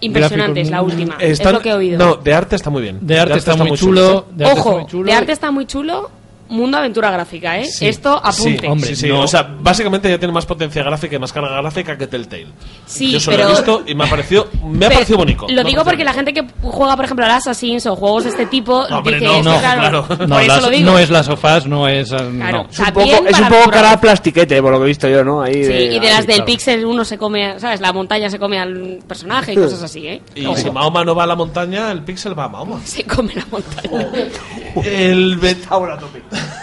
Speaker 12: impresionantes,
Speaker 3: Pues Gráficos
Speaker 12: la
Speaker 3: muy-
Speaker 12: última.
Speaker 1: Están-
Speaker 12: es lo que he oído.
Speaker 1: No, de arte está muy bien.
Speaker 3: De arte está muy chulo, de arte está
Speaker 12: Ojo,
Speaker 3: muy chulo
Speaker 12: de
Speaker 3: y-
Speaker 12: arte está muy chulo mundo aventura gráfica, ¿eh?
Speaker 1: Sí.
Speaker 12: Esto apunte.
Speaker 1: Sí, sí, sí. O sea, básicamente ya tiene más potencia gráfica y más carga gráfica que Telltale.
Speaker 12: Sí,
Speaker 1: Yo eso lo
Speaker 12: pero-
Speaker 1: he visto y me ha parecido, me ha
Speaker 12: Pero
Speaker 1: parecido bonito. Me
Speaker 12: Lo
Speaker 1: ha
Speaker 12: digo
Speaker 1: parecido
Speaker 12: porque la gente que juega, por ejemplo, al Assassin's o juegos de este tipo,
Speaker 1: No, hombre,
Speaker 12: dice
Speaker 1: no,
Speaker 12: esto,
Speaker 1: no,
Speaker 12: claro.
Speaker 1: claro.
Speaker 12: Por
Speaker 3: No,
Speaker 12: eso
Speaker 3: las-
Speaker 12: lo digo.
Speaker 3: no es las sofás, no es. eh,
Speaker 12: Claro,
Speaker 3: no.
Speaker 12: o sea, bien
Speaker 9: es un
Speaker 12: para
Speaker 9: poco
Speaker 12: aventura
Speaker 9: cara a plastiquete, por lo que he visto yo, ¿no? Ahí
Speaker 12: Sí, y de
Speaker 9: ahí,
Speaker 12: las del
Speaker 9: claro.
Speaker 12: Pixel uno se come, ¿sabes? La montaña se come al personaje y cosas así, ¿eh?
Speaker 1: Y si Mahoma no va a la montaña, el Pixel va a Mahoma.
Speaker 12: Se come la montaña.
Speaker 3: Eh,
Speaker 1: El ve-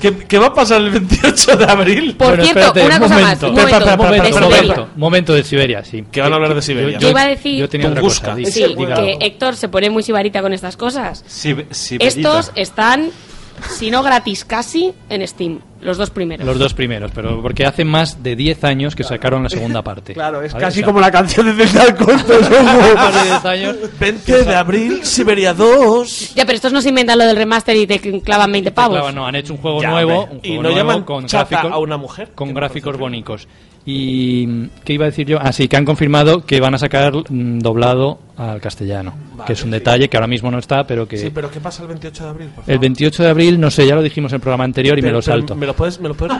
Speaker 1: ¿Qué, qué va a pasar el 28 de abril?
Speaker 12: Por cierto, una cosa más, un momento,
Speaker 3: espera, espera, espera,
Speaker 12: de
Speaker 3: espera,
Speaker 12: Siberia.
Speaker 3: momento, momento de Siberia, sí.
Speaker 1: Que van a hablar de Siberia.
Speaker 12: Yo iba a decir-
Speaker 3: Yo tenía otra
Speaker 1: Tunguska.
Speaker 3: cosa. di-
Speaker 12: Sí,
Speaker 3: diga.
Speaker 12: que Héctor se pone muy sibarita con estas cosas.
Speaker 11: Sib- Siberita.
Speaker 12: Estos están, si no gratis casi, en Steam. Los dos primeros.
Speaker 3: Los dos primeros, pero porque hace más de 10 años que sacaron la segunda parte.
Speaker 9: Claro, es
Speaker 3: ¿Vale?
Speaker 9: casi
Speaker 3: O sea,
Speaker 9: como la canción de Central Cortos.
Speaker 3: años.
Speaker 1: 20 de abril, Siberia 2.
Speaker 12: Ya, pero estos no se inventan lo del remaster y te clavan 20 pavos.
Speaker 3: claro, no, han hecho un juego
Speaker 1: Ah, Ya,
Speaker 3: nuevo,
Speaker 1: hombre.
Speaker 3: un
Speaker 1: Y
Speaker 3: juego
Speaker 1: no
Speaker 3: nuevo
Speaker 1: llaman
Speaker 3: con
Speaker 1: chata
Speaker 3: gráficos,
Speaker 1: a una mujer.
Speaker 3: con gráficos bonitos. Y mm, qué iba a decir yo, así que han confirmado que van a sacar mm, doblado al castellano, que es un detalle que ahora mismo no está, pero que
Speaker 1: Sí, pero ¿qué pasa el 28 de abril? Por favor?
Speaker 3: el 28 de abril, no sé, ya lo dijimos en el programa anterior y me
Speaker 1: Pero-
Speaker 3: lo
Speaker 1: pero
Speaker 3: salto.
Speaker 1: ¿Me lo puedes? ¿Me lo puedes?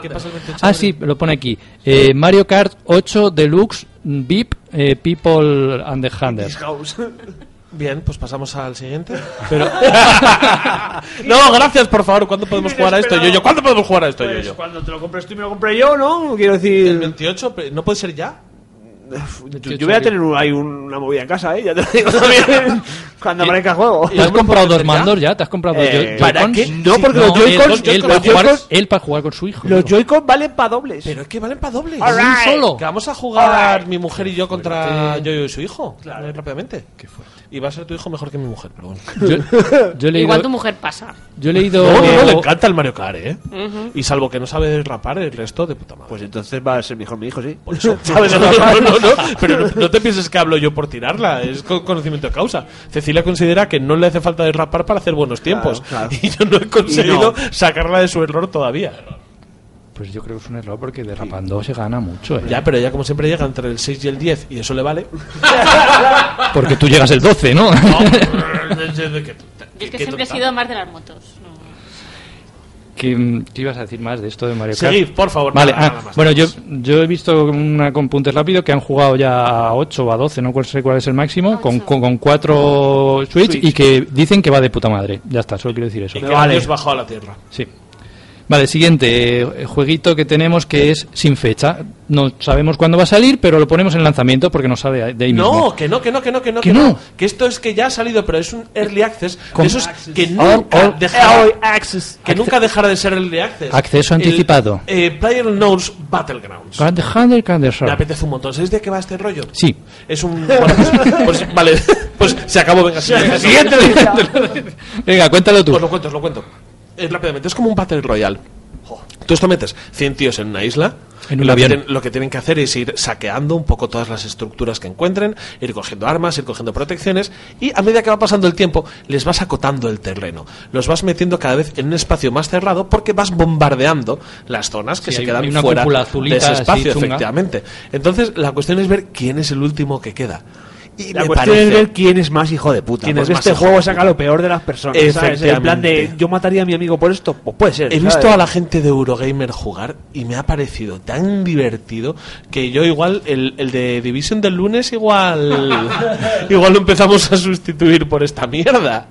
Speaker 1: ¿Qué pasa el 28 de
Speaker 3: Ah, sí, lo pone aquí. Eh, Mario Kart 8 Deluxe VIP eh, People and the Handers.
Speaker 1: Bien, pues pasamos al siguiente. Pero... no, gracias, por favor. ¿Cuándo podemos jugar a esto, yo, yo? ¿Cuándo podemos jugar a esto, yo,
Speaker 9: Pues
Speaker 1: yo?
Speaker 9: Cuando te lo compres tú y me lo compré yo, ¿no? Quiero decir.
Speaker 1: El 28, pero ¿no puede ser ya?
Speaker 9: Yo, yo voy a tener un- ahí una movida en casa, ¿eh? Ya te lo digo también. Cuando aparezca juego.
Speaker 3: ¿Te has comprado dos mandos ya? ¿Te has comprado dos
Speaker 9: Eh,
Speaker 3: Joy-
Speaker 9: ¿para
Speaker 3: Joy-Cons?
Speaker 9: qué? No, porque los
Speaker 3: él-
Speaker 9: Joy-Cons-
Speaker 3: Él,
Speaker 9: los
Speaker 3: para jugar-
Speaker 9: Joy-Cons-
Speaker 3: él para jugar con su hijo.
Speaker 9: Los Joy-Con valen para dobles.
Speaker 1: Pero es que valen para dobles.
Speaker 9: All right.
Speaker 1: Un solo. Que vamos a jugar mi mujer y yo contra yo, y su hijo. eh, Rápidamente. Qué fuerte. Y va a ser tu hijo mejor que mi mujer, perdón.
Speaker 3: Yo, yo he leído-
Speaker 12: Igual tu mujer pasa.
Speaker 3: yo he leído...
Speaker 1: No, no, le encanta el Mario Kart, ¿eh?
Speaker 12: Ujú.
Speaker 1: Y salvo que no sabe rapar el resto de puta madre.
Speaker 9: Pues entonces va a ser mejor mi hijo, sí.
Speaker 1: Por eso, ¿sabes? No, no, no, no. Pero no, no te pienses que hablo yo por tirarla, es con conocimiento de causa. Cecilia considera que no le hace falta derrapar para hacer buenos tiempos.
Speaker 9: Claro, claro.
Speaker 1: Y yo no he conseguido sacarla de su error todavía.
Speaker 3: Pues yo creo que es un error porque derrapando se gana mucho, ¿eh?
Speaker 1: Ya, pero ella como siempre llega entre el 6 y el 10 y eso le vale.
Speaker 3: Porque tú llegas el 12, ¿no?
Speaker 2: Yo es que
Speaker 1: Qué
Speaker 2: siempre he
Speaker 1: tonta.
Speaker 2: sido más de las motos. ¿no?
Speaker 3: ¿Qué, mm, qué ibas a decir más de esto de Mario Kart?
Speaker 1: Seguid, por favor,
Speaker 3: Vale,
Speaker 1: nada,
Speaker 3: ah,
Speaker 1: nada más,
Speaker 3: bueno,
Speaker 1: nada
Speaker 3: yo, yo he visto una con puntes rápido que han jugado ya a 8 o a 12, no sé cuál es el máximo, con, con, 4 Switch, y que dicen que va de puta madre. Ya está, solo quiero decir eso.
Speaker 1: Y que Dios bajó a la tierra.
Speaker 3: Sí. Vale, siguiente eh, jueguito que tenemos que es sin fecha. No sabemos cuándo va a salir, pero lo ponemos en lanzamiento porque no sale de ahí mismo.
Speaker 1: No, que no, que no, que no, que no,
Speaker 3: Que
Speaker 1: que no.
Speaker 3: no.
Speaker 1: Que esto es que ya ha salido, pero es un early access.
Speaker 3: Con-
Speaker 1: de esos que
Speaker 3: All-
Speaker 1: nunca
Speaker 3: all-
Speaker 1: dejará,
Speaker 3: early
Speaker 1: que nunca dejará de ser early access.
Speaker 3: Acceso
Speaker 1: El,
Speaker 3: anticipado.
Speaker 1: eh, PlayerUnknown's Battlegrounds.
Speaker 3: Candy Hunter, Candy Shop.
Speaker 1: Me apetece un montón. ¿Sabéis de qué va este rollo?
Speaker 3: Sí.
Speaker 1: Es un. bueno, pues, pues, vale, pues se acabó, venga. sí, venga,
Speaker 3: Siguiente
Speaker 1: sí.
Speaker 3: noticia. Venga, cuéntalo tú.
Speaker 1: Os lo cuento, os lo cuento. Eh, rápidamente, es como un Battle Royale. Tú esto metes 100 tíos en una isla.
Speaker 3: En un
Speaker 1: lo, que
Speaker 3: avión.
Speaker 1: tienen- lo que tienen que hacer es ir saqueando un poco todas las estructuras que encuentren, ir cogiendo armas, ir cogiendo protecciones y a medida que va pasando el tiempo les vas acotando el terreno. Los vas metiendo cada vez en un espacio más cerrado porque vas bombardeando las zonas que
Speaker 3: Sí,
Speaker 1: se
Speaker 3: hay-
Speaker 1: quedan
Speaker 3: hay una
Speaker 1: fuera
Speaker 3: cúpula
Speaker 1: de
Speaker 3: azulita
Speaker 1: ese
Speaker 3: así,
Speaker 1: espacio,
Speaker 3: chunga.
Speaker 1: efectivamente. Entonces la cuestión es ver quién es el último que queda. Y
Speaker 9: La
Speaker 1: me
Speaker 9: cuestión
Speaker 1: parece-
Speaker 9: es ver quién es más hijo de puta.
Speaker 1: ¿Quién es
Speaker 9: Porque
Speaker 1: más
Speaker 9: este
Speaker 1: hijo
Speaker 9: juego
Speaker 1: de
Speaker 9: saca
Speaker 1: puta?
Speaker 9: lo peor de las personas. ¿sabes? En plan de
Speaker 1: Efectivamente.
Speaker 9: yo mataría a mi amigo por esto. Pues puede ser.
Speaker 1: He
Speaker 9: ¿sabes?
Speaker 1: visto a la gente de Eurogamer jugar y me ha parecido tan divertido que yo igual el, el de Division del lunes igual igual lo empezamos a sustituir por esta mierda.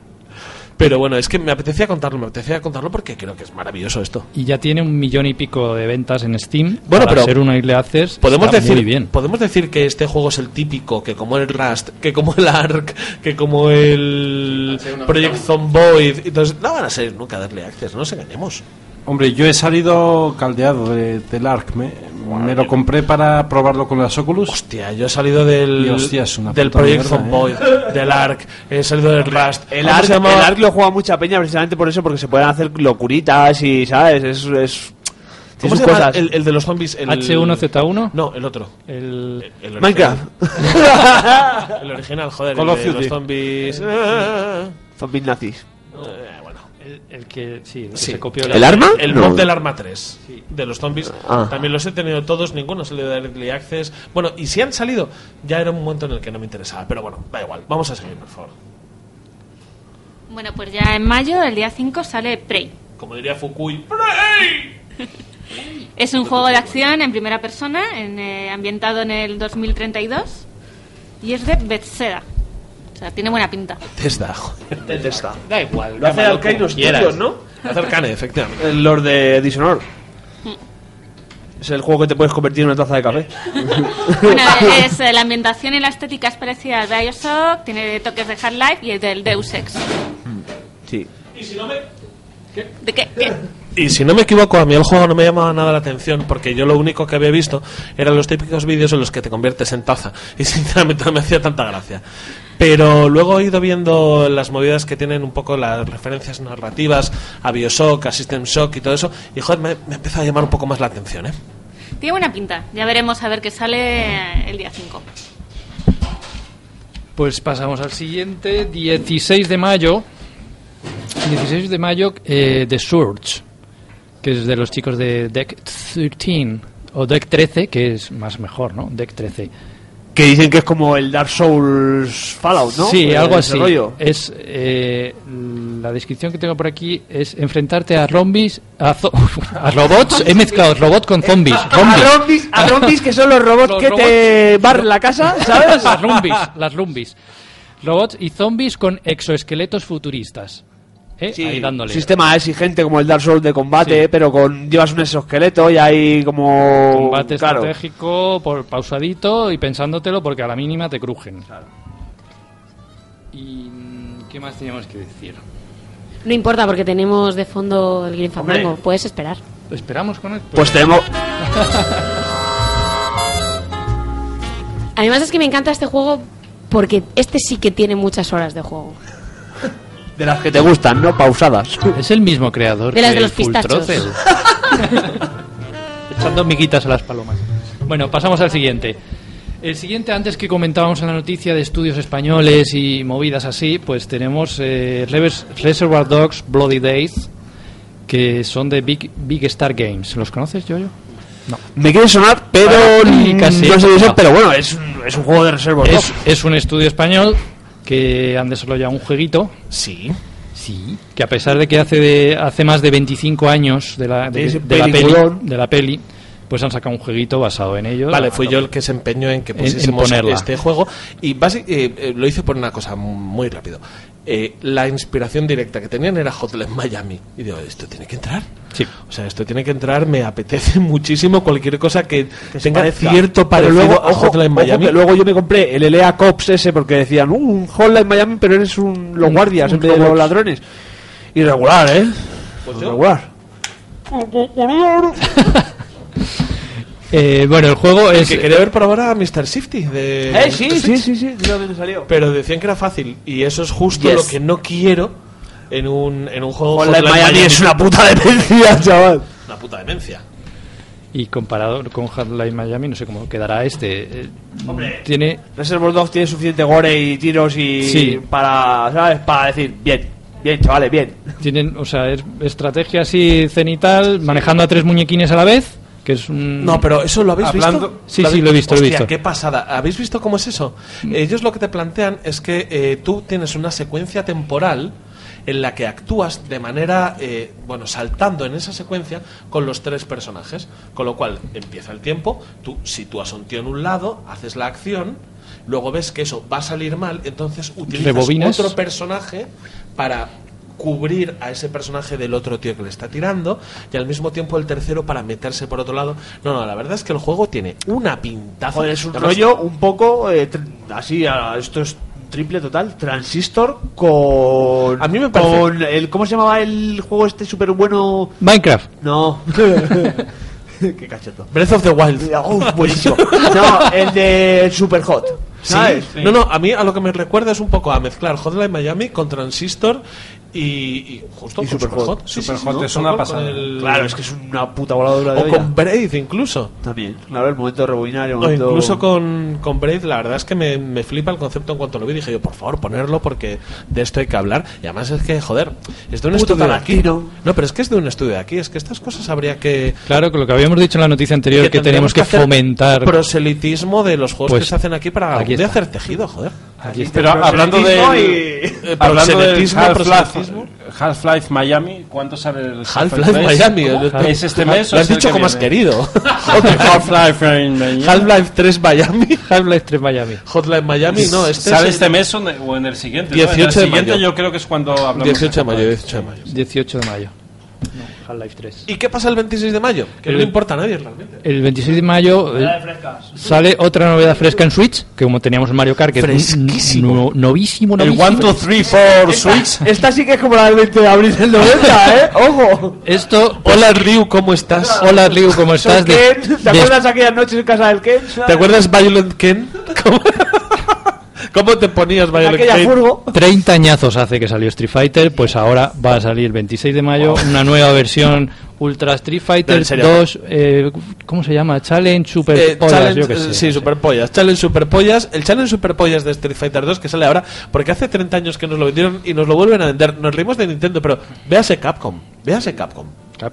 Speaker 1: Pero bueno, es que me apetecía contarlo, me apetecía contarlo porque creo que es maravilloso esto.
Speaker 3: Y ya tiene un millón y pico de ventas en Steam.
Speaker 1: Bueno,
Speaker 3: para
Speaker 1: pero
Speaker 3: ser una isla access,
Speaker 1: Podemos
Speaker 3: está
Speaker 1: decir,
Speaker 3: muy bien.
Speaker 1: podemos decir que este juego es el típico, que como el Rust, que como el Ark, que como el Project Zomboid, entonces no van a ser nunca darle access, no nos engañemos.
Speaker 11: Hombre, yo he salido caldeado de- del ARC. Me, me lo compré para probarlo con las Oculus.
Speaker 1: Hostia, yo he salido del,
Speaker 11: Y hostia, es una
Speaker 1: del
Speaker 11: puta
Speaker 1: Project
Speaker 11: mierda,
Speaker 1: Zomboid, del ARC, he salido del Rust.
Speaker 9: El
Speaker 1: ¿Cómo
Speaker 9: Ark,
Speaker 1: se llamaba?
Speaker 9: el Ark lo juega mucha peña precisamente por eso, porque se pueden hacer locuritas y, ¿sabes? Es. es
Speaker 1: ¿Cómo
Speaker 9: es
Speaker 1: se llama
Speaker 9: cosas.
Speaker 1: el, el de los zombies? El,
Speaker 3: H1Z1.
Speaker 1: No, el otro.
Speaker 3: El,
Speaker 1: el original.
Speaker 9: Minecraft.
Speaker 1: El original, joder,
Speaker 9: Call
Speaker 1: el
Speaker 9: of
Speaker 1: de los
Speaker 9: Duty.
Speaker 1: zombies. Ah,
Speaker 9: Zombies nazis.
Speaker 1: eh, bueno.
Speaker 3: El, que, sí, el que
Speaker 1: Sí.
Speaker 3: se copió
Speaker 9: ¿El arma?
Speaker 1: El
Speaker 9: No.
Speaker 1: mod del arma 3 de los zombies.
Speaker 9: Ah.
Speaker 1: También los he tenido todos, ninguno se le da early access. Bueno, y si han salido, ya era un momento en el que no me interesaba. Pero bueno, da igual. Vamos a seguir, por favor.
Speaker 2: Bueno, pues ya en mayo, el día 5, sale Prey.
Speaker 1: Como diría Fukui.
Speaker 2: Es un juego de acción en primera persona, en, eh, ambientado en el 2032, y es de Bethesda. O sea, tiene buena pinta.
Speaker 1: Tesla. Tesla. Da igual.
Speaker 9: Lo hace
Speaker 1: llámalo
Speaker 9: Arcane
Speaker 1: como
Speaker 9: Studios,
Speaker 1: quieras.
Speaker 9: ¿no?
Speaker 1: Lo hace Arcane, efectivamente.
Speaker 9: Eh, Los de Dishonor. Es el juego que te puedes convertir en una taza de café.
Speaker 2: Bueno, es, eh, la ambientación y la estética es parecida al Bioshock, tiene toques de Half-Life y el del Deus Ex.
Speaker 9: Sí.
Speaker 1: ¿Y si no me...
Speaker 2: ¿De qué? ¿Qué?
Speaker 1: Y si no me equivoco, a mí el juego no me llamaba nada la atención porque yo lo único que había visto eran los típicos vídeos en los que te conviertes en taza. Y sinceramente no me hacía tanta gracia. Pero luego he ido viendo las movidas que tienen un poco las referencias narrativas a Bioshock, a System Shock y todo eso. Y joder, me, me empezó a llamar un poco más la atención, ¿eh?
Speaker 2: Tiene buena pinta. Ya veremos a ver qué sale el día 5.
Speaker 3: Pues pasamos al siguiente, 16 de mayo. 16 de mayo, eh, The Surge, que es de los chicos de Deck 13, o Deck 13, que es más mejor, ¿no? Deck 13.
Speaker 9: Que dicen que es como el Dark Souls Fallout, ¿no?
Speaker 3: Sí,
Speaker 9: Eh,
Speaker 3: algo
Speaker 9: ese
Speaker 3: así.
Speaker 9: rollo.
Speaker 3: Es eh, la descripción que tengo por aquí es enfrentarte a zombies, a, zo- a robots. He mezclado robot con zombies. Zombies.
Speaker 9: A zombies, a zombies que son los robots
Speaker 3: Los
Speaker 9: que te barren la casa, ¿sabes?
Speaker 3: Las rumbis, las rumbis. Robots y zombies con exoesqueletos futuristas. ¿Eh? Ahí dándole.
Speaker 9: Sistema exigente como el Dark Souls de combate,
Speaker 3: Sí.
Speaker 9: pero con llevas un exoesqueleto y hay como
Speaker 3: Combate
Speaker 9: claro.
Speaker 3: estratégico, por, pausadito y pensándotelo porque a la mínima te crujen. ¿Y mm, qué más teníamos que decir?
Speaker 12: No importa porque tenemos de fondo el Green Fandango.
Speaker 3: Hombre.
Speaker 12: Puedes esperar.
Speaker 3: ¿Esperamos con él?
Speaker 9: Pues tenemos
Speaker 12: Además es que me encanta este juego porque este sí que tiene muchas horas de juego.
Speaker 9: de las que te gustan, no pausadas.
Speaker 3: Es el mismo creador.
Speaker 12: De las
Speaker 3: que
Speaker 12: de los
Speaker 3: Full
Speaker 12: pistachos.
Speaker 3: Throttle. Echando miguitas a las palomas. Bueno, pasamos al siguiente. El siguiente, antes que comentábamos en la noticia de estudios españoles y movidas así, pues tenemos eh, Revers- Reservoir Dogs Bloody Days, que son de Big, Big Star Games. ¿Los conoces, yo? No.
Speaker 9: Me quiere sonar, pero mm,
Speaker 3: Ahora, casi.
Speaker 9: no sé de eso,
Speaker 3: No.
Speaker 9: pero bueno, es, un- es un juego de reserva. ¿no?
Speaker 3: Es, es un estudio español que han desarrollado un jueguito.
Speaker 1: Sí.
Speaker 3: Sí. Que a pesar de que hace de, hace más de 25 años de la, de-
Speaker 1: Ese
Speaker 3: de la peli,
Speaker 1: peliculón.
Speaker 3: de la peli, pues han sacado un jueguito basado en ello.
Speaker 1: Vale, fui yo el que se empeñó en que
Speaker 3: En- en
Speaker 1: pusiésemos
Speaker 3: ponerla.
Speaker 1: este juego y basi- eh, eh, lo hice por una cosa muy rápido. Eh, la inspiración directa que tenían era Hotline Miami y digo, esto tiene que entrar.
Speaker 3: Sí.
Speaker 1: O sea, esto tiene que entrar, me apetece muchísimo cualquier cosa que,
Speaker 9: Que se
Speaker 1: tenga
Speaker 9: parezca.
Speaker 1: cierto
Speaker 9: Pero
Speaker 1: parecido
Speaker 9: luego,
Speaker 1: a
Speaker 9: ojo,
Speaker 1: Hotline
Speaker 9: ojo,
Speaker 1: Miami.
Speaker 9: que luego yo me compré el LA Cops ese porque decían, uh, un Hotline Miami, pero eres un, los guardias
Speaker 1: un
Speaker 9: en vez de los
Speaker 1: robots.
Speaker 9: ladrones. Irregular, ¿eh? Irregular.
Speaker 3: Eh, bueno, el juego
Speaker 1: El
Speaker 3: es.
Speaker 1: que quería ver por ahora a Mr. Shifty de
Speaker 9: Eh, sí,
Speaker 1: Mr.
Speaker 9: sí,
Speaker 1: Shifty.
Speaker 9: sí, sí, yo también salió.
Speaker 1: Pero decían que era fácil y eso es justo
Speaker 9: Yes.
Speaker 1: lo que no quiero en un, en un juego
Speaker 9: Hotline Miami es una puta demencia, chaval.
Speaker 1: Una puta demencia.
Speaker 3: Y comparado con Hotline Miami, no sé cómo quedará este. Eh, tiene.
Speaker 9: Reservoir Dogs tiene suficiente gore y tiros y
Speaker 3: Sí.
Speaker 9: para, ¿sabes? Para decir, bien, bien, chavales, bien.
Speaker 3: Tienen, o sea, es estrategia así cenital, manejando a tres muñequines a la vez, que es un...
Speaker 1: No, pero eso lo habéis
Speaker 3: Mm. Hablando-
Speaker 1: visto.
Speaker 3: Sí, sí, lo he visto, lo he
Speaker 1: Hostia,
Speaker 3: visto. Mm.
Speaker 1: qué pasada. ¿Habéis visto cómo es eso? Ellos lo que te plantean es que eh, tú tienes una secuencia temporal en la que actúas de manera, eh, bueno, saltando en esa secuencia con los tres personajes. Con lo cual empieza el tiempo, tú sitúas a un tío en un lado, haces la acción, luego ves que eso va a salir mal, entonces utilizas
Speaker 3: Rebobinas.
Speaker 1: otro personaje para cubrir a ese personaje del otro tío que le está tirando y al mismo tiempo el tercero para meterse por otro lado. No, no, la verdad es que el juego tiene una pintaza.
Speaker 9: Joder, es un
Speaker 1: Además,
Speaker 9: rollo un poco eh, tr- así, a- esto es triple total, transistor con...
Speaker 1: A mí me parece-
Speaker 9: Con el, ¿Cómo se llamaba el juego este súper bueno?
Speaker 3: Minecraft.
Speaker 9: No. Qué cacheto.
Speaker 1: Breath of the Wild.
Speaker 9: Oh, buenísimo. No, el de Super Hot.
Speaker 1: Sí.
Speaker 9: ¿Sabes?
Speaker 1: No, no, a mí a lo que me recuerda es un poco a mezclar Hotline Miami con Transistor y, y justo
Speaker 9: Y
Speaker 1: con
Speaker 9: Superhot.
Speaker 1: Superhot. Sí, sí, sí,
Speaker 11: Superhot
Speaker 1: ¿no?
Speaker 11: es una
Speaker 1: Con- con
Speaker 11: pasada.
Speaker 1: el-
Speaker 9: Claro, es que es una puta voladora de
Speaker 1: O
Speaker 9: olla.
Speaker 1: con Braid incluso.
Speaker 9: También. Claro, el momento de rebobinar, el
Speaker 1: No,
Speaker 9: momento...
Speaker 1: incluso con, con Braid, la verdad es que me, me flipa el concepto en cuanto lo vi. Dije yo, por favor, ponerlo porque de esto hay que hablar. Y además es que, joder, es de un
Speaker 9: Puto
Speaker 1: estudio de aquí.
Speaker 9: Tarantino.
Speaker 1: No, pero es que es de un estudio de aquí. Es que estas cosas habría que.
Speaker 3: Claro, que lo que habíamos dicho en la noticia anterior, que, tenemos
Speaker 1: tendríamos
Speaker 3: que,
Speaker 1: hacer
Speaker 3: fomentar...
Speaker 1: Proselitismo de los juegos
Speaker 3: Pues,
Speaker 1: que se hacen aquí para.
Speaker 3: Aquí
Speaker 1: Aquí de hacer tejido, joder.
Speaker 11: Aquí está. Pero hablando de
Speaker 1: Eh, proxenetismo, proxenetismo.
Speaker 11: Half-Life Miami, ¿cuánto sale el
Speaker 1: Half-Life
Speaker 11: tres?
Speaker 1: Miami.
Speaker 11: ¿Cómo? ¿Es este
Speaker 1: Lo
Speaker 11: mes? o
Speaker 1: has
Speaker 11: es el
Speaker 1: dicho
Speaker 11: que
Speaker 1: como has
Speaker 11: viene?
Speaker 1: querido.
Speaker 11: Half-Life en Miami.
Speaker 1: Half-Life 3 Miami.
Speaker 3: Half-Life 3 Miami.
Speaker 1: Hotline Miami, no, este
Speaker 11: ¿Sale
Speaker 1: es
Speaker 11: este mes o, ne- o en el siguiente? ¿no? En el
Speaker 1: 18 de
Speaker 11: siguiente
Speaker 1: mayo.
Speaker 11: yo creo que es cuando hablamos.
Speaker 1: 18 de mayo, 18 de mayo.
Speaker 3: 18 de mayo. No, Half-Life 3.
Speaker 1: ¿Y qué pasa el 26 de mayo? Que no
Speaker 3: El-
Speaker 1: le importa a nadie realmente.
Speaker 3: El 26 de mayo eh, sale otra novedad fresca en Switch, que como teníamos el Mario Kart, que es n- no- novísimo,
Speaker 11: El
Speaker 3: novísimo.
Speaker 11: 1, 2, 3, 4, Switch.
Speaker 9: Esta sí que es como la del 20 de abril del 90, ¿eh? ¡Ojo!
Speaker 3: Esto.
Speaker 1: Hola Ryu, ¿cómo estás?
Speaker 3: Hola Ryu, ¿cómo
Speaker 9: Son
Speaker 3: estás? De-
Speaker 9: Ken. ¿Te
Speaker 3: de-
Speaker 9: acuerdas aquellas noches en casa del Ken?
Speaker 1: ¿Te acuerdas Violent Ken? ¿Cómo, ¿Cómo te ponías Violent
Speaker 9: Aquella
Speaker 1: Ken?
Speaker 9: furgo.
Speaker 3: 30 añazos hace que salió Street Fighter, pues ahora va a salir el 26 de mayo una nueva versión Ultra Street
Speaker 1: ¿En
Speaker 3: Fighter
Speaker 1: serio?
Speaker 3: 2, eh, ¿cómo se llama? Challenge Super
Speaker 1: Eh,
Speaker 3: Polas,
Speaker 1: challenge,
Speaker 3: yo qué
Speaker 1: eh,
Speaker 3: sé.
Speaker 1: sí, superpollas. Challenge superpollas. El challenge superpollas de Street Fighter 2 que sale ahora, porque hace 30 años que nos lo vendieron y nos lo vuelven a vender. Nos reímos de Nintendo, pero véase Capcom. Véase Capcom.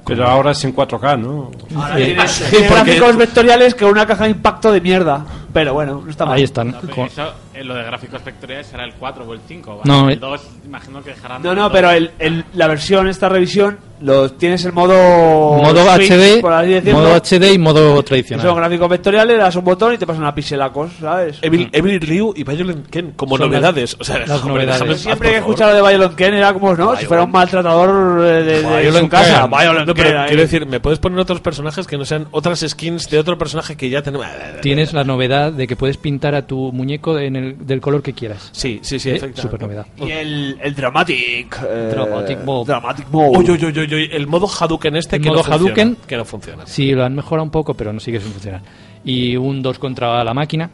Speaker 11: Pero ahora es en 4K, ¿no?
Speaker 1: Eh,
Speaker 9: Tiene
Speaker 1: sí,
Speaker 9: tiene
Speaker 1: porque-
Speaker 9: gráficos vectoriales con una caja de impacto de mierda. Pero bueno, no está mal.
Speaker 3: Ahí están.
Speaker 5: No, pero
Speaker 3: Con-
Speaker 5: eso, eh, lo de gráficos vectoriales será el 4 o el 5. ¿vale?
Speaker 3: No, eh.
Speaker 5: el 2, imagino que dejarán.
Speaker 9: No, no, pero el, el- la versión, esta revisión, lo, tienes el modo.
Speaker 3: modo
Speaker 9: Switch,
Speaker 3: HD,
Speaker 9: por así decirlo,
Speaker 3: modo HD y modo
Speaker 9: que Son
Speaker 3: tradicional.
Speaker 9: gráficos vectoriales, le das un botón y te pasan a pixelacos, ¿sabes?
Speaker 1: Evil, Evil Ryu y Violent Ken como
Speaker 3: Son las-
Speaker 1: novedades. o sea,
Speaker 3: las
Speaker 1: déjame-
Speaker 3: novedades.
Speaker 1: déjame en paz,
Speaker 9: Siempre que
Speaker 1: por favor.
Speaker 9: escuchaba lo de Violent Ken era como, ¿no? Si fuera un maltratador eh, de, de
Speaker 1: Violent
Speaker 9: su casa.
Speaker 1: Ken.
Speaker 9: Violent
Speaker 1: No, pero
Speaker 9: Ken, ahí.
Speaker 3: eh.
Speaker 1: quiero decir, ¿me puedes poner otros personajes que no sean otras skins de otro personaje que ya tenemos?
Speaker 3: Tienes la novedad de que puedes pintar a tu muñeco en el- del color que quieras.
Speaker 1: Sí, sí, sí,
Speaker 3: Eh,
Speaker 1: efectivamente.
Speaker 3: Super novedad.
Speaker 9: Y el, el Dramatic. eh,
Speaker 3: Dramatic Mode.
Speaker 9: Dramatic Mode.
Speaker 1: Uy, uy, uy, uy, uy, el modo Hadouken este
Speaker 3: El
Speaker 1: que
Speaker 3: modo
Speaker 1: no funciona,
Speaker 3: Hadouken.
Speaker 1: que no funciona.
Speaker 3: Sí, lo han mejorado un poco, pero no sigue sin funcionar. Y un 2 contra la máquina,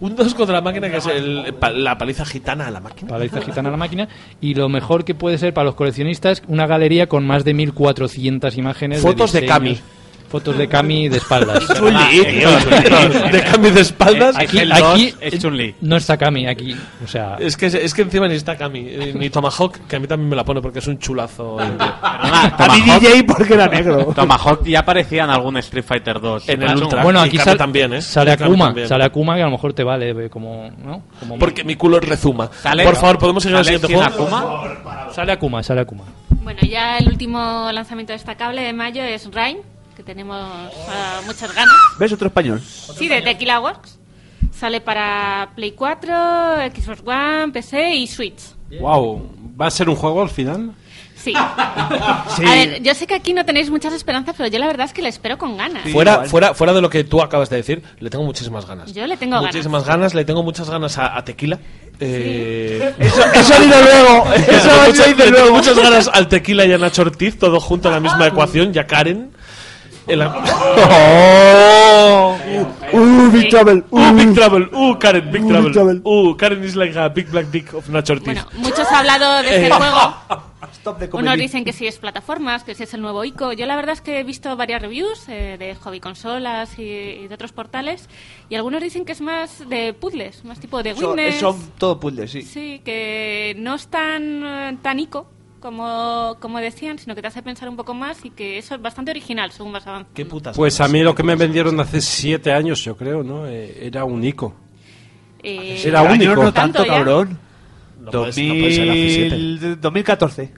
Speaker 1: Un 2 contra la máquina que es el- pa- la paliza gitana a la máquina.
Speaker 3: paliza gitana a la máquina. Y lo mejor que puede ser para los coleccionistas, una galería con más de 1400 imágenes.
Speaker 1: Fotos de
Speaker 3: diseños,
Speaker 1: Kami.
Speaker 3: Fotos de Kami de espaldas.
Speaker 1: Chun-Li, tío, Chun-Li. De cambio de espaldas.
Speaker 3: Aquí,
Speaker 1: el dos
Speaker 3: aquí
Speaker 1: es Chun-Li.
Speaker 3: no está Kami, aquí. O sea,
Speaker 1: Es que, es que encima ni está Kami, eh, ni Tomahawk, que a mí también me la pone porque es un chulazo.
Speaker 9: A mi DJ porque era negro.
Speaker 5: Tomahawk ya aparecía en algún Street Fighter 2.
Speaker 1: En el Ultra.
Speaker 3: bueno,
Speaker 1: y
Speaker 3: aquí
Speaker 1: Kami
Speaker 3: sal-
Speaker 1: también, ¿eh?
Speaker 3: sale
Speaker 1: Y Kami
Speaker 3: Akuma,
Speaker 1: también.
Speaker 3: sale Akuma que a lo mejor te vale eh, como, ¿no? Como-
Speaker 1: Porque mi culo rezuma.
Speaker 5: Sale-
Speaker 1: Por favor, ¿podemos seguir al
Speaker 5: ¿Sale
Speaker 1: siguiente
Speaker 5: sin
Speaker 1: juego?
Speaker 3: Sale Akuma, sale Akuma.
Speaker 2: Bueno, ya el último lanzamiento destacable de mayo es Rain, que tenemos ah, muchas ganas.
Speaker 9: ¿Ves otro español?
Speaker 2: Sí, de Tequila Works. Sale para Play 4, Xbox One, PC y Switch.
Speaker 11: Wow, ¿va a ser un juego al final?
Speaker 2: Sí. A ver, yo sé que aquí no tenéis muchas esperanzas, pero yo la verdad es que le espero con ganas.
Speaker 1: Fuera, fuera, fuera de lo que tú acabas de decir, le tengo muchísimas ganas.
Speaker 2: Yo le tengo ganas.
Speaker 1: muchísimas ganas. le tengo muchas ganas a, a Tequila. Eh,
Speaker 9: Eso, eso ha ido luego. Eso ha
Speaker 1: muchas,
Speaker 9: ido
Speaker 1: le tengo
Speaker 9: luego.
Speaker 1: muchas ganas al Tequila y a Nacho Ortiz, todo junto en la
Speaker 2: Ah.
Speaker 1: misma ecuación, y a Karen. En la- Oh.
Speaker 9: Uh, Big
Speaker 2: Sí.
Speaker 9: Trouble.
Speaker 1: Uh, Big Trouble, uh, Karen, Big
Speaker 9: Uh,
Speaker 1: Trouble.
Speaker 9: Big Trouble.
Speaker 1: Uh, Karen is like a big black dick of Nacho Ortiz.
Speaker 2: Bueno, muchos han hablado de este
Speaker 1: Eh.
Speaker 2: juego.
Speaker 9: Stop the
Speaker 2: Unos
Speaker 9: comedy.
Speaker 2: dicen que sí es plataformas, que sí es el nuevo ICO. Yo la verdad es que he visto varias reviews eh, de hobby consolas y, y de otros portales y algunos dicen que es más de puzzles, más tipo de
Speaker 9: Son,
Speaker 2: Windows.
Speaker 9: son todo puzzles, sí.
Speaker 2: Sí, que no es tan, eh, tan ICO como, como decían, sino que te hace pensar un poco más y que eso es bastante original según vas avanzando.
Speaker 1: Qué putas.
Speaker 11: Pues a mí lo que me vendieron hace siete años, yo creo, ¿no? Eh, era un ICO.
Speaker 2: Eh,
Speaker 11: Será
Speaker 9: Años
Speaker 11: único.
Speaker 9: no tanto,
Speaker 2: ya.
Speaker 9: cabrón.
Speaker 1: No puedes- no puede ser hace siete.
Speaker 9: 2000, 2014.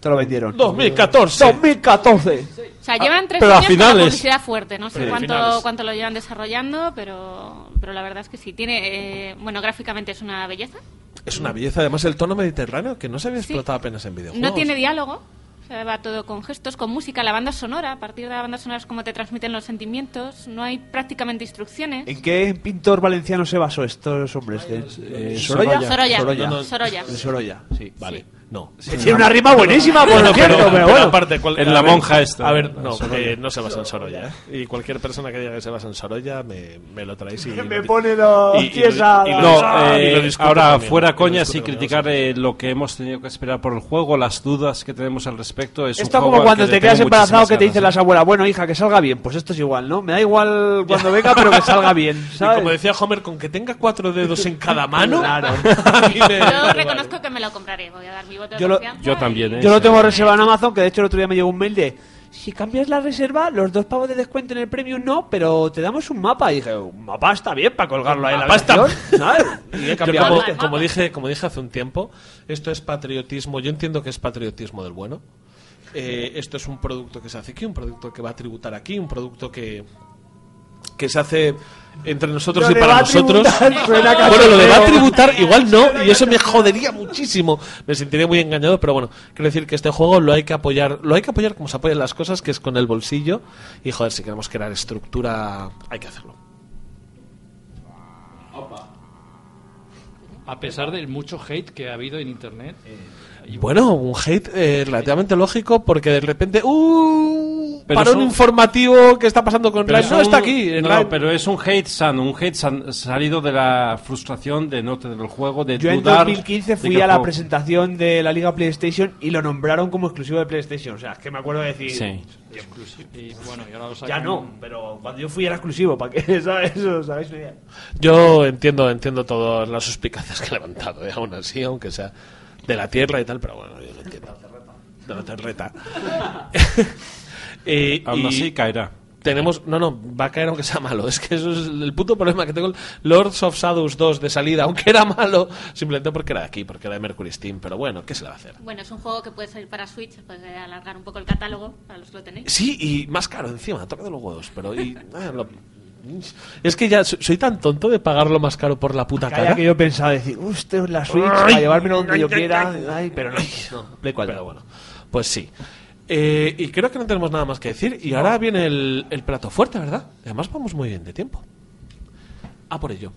Speaker 9: Te lo vendieron.
Speaker 1: 2014.
Speaker 9: 2014.
Speaker 2: O sea,
Speaker 9: ah,
Speaker 2: llevan tres
Speaker 11: pero a
Speaker 2: años con la
Speaker 11: finales.
Speaker 2: publicidad fuerte. No sé
Speaker 11: Sí,
Speaker 2: cuánto,
Speaker 11: finales.
Speaker 2: cuánto lo llevan desarrollando, pero, pero la verdad es que sí. Tiene, eh, bueno, gráficamente es una belleza.
Speaker 1: Es una belleza, además, el tono mediterráneo que no se había explotado apenas en videojuegos.
Speaker 2: No tiene diálogo. o sea, Va todo con gestos, con música, la banda sonora. A partir de la banda sonora es como te transmiten los sentimientos. No hay prácticamente instrucciones.
Speaker 9: ¿En qué pintor valenciano se basó estos hombres? ¿De- eh, Sorolla?
Speaker 2: Sorolla.
Speaker 9: Sorolla.
Speaker 2: No, no. Sorolla.
Speaker 9: De Sorolla, sí.
Speaker 1: Vale, no.
Speaker 9: Tiene una rima buenísima, por
Speaker 1: Bueno,
Speaker 9: cierto, pero, bueno.
Speaker 1: aparte, cual-
Speaker 11: En
Speaker 1: a
Speaker 11: la
Speaker 1: ver,
Speaker 11: monja esta.
Speaker 1: A ver, no,
Speaker 11: Sorolla.
Speaker 1: eh, no se basa en Sorolla. ¿eh? Y cualquier persona que diga que se basa en Sorolla, me, me lo traéis y.
Speaker 9: Me pone la
Speaker 1: Y- y lo-
Speaker 9: tiesa.
Speaker 1: y lo-
Speaker 11: No,
Speaker 1: Ah,
Speaker 11: eh,
Speaker 1: y lo discuto
Speaker 11: ahora
Speaker 1: también, y
Speaker 11: fuera
Speaker 1: lo
Speaker 11: coñas
Speaker 1: discuto
Speaker 11: y
Speaker 1: también,
Speaker 11: criticar eh, lo que hemos tenido que esperar por el juego, las dudas que tenemos al respecto. Es un
Speaker 9: Esto
Speaker 11: juego
Speaker 9: como
Speaker 11: al
Speaker 9: cuando
Speaker 11: que
Speaker 9: te
Speaker 11: le
Speaker 9: quedas
Speaker 11: tengo
Speaker 9: embarazado que te
Speaker 11: muchísimas
Speaker 9: dicen las
Speaker 11: ganas. ¿eh?
Speaker 9: abuelas, bueno, hija, que salga bien. Pues esto es igual, ¿no? Me da igual cuando venga, pero que salga bien,
Speaker 1: Y
Speaker 9: ¿sabes?
Speaker 1: como decía Homer, con que tenga cuatro dedos en cada mano.
Speaker 9: Claro.
Speaker 1: a mí me-
Speaker 2: Yo reconozco que me lo compraré. Voy a dar mi voto de
Speaker 9: Yo lo-
Speaker 2: confianza
Speaker 11: yo también,
Speaker 2: y-
Speaker 11: ¿eh?
Speaker 9: Yo lo tengo reservado en Amazon, que de hecho el otro día me llegó un mail de si cambias la reserva, los dos pavos de descuento en el premium no, pero te damos un mapa. Y dije, un mapa está bien para colgarlo ahí en la
Speaker 1: Mapa está-
Speaker 9: habitación, ¿sabes? Y he
Speaker 1: Yo
Speaker 9: cambiado.
Speaker 1: como, como dije, como dije hace un tiempo, esto es patriotismo. Yo entiendo que es patriotismo del bueno. Eh, esto es un producto que se hace aquí, un producto que va a tributar aquí, un producto que que se hace entre nosotros
Speaker 9: Lo
Speaker 1: y
Speaker 9: de
Speaker 1: para
Speaker 9: va a
Speaker 1: nosotros.
Speaker 9: tributar suena
Speaker 1: bueno, lo de va a
Speaker 9: cachondeo.
Speaker 1: tributar igual no, y eso me jodería muchísimo. Me sentiría muy engañado, pero bueno, quiero decir que este juego lo hay que apoyar, lo hay que apoyar como se apoyan las cosas, que es con el bolsillo. Y joder, si queremos crear estructura, hay que hacerlo.
Speaker 3: A pesar del mucho hate que ha habido en internet. eh,
Speaker 1: Bueno, un hate eh, relativamente lógico porque de repente, ¡uh!
Speaker 11: Pero
Speaker 1: parón
Speaker 11: son-
Speaker 1: informativo que está pasando con
Speaker 11: Pero
Speaker 1: Live.
Speaker 11: es
Speaker 1: No
Speaker 11: un-
Speaker 1: está aquí. en
Speaker 11: no,
Speaker 1: Live.
Speaker 11: no, pero es un hate sano, un hate san- salido de la frustración de no tener el juego, de
Speaker 9: Yo en
Speaker 11: dudar.
Speaker 9: 2015
Speaker 11: de
Speaker 9: fui
Speaker 11: que
Speaker 9: a la
Speaker 11: juego-
Speaker 9: presentación de la Liga PlayStation y lo nombraron como exclusivo de PlayStation. O sea, es que me acuerdo de decir.
Speaker 11: Sí.
Speaker 3: Y bueno, y ahora lo
Speaker 9: Ya
Speaker 3: sacan-
Speaker 9: no, pero cuando yo fui era exclusivo, ¿para qué? ¿Sabes? Eso, ¿Sabéis?
Speaker 1: Yo entiendo, entiendo todas las suspicacias que he levantado, eh, aún así, aunque sea de la tierra y tal, pero bueno, yo lo entiendo. De la terreta. Eh,
Speaker 11: Aún
Speaker 1: y
Speaker 11: así caerá.
Speaker 1: Tenemos, no, no, va a caer aunque sea malo. Es que eso es el puto problema que tengo. Lords of Shadows 2 de salida, aunque era malo, simplemente porque era de aquí, porque era de Mercury Steam. Pero bueno, ¿qué se le va a hacer?
Speaker 2: Bueno, es un juego que puede salir para Switch, puede alargar un poco el catálogo para los que lo tenéis.
Speaker 1: Sí, y más caro encima, toca de los huevos, pero... y- ah, lo- es que ya so- soy tan tonto de pagarlo más caro por la puta cara.
Speaker 9: Calla que yo pensaba decir, usted la Switch,
Speaker 1: Ay,
Speaker 9: para llevármelo donde
Speaker 1: ay,
Speaker 9: yo
Speaker 1: ay,
Speaker 9: quiera.
Speaker 1: ay.
Speaker 9: Ay, pero no. no. Play cuatro.
Speaker 1: Pero bueno, pues sí. Eh, y creo que no tenemos nada más que decir. Y ahora viene el, el plato fuerte, ¿verdad? Además vamos muy bien de tiempo. A por ello.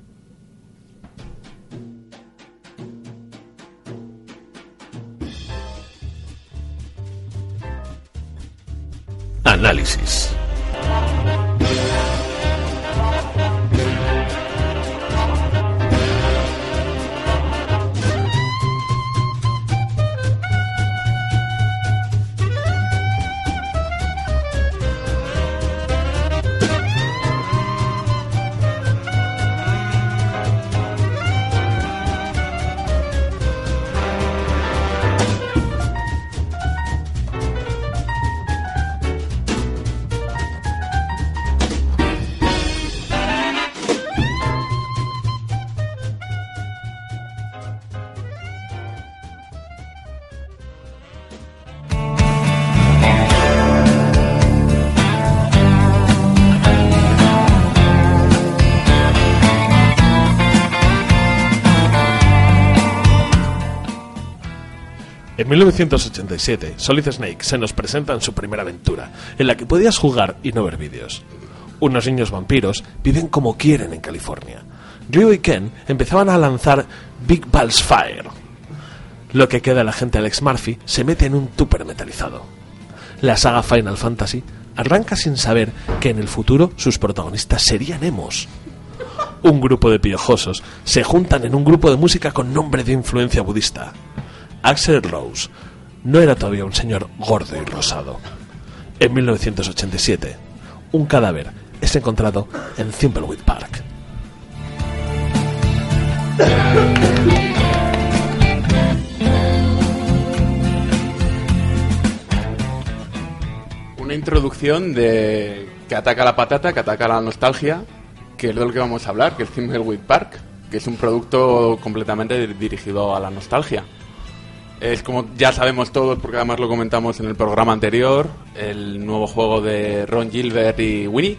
Speaker 1: Análisis. En 1987, Solid Snake se nos presenta en su primera aventura, en la que podías jugar y no ver vídeos. Unos niños vampiros viven como quieren en California. Ryu y Ken empezaban a lanzar Big Balls Fire. Lo que queda de la gente Alex Murphy se mete en un tupper metalizado. La saga Final Fantasy arranca sin saber que en el futuro sus protagonistas serían emos un grupo de piojosos se juntan en un grupo de música con nombre de influencia budista. Axel Rose no era todavía un señor gordo y rosado. En 1987, un cadáver es encontrado en Thimbleweed Park.
Speaker 4: Una introducción de que ataca la patata, que ataca la nostalgia, que es de lo que vamos a hablar, que es Thimbleweed Park, que es un producto completamente dir- dirigido a la nostalgia. Es como ya sabemos todos, porque además lo comentamos en el programa anterior, el nuevo juego de Ron Gilbert y Winnick,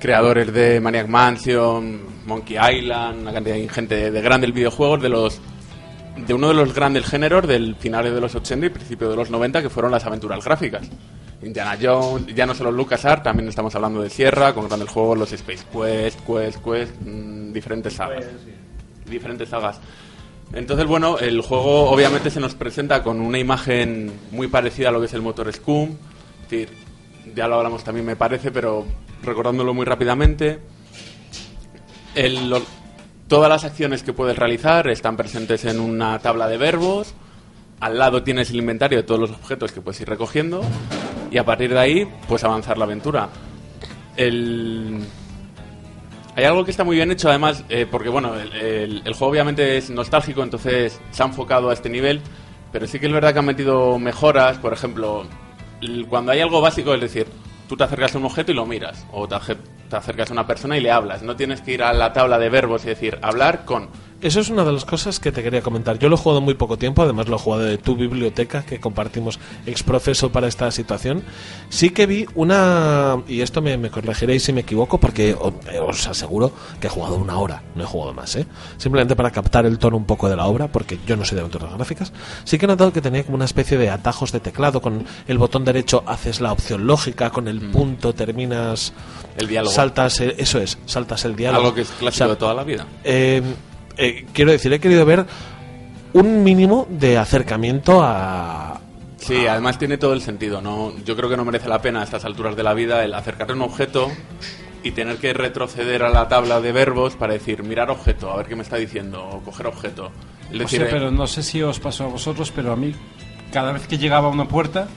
Speaker 4: creadores de Maniac Mansion, Monkey Island, una cantidad de gente de, de grandes videojuegos, de los de uno de los grandes géneros del finales de los 80 y principio de los 90, que fueron las aventuras gráficas. Indiana Jones, ya no solo LucasArts, también estamos hablando de Sierra, con grandes juegos, los Space Quest, Quest, Quest, mm, diferentes sagas. Diferentes sagas. Entonces, bueno, el juego obviamente se nos presenta con una imagen muy parecida a lo que es el motor Scum. Es decir, ya lo hablamos también, me parece, pero recordándolo muy rápidamente. el- lo- todas las acciones que puedes realizar están presentes en una tabla de verbos. Al lado tienes el inventario de todos los objetos que puedes ir recogiendo. Y a partir de ahí, pues avanzar la aventura. El. Hay algo que está muy bien hecho, además, eh, porque bueno, el, el- el juego obviamente es nostálgico, entonces se ha enfocado a este nivel, pero sí que es verdad que han metido mejoras, por ejemplo, l- cuando hay algo básico, es decir, tú te acercas a un objeto y lo miras, o te, aje- te acercas a una persona y le hablas. No tienes que ir a la tabla de verbos y decir hablar con.
Speaker 1: Eso es una de las cosas que te quería comentar. Yo lo he jugado muy poco tiempo, además lo he jugado de tu biblioteca que compartimos exprofeso para esta situación. Sí que vi una, y esto me, me corregiréis si me equivoco, porque o- eh, os aseguro que he jugado una hora, no he jugado más, ¿eh? Simplemente para captar el tono un poco de la obra, porque yo no soy de aventuras gráficas. Sí que he notado que tenía como una especie de atajos de teclado, con el botón derecho haces la opción lógica, con el punto terminas...
Speaker 4: Mm. El diálogo.
Speaker 1: Saltas, el- eso es, saltas el diálogo.
Speaker 4: Algo que es clásico
Speaker 1: O sea,
Speaker 4: de toda la vida.
Speaker 1: eh, eh, quiero decir, he querido ver un mínimo de acercamiento a...
Speaker 4: Sí,
Speaker 1: Ah.
Speaker 4: además tiene todo el sentido. No, yo creo que no merece la pena a estas alturas de la vida el acercarte a un objeto y tener que retroceder a la tabla de verbos para decir mirar objeto, a ver qué me está diciendo, o coger objeto. Es
Speaker 11: No
Speaker 4: decir,
Speaker 11: sé,
Speaker 4: eh,
Speaker 11: pero no sé si os pasó a vosotros, pero a mí cada vez que llegaba a una puerta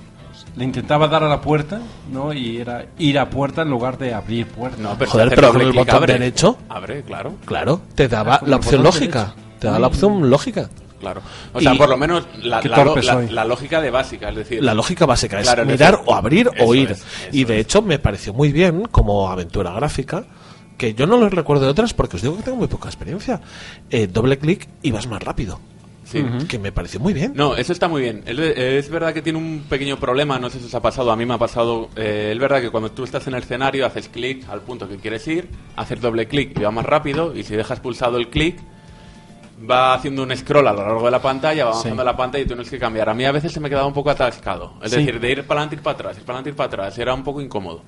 Speaker 11: le intentaba dar a la puerta, ¿no? Y era ir a puerta en lugar de abrir puerta.
Speaker 4: No,
Speaker 1: Joder, pero con el botón derecho...
Speaker 4: Abre, claro.
Speaker 1: Claro, te daba
Speaker 11: Con el
Speaker 1: la opción
Speaker 11: botón
Speaker 1: lógica.
Speaker 11: derecho.
Speaker 1: Te daba la opción lógica.
Speaker 4: Mm. Claro. O sea,
Speaker 1: Y-
Speaker 4: por lo menos la,
Speaker 1: Qué
Speaker 4: la-
Speaker 1: torpe
Speaker 4: la-
Speaker 1: soy.
Speaker 4: la lógica de básica, es decir...
Speaker 1: La lógica básica es
Speaker 4: Claro, es
Speaker 1: mirar
Speaker 4: decir,
Speaker 1: o abrir
Speaker 4: eso
Speaker 1: o ir.
Speaker 4: es.
Speaker 1: y de hecho me pareció muy bien como aventura gráfica, que yo no lo recuerdo de otras porque os digo que tengo muy poca experiencia. Eh, doble clic y vas más rápido.
Speaker 4: Sí. Ujú.
Speaker 1: Que me pareció muy bien.
Speaker 4: No, eso está muy bien. Es, es verdad que tiene un pequeño problema, no sé si os ha pasado, a mí me ha pasado. eh, es verdad que cuando tú estás en el escenario haces clic al punto que quieres ir, haces doble clic y va más rápido, y si dejas pulsado el clic, va haciendo un scroll a lo largo de la pantalla, va avanzando la pantalla y tú tienes que cambiar. A mí a veces se me quedaba un poco atascado, es
Speaker 5: Sí.
Speaker 4: decir, de ir para adelante y para atrás, ir para adelante y para atrás, era un poco incómodo.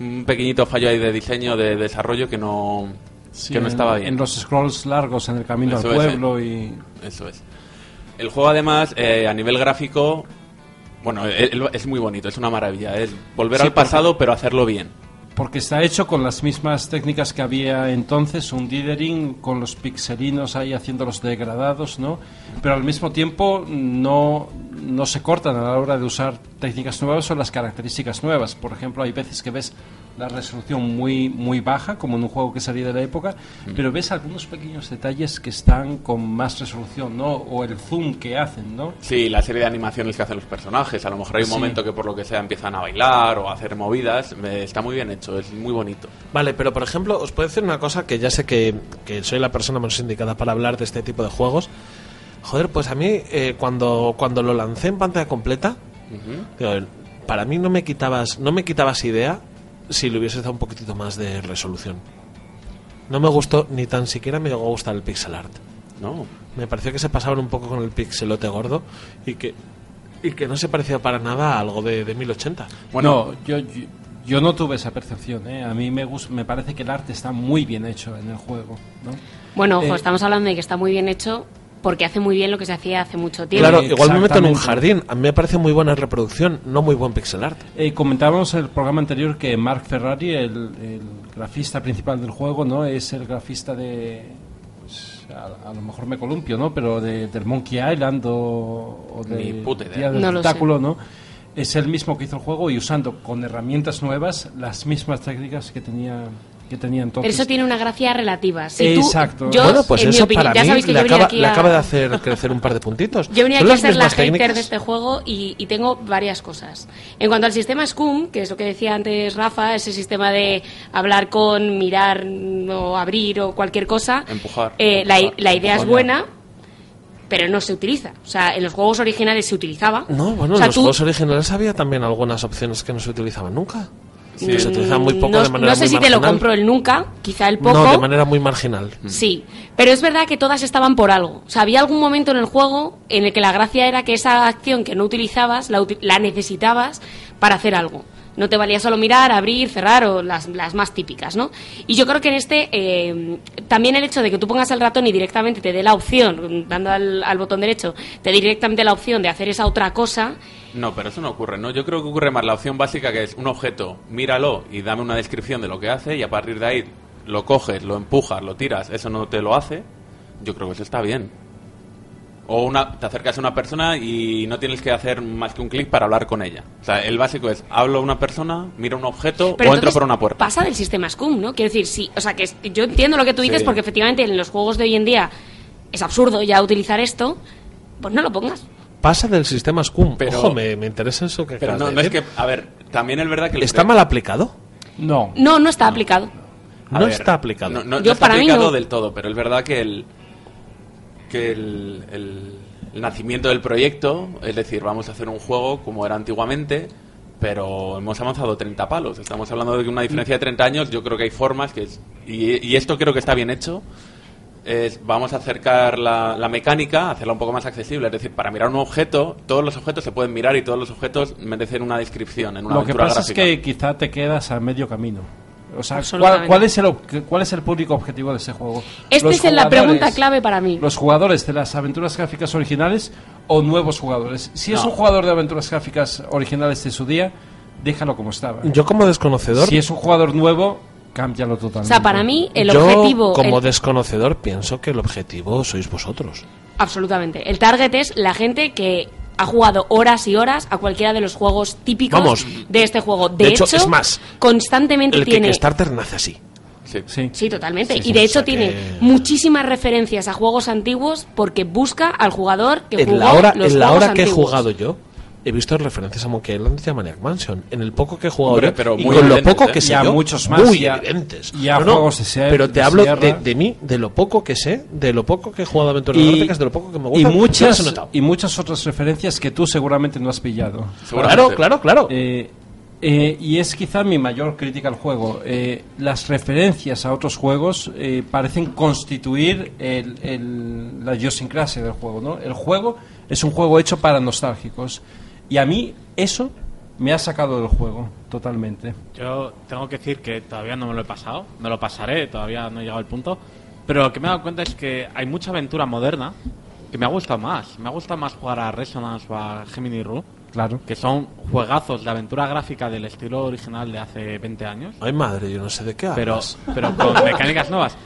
Speaker 4: Un pequeñito fallo ahí de diseño, de desarrollo que no,
Speaker 11: Sí,
Speaker 4: que no
Speaker 11: en-
Speaker 4: estaba bien.
Speaker 11: En los scrolls largos en el camino
Speaker 4: Eso
Speaker 11: al
Speaker 4: es,
Speaker 11: pueblo
Speaker 4: eh.
Speaker 11: y
Speaker 4: Eso es. El juego, además, eh, a nivel gráfico, bueno, eh, eh, es muy bonito, es una maravilla. Es volver
Speaker 11: Sí,
Speaker 4: al pasado, pero hacerlo bien.
Speaker 11: porque está hecho con las mismas técnicas que había entonces, un dithering con los pixelinos ahí haciéndolos degradados, ¿no? Pero al mismo tiempo no, no se cortan a la hora de usar técnicas nuevas o las características nuevas. Por ejemplo, hay veces que ves la resolución muy, muy baja, como en un juego que salía de la época, pero ves algunos pequeños detalles que están con más resolución, ¿no? O el zoom que hacen, ¿no?
Speaker 4: Sí, la serie de animaciones que hacen los personajes, a lo mejor hay un
Speaker 11: Sí.
Speaker 4: momento que por lo que sea empiezan a bailar o a hacer movidas, eh, está muy bien hecho, es muy bonito.
Speaker 1: Vale, pero por ejemplo, os puedo decir una cosa que ya sé que, que soy la persona menos indicada para hablar de este tipo de juegos. Joder, pues a mí eh, cuando, cuando lo lancé en pantalla completa, digo, para mí no me quitabas, no me quitabas idea si le hubieses dado un poquitito más de resolución. No me gustó, ni tan siquiera me llegó a gustar el pixel art.
Speaker 4: No.
Speaker 1: Me pareció que se pasaban un poco con el pixelote gordo y que, y que no se parecía para nada a algo de, de 1080.
Speaker 11: Bueno, yo, yo, yo no tuve esa percepción. ¿eh? A mí me, gus- me parece que el arte está muy bien hecho en el juego. ¿no?
Speaker 12: Bueno, ojo,
Speaker 11: Eh,
Speaker 12: estamos hablando de que está muy bien hecho porque hace muy bien lo que se hacía hace mucho tiempo.
Speaker 1: Claro, igual me meto en un
Speaker 11: Exactamente.
Speaker 1: jardín. A mí me parece muy buena reproducción, no muy buen pixel art.
Speaker 11: eh, comentábamos en el programa anterior que Mark Ferrari, el, el grafista principal del juego, no es el grafista de... A, a lo mejor me columpio, ¿no? Pero de- del Monkey Island o, o de
Speaker 4: Ni puta idea.
Speaker 11: Día del
Speaker 4: No lo sé.
Speaker 11: Tentáculo, ¿no? Es el mismo que hizo el juego y usando con herramientas nuevas las mismas técnicas que tenía, que tenía entonces.
Speaker 12: Pero eso tiene una gracia relativa. Si tú-
Speaker 11: Exacto.
Speaker 12: yo,
Speaker 1: bueno, pues
Speaker 12: en mi
Speaker 1: eso
Speaker 12: opinión,
Speaker 1: para
Speaker 12: ya
Speaker 1: mí
Speaker 12: sabéis que
Speaker 1: le,
Speaker 12: yo venía
Speaker 1: acaba,
Speaker 12: aquí
Speaker 1: le
Speaker 12: a-
Speaker 1: acaba de hacer crecer un par de puntitos.
Speaker 12: Yo venía
Speaker 1: Son
Speaker 12: aquí a
Speaker 1: las
Speaker 12: ser la
Speaker 1: mismas
Speaker 12: hater
Speaker 1: técnicas.
Speaker 12: de este juego y, y tengo varias cosas. En cuanto al sistema SCUM, que es lo que decía antes Rafa, ese sistema de hablar con, mirar mm, o abrir o cualquier cosa,
Speaker 4: Empujar.
Speaker 12: eh, la, i- la idea es
Speaker 4: Coño.
Speaker 12: buena, pero no se utiliza. O sea, en los juegos originales se utilizaba.
Speaker 1: No, bueno,
Speaker 12: O sea,
Speaker 1: en los
Speaker 12: tú-
Speaker 1: juegos originales había también algunas opciones que no se utilizaban nunca. Que se utilizaban muy poco
Speaker 12: mm, no,
Speaker 1: de manera
Speaker 12: no sé
Speaker 1: muy
Speaker 12: si te
Speaker 1: marginal.
Speaker 12: lo compro el nunca, quizá el poco. Mm.
Speaker 1: No, de manera muy marginal.
Speaker 12: Sí, pero es verdad que todas estaban por algo. O sea, había algún momento en el juego en el que la gracia era que esa acción que no utilizabas la, uti- la necesitabas para hacer algo. No te valía solo mirar, abrir, cerrar o las, las más típicas, ¿no? Y yo creo que en este eh, también el hecho de que tú pongas el ratón y directamente te dé la opción, dando al, al botón derecho, te dé directamente la opción de hacer esa otra cosa,
Speaker 4: No, pero eso no ocurre, ¿no? Yo creo que ocurre más la opción básica que es un objeto, míralo y dame una descripción de lo que hace y a partir de ahí lo coges, lo empujas, lo tiras, eso no te lo hace. Yo creo que eso está bien. O una, te acercas a una persona y no tienes que hacer más que un clic para hablar con ella. O sea, el básico es hablo a una persona, miro un objeto
Speaker 12: Pero
Speaker 4: o entro
Speaker 12: entonces
Speaker 4: por una puerta.
Speaker 12: Pasa del sistema SCUM, ¿no? Quiero decir, sí, o sea, que es- yo entiendo lo que tú dices
Speaker 4: Sí.
Speaker 12: porque efectivamente en los juegos de hoy en día es absurdo ya utilizar esto, pues no lo pongas.
Speaker 1: pasa del sistema SCUM.
Speaker 4: Pero-
Speaker 1: Ojo, me, me interesa eso que
Speaker 4: Pero
Speaker 1: acabas
Speaker 4: no,
Speaker 1: de
Speaker 4: no es
Speaker 1: decir.
Speaker 4: que, a ver, también es verdad que... el
Speaker 1: ¿Está mal aplicado?
Speaker 11: No.
Speaker 12: No, no está aplicado.
Speaker 4: A
Speaker 1: No
Speaker 4: ver,
Speaker 1: está aplicado.
Speaker 4: No, no- no
Speaker 12: Yo,
Speaker 4: está
Speaker 12: para mí,
Speaker 4: aplicado
Speaker 12: no.
Speaker 4: del todo, pero es verdad que el que el, el- el nacimiento del proyecto, es decir, vamos a hacer un juego como era antiguamente, pero hemos avanzado 30 palos. Estamos hablando de que una diferencia de 30 años, yo creo que hay formas que es- y, y esto creo que está bien hecho. Es, vamos a acercar la, la mecánica, hacerla un poco más accesible. Es decir, para mirar un objeto, todos los objetos se pueden mirar y todos los objetos merecen una descripción en una
Speaker 11: Lo que
Speaker 4: aventura
Speaker 11: pasa
Speaker 4: gráfica.
Speaker 11: es que quizá te quedas a medio camino. O sea, ¿cuál,
Speaker 12: Absolutamente.
Speaker 11: cuál es el, ob- cuál es el público objetivo de ese juego?
Speaker 12: Esta
Speaker 11: Los
Speaker 12: es la pregunta
Speaker 11: jugadores-
Speaker 12: clave para mí.
Speaker 11: ¿Los jugadores de las aventuras gráficas originales o nuevos jugadores? Si es
Speaker 12: No.
Speaker 11: un jugador de aventuras gráficas originales de su día, déjalo como estaba.
Speaker 1: Yo como desconocedor...
Speaker 11: Si es un jugador nuevo, cámbialo
Speaker 12: O
Speaker 11: totalmente.
Speaker 12: sea, para mí el
Speaker 1: yo
Speaker 12: objetivo...
Speaker 1: como
Speaker 12: el-
Speaker 1: desconocedor pienso que el objetivo sois vosotros.
Speaker 12: Absolutamente. El target es la gente que ha jugado horas y horas a cualquiera de los juegos típicos
Speaker 1: Vamos.
Speaker 12: de este juego. De,
Speaker 1: De hecho, es más,
Speaker 12: constantemente
Speaker 1: El que
Speaker 12: tiene...
Speaker 1: Kickstarter nace así.
Speaker 4: Sí,
Speaker 12: Sí, totalmente.
Speaker 1: Sí, sí,
Speaker 12: y de
Speaker 1: o
Speaker 12: hecho
Speaker 1: sea que-
Speaker 12: tiene muchísimas referencias a juegos antiguos porque busca al jugador que jugó
Speaker 1: en la hora,
Speaker 12: los
Speaker 1: en la
Speaker 12: juegos
Speaker 1: hora que he
Speaker 12: antiguos.
Speaker 1: jugado yo, he visto referencias a Monkey Island y a Maniac Mansion. En el poco que he jugado
Speaker 4: Hombre,
Speaker 1: yo,
Speaker 4: pero
Speaker 1: y
Speaker 4: muy
Speaker 1: con lo
Speaker 4: evidentes,
Speaker 1: poco
Speaker 4: ¿eh?
Speaker 1: que sé
Speaker 11: Y a
Speaker 1: yo,
Speaker 11: muchos más,
Speaker 1: muy
Speaker 11: y a-
Speaker 1: evidentes.
Speaker 11: y a
Speaker 1: No, no,
Speaker 11: juegos de ser-
Speaker 1: Pero te
Speaker 11: de
Speaker 1: hablo de,
Speaker 11: sierra.
Speaker 1: de mí, de lo poco que sé, de lo poco que he jugado a aventuras
Speaker 11: Y-
Speaker 1: gráficas, de lo poco que me
Speaker 11: y
Speaker 1: gusta.
Speaker 11: muchas, y muchas otras referencias que tú seguramente no has pillado.
Speaker 1: Claro, claro, claro.
Speaker 11: Eh, eh, y es quizá mi mayor crítica al juego. Eh, las referencias a otros juegos eh, parecen constituir el- el- la idiosincrasia del juego. ¿no? El juego es un juego hecho para nostálgicos. Y a mí eso me ha sacado del juego totalmente.
Speaker 5: Yo tengo que decir que todavía no me lo he pasado, me lo pasaré, todavía no he llegado al punto. Pero lo que me he dado cuenta es que hay mucha aventura moderna que me ha gustado más. Me ha gustado más jugar a Resonance o a Gemini Rue,
Speaker 11: Claro.
Speaker 5: que son juegazos de aventura gráfica del estilo original de hace 20 años.
Speaker 1: Ay, madre, yo no sé de qué
Speaker 5: pero,
Speaker 1: hablas.
Speaker 5: pero con mecánicas nuevas.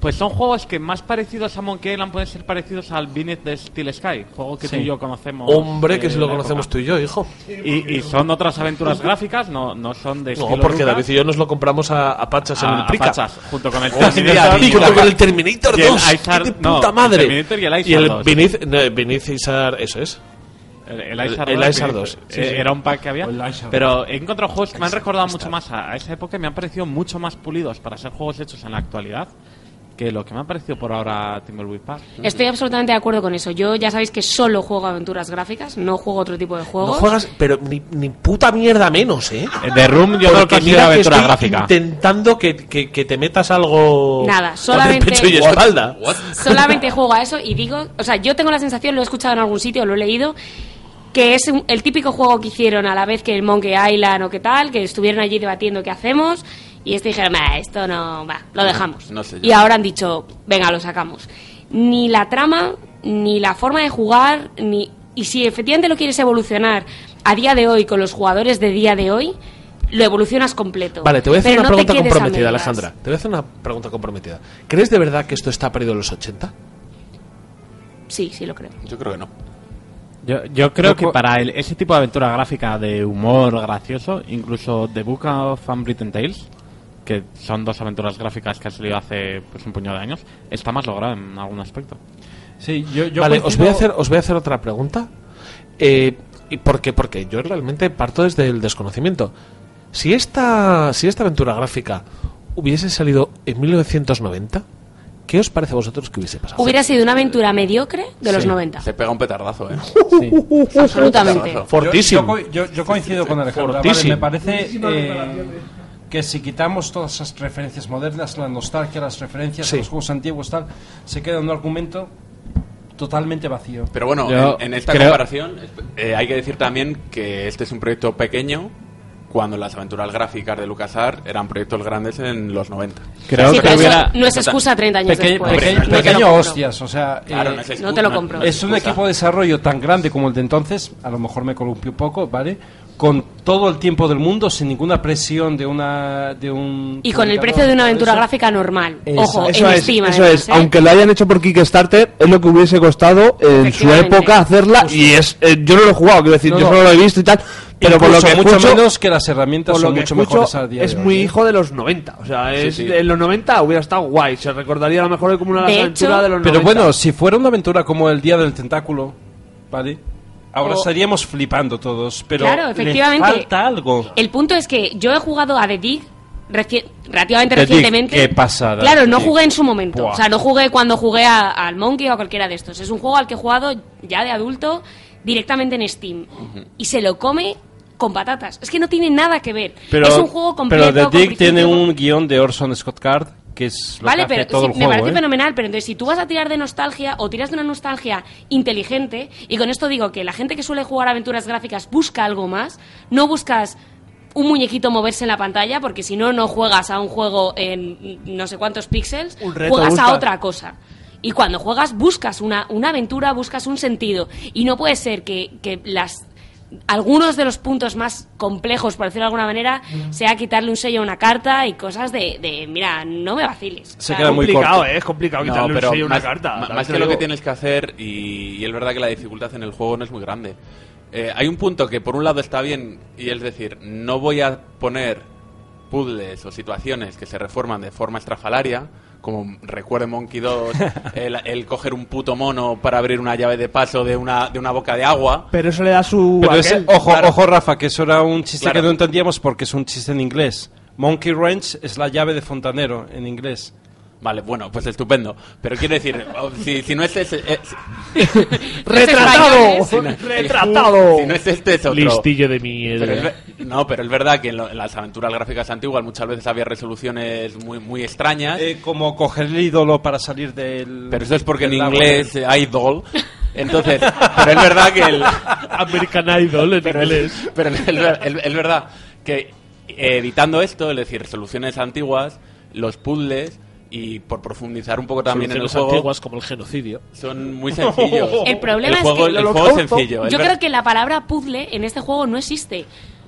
Speaker 5: Pues son juegos que más parecidos a Monkey Island pueden ser parecidos al Binet de Steel Sky, juego que
Speaker 1: Sí.
Speaker 5: tú y yo conocemos.
Speaker 1: Hombre, que
Speaker 5: de
Speaker 1: si
Speaker 11: eh,
Speaker 1: lo
Speaker 5: la
Speaker 1: conocemos
Speaker 5: época.
Speaker 1: tú y yo, hijo.
Speaker 5: Y, y son otras aventuras gráficas, no, no son de
Speaker 1: No,
Speaker 5: estilo
Speaker 1: porque
Speaker 5: Luca.
Speaker 1: David y yo nos lo compramos a, a Pachas en
Speaker 5: A-
Speaker 1: el Prica.
Speaker 5: a Pachas, junto con el
Speaker 1: Oh, sí,
Speaker 5: Terminator.
Speaker 1: y junto con el Terminator
Speaker 5: Y el
Speaker 1: 2.
Speaker 5: Isar-
Speaker 1: ¡Qué de
Speaker 5: no,
Speaker 1: puta
Speaker 5: el
Speaker 1: madre!
Speaker 5: Terminator y el Isar 2.
Speaker 1: Viniz, no, Viniz Isar, eso es.
Speaker 5: El, el Isar
Speaker 1: El
Speaker 5: 2,
Speaker 1: Isar
Speaker 5: que-
Speaker 1: 2.
Speaker 5: eh,
Speaker 1: Sí, sí.
Speaker 5: Era un pack que había.
Speaker 1: O el Isar.
Speaker 5: Pero he encontrado juegos que me han recordado mucho más a, a esa época y me han parecido mucho más pulidos para ser juegos hechos en la actualidad que lo que me ha parecido por ahora Timberwolf Park.
Speaker 12: Estoy absolutamente de acuerdo con eso. Yo ya sabéis que solo juego aventuras gráficas, no juego otro tipo de
Speaker 1: No
Speaker 12: juegos.
Speaker 1: juegas, pero ni, ni puta mierda menos, ¿eh?
Speaker 5: The Room yo no lo
Speaker 1: Porque
Speaker 5: considero
Speaker 1: mira que
Speaker 5: aventura
Speaker 1: estoy
Speaker 5: gráfica.
Speaker 1: intentando que, que, que te metas algo...
Speaker 12: Nada,
Speaker 1: por el
Speaker 12: solamente-
Speaker 1: pecho y
Speaker 12: What?
Speaker 1: espalda.
Speaker 12: Solamente juego a eso y digo, o sea, yo tengo la sensación, lo he escuchado en algún sitio, lo he leído, que es un- el típico juego que hicieron a la vez que el Monkey Island o qué tal, que estuvieron allí debatiendo qué hacemos y este dijeron, "Bah, esto no va, lo dejamos.
Speaker 4: No sé yo.
Speaker 12: Y ahora han dicho, venga, lo sacamos. Ni la trama, ni la forma de jugar, ni... Y si efectivamente lo quieres evolucionar a día de hoy con los jugadores de día de hoy, lo evolucionas completo.
Speaker 1: Vale, te voy a hacer
Speaker 12: Pero
Speaker 1: una
Speaker 12: no te
Speaker 1: pregunta
Speaker 12: quedes a
Speaker 1: comprometida,
Speaker 12: medias.
Speaker 1: Alejandra. Te voy a hacer una pregunta comprometida. ¿Crees de verdad que esto está perdido en los 80?
Speaker 12: Sí, sí lo creo.
Speaker 4: Yo creo que no.
Speaker 5: Yo, yo creo que para el- ese tipo de aventura gráfica de humor gracioso, incluso The Book of Unwritten Tales, que son dos aventuras gráficas que han salido hace pues, un puñado de años, está más logrado en algún aspecto.
Speaker 11: Sí, yo, yo
Speaker 1: vale, os voy,
Speaker 11: coincido-
Speaker 1: a hacer, os voy a hacer otra pregunta. Eh, ¿y por qué? Porque yo realmente parto desde el desconocimiento. Si esta, si esta aventura gráfica hubiese salido en 1990, ¿qué os parece a vosotros que hubiese pasado?
Speaker 12: Hubiera sido una aventura mediocre de los
Speaker 1: Sí.
Speaker 12: 90.
Speaker 4: Se pega un petardazo, ¿eh?
Speaker 11: Uh,
Speaker 12: Absolutamente.
Speaker 1: Fortísimo.
Speaker 11: Yo, yo co- yo- yo coincido con Alejandra. Vale,
Speaker 1: Fortísimo.
Speaker 11: me parece
Speaker 1: Fortísima
Speaker 11: eh,
Speaker 1: declaración.
Speaker 11: que si quitamos todas esas referencias modernas, la nostalgia, las referencias
Speaker 4: Sí.
Speaker 11: a los juegos antiguos, tal, se queda un argumento totalmente vacío.
Speaker 4: Pero bueno,
Speaker 11: Yo
Speaker 4: en, en esta
Speaker 11: creo-
Speaker 4: comparación eh, hay que decir también que este es un proyecto pequeño cuando las aventuras gráficas de LucasArts eran proyectos grandes en los 90.
Speaker 5: Creo
Speaker 12: Sí, que pero eso hubiera- no es excusa 30 años
Speaker 11: Peque-
Speaker 12: después.
Speaker 11: peque-
Speaker 12: Hombre, no te lo
Speaker 11: pequeño
Speaker 12: compro.
Speaker 11: hostias, o sea,
Speaker 12: Claro, no es excu- No te lo no- compro. no es
Speaker 11: es un
Speaker 12: excusa.
Speaker 11: equipo de desarrollo tan grande como el de entonces, a lo mejor me columpio un poco, ¿vale? Con todo el tiempo del mundo, sin ninguna presión de una de un
Speaker 12: Y con el
Speaker 11: publicador,
Speaker 12: precio de una
Speaker 11: todo
Speaker 12: aventura
Speaker 11: eso.
Speaker 12: gráfica normal.
Speaker 11: Eso-
Speaker 12: Ojo,
Speaker 11: eso
Speaker 12: en
Speaker 11: es,
Speaker 12: Steam,
Speaker 11: eso
Speaker 12: además,
Speaker 16: Pues,
Speaker 12: ¿eh?
Speaker 16: aunque lo hayan hecho por Kickstarter, es lo que hubiese costado en su
Speaker 12: Efectivamente.
Speaker 16: época hacerla. Y es, eh, yo no lo he jugado, quiero decir,
Speaker 11: No,
Speaker 16: yo
Speaker 11: no.
Speaker 16: solo lo he visto y tal. Pero por lo
Speaker 11: Incluso
Speaker 16: que
Speaker 11: mucho
Speaker 16: escucho,
Speaker 11: menos que las herramientas
Speaker 16: por lo
Speaker 11: son
Speaker 16: que
Speaker 11: mucho
Speaker 16: escucho,
Speaker 11: mejores al día
Speaker 16: Es
Speaker 11: de hoy,
Speaker 16: muy
Speaker 11: ¿eh?
Speaker 16: hijo de los 90. O sea,
Speaker 11: Sí,
Speaker 16: es,
Speaker 11: sí.
Speaker 16: en los 90 hubiera estado guay. Se recordaría a lo mejor como una
Speaker 12: De
Speaker 16: aventura
Speaker 12: hecho-
Speaker 16: de los
Speaker 11: Pero
Speaker 16: 90.
Speaker 11: bueno, si fuera una aventura como el Día del Tentáculo, ¿vale? Ahora
Speaker 12: O-
Speaker 11: estaríamos flipando todos, pero
Speaker 12: Claro,
Speaker 11: le
Speaker 12: efectivamente.
Speaker 11: falta algo.
Speaker 12: El punto es que yo he jugado a The Dig reci- relativamente
Speaker 11: The Dig,
Speaker 12: recientemente.
Speaker 11: qué pasada,
Speaker 12: Claro,
Speaker 11: The
Speaker 12: no
Speaker 11: Dig.
Speaker 12: jugué en su momento.
Speaker 11: Buah.
Speaker 12: O sea, no jugué cuando jugué a- al Monkey o a cualquiera de estos. Es un juego al que he jugado ya de adulto directamente en Steam. Y se lo come con patatas. Es que no tiene nada que ver.
Speaker 11: Pero,
Speaker 12: es un juego completo.
Speaker 11: Pero
Speaker 12: con
Speaker 11: The Dick tiene
Speaker 12: principio, con-
Speaker 11: un guión de Orson Scott Card que es lo
Speaker 12: Vale,
Speaker 11: que hace
Speaker 12: pero
Speaker 11: todo
Speaker 12: sí,
Speaker 11: el
Speaker 12: me
Speaker 11: juego.
Speaker 12: parece
Speaker 11: ¿eh?
Speaker 12: fenomenal, pero entonces si tú vas a tirar de nostalgia o tiras de una nostalgia inteligente, y con esto digo que la gente que suele jugar aventuras gráficas busca algo más, no buscas un muñequito moverse en la pantalla, porque si no, no juegas a un juego en no sé cuántos píxeles,
Speaker 17: Un reto
Speaker 12: juegas a
Speaker 17: buscas.
Speaker 12: otra cosa. Y cuando juegas buscas una, una aventura, buscas un sentido. Y no puede ser que, que las algunos de los puntos más complejos, por decirlo de alguna manera,
Speaker 17: Mm.
Speaker 12: sea quitarle un sello a una carta y cosas de, de, mira, no me vaciles.
Speaker 9: Se queda muy
Speaker 4: complicado,
Speaker 9: corto. eh, es complicado quitarle un sello a una
Speaker 4: más-
Speaker 9: carta,
Speaker 4: ma-
Speaker 9: también
Speaker 4: Más
Speaker 9: te
Speaker 4: que lo
Speaker 9: digo.
Speaker 4: que tienes que hacer, y, y es verdad que la dificultad en el juego no es muy grande. Eh, hay un punto que por un lado está bien, y es decir, no voy a poner puzzles o situaciones que se reforman de forma estrafalaria, como recuerde Monkey 2, el, el coger un puto mono para abrir una llave de paso de una, de una boca de agua.
Speaker 9: Pero eso le da su.
Speaker 11: Pero ese-
Speaker 9: aquel.
Speaker 11: ojo,
Speaker 9: Claro.
Speaker 11: ojo, Rafa, que eso era un chiste
Speaker 4: Claro.
Speaker 11: que no entendíamos porque es un chiste en inglés. Monkey Wrench es la llave de fontanero en inglés.
Speaker 4: Vale, bueno, pues estupendo. Pero quiero decir, o- si, si no es ese... eh, si-
Speaker 9: ¡Retratado!
Speaker 4: Si no-
Speaker 9: ¡Retratado!
Speaker 4: Si no es este, es otro.
Speaker 1: Listillo de mierda.
Speaker 4: Pero es ve- no, pero es verdad que en, lo- en las aventuras gráficas antiguas muchas veces había resoluciones muy, muy extrañas.
Speaker 11: Eh, como coger el ídolo para salir del.
Speaker 4: Pero eso es porque en
Speaker 11: del agua.
Speaker 4: inglés eh, hay doll. Entonces, pero es verdad que el.
Speaker 1: American Idol en
Speaker 4: pero es-
Speaker 1: inglés.
Speaker 4: pero es, ver- es- es verdad que eh, editando esto, es decir, soluciones antiguas, los puzzles y por profundizar un poco también en el
Speaker 1: Soluciones
Speaker 4: juego.
Speaker 1: antiguas como el genocidio.
Speaker 4: Son muy sencillos.
Speaker 12: El problema
Speaker 4: El juego-
Speaker 12: es que
Speaker 4: el juego es sencillo. El
Speaker 12: Yo
Speaker 4: ver-
Speaker 12: creo que la palabra puzzle en este juego no existe.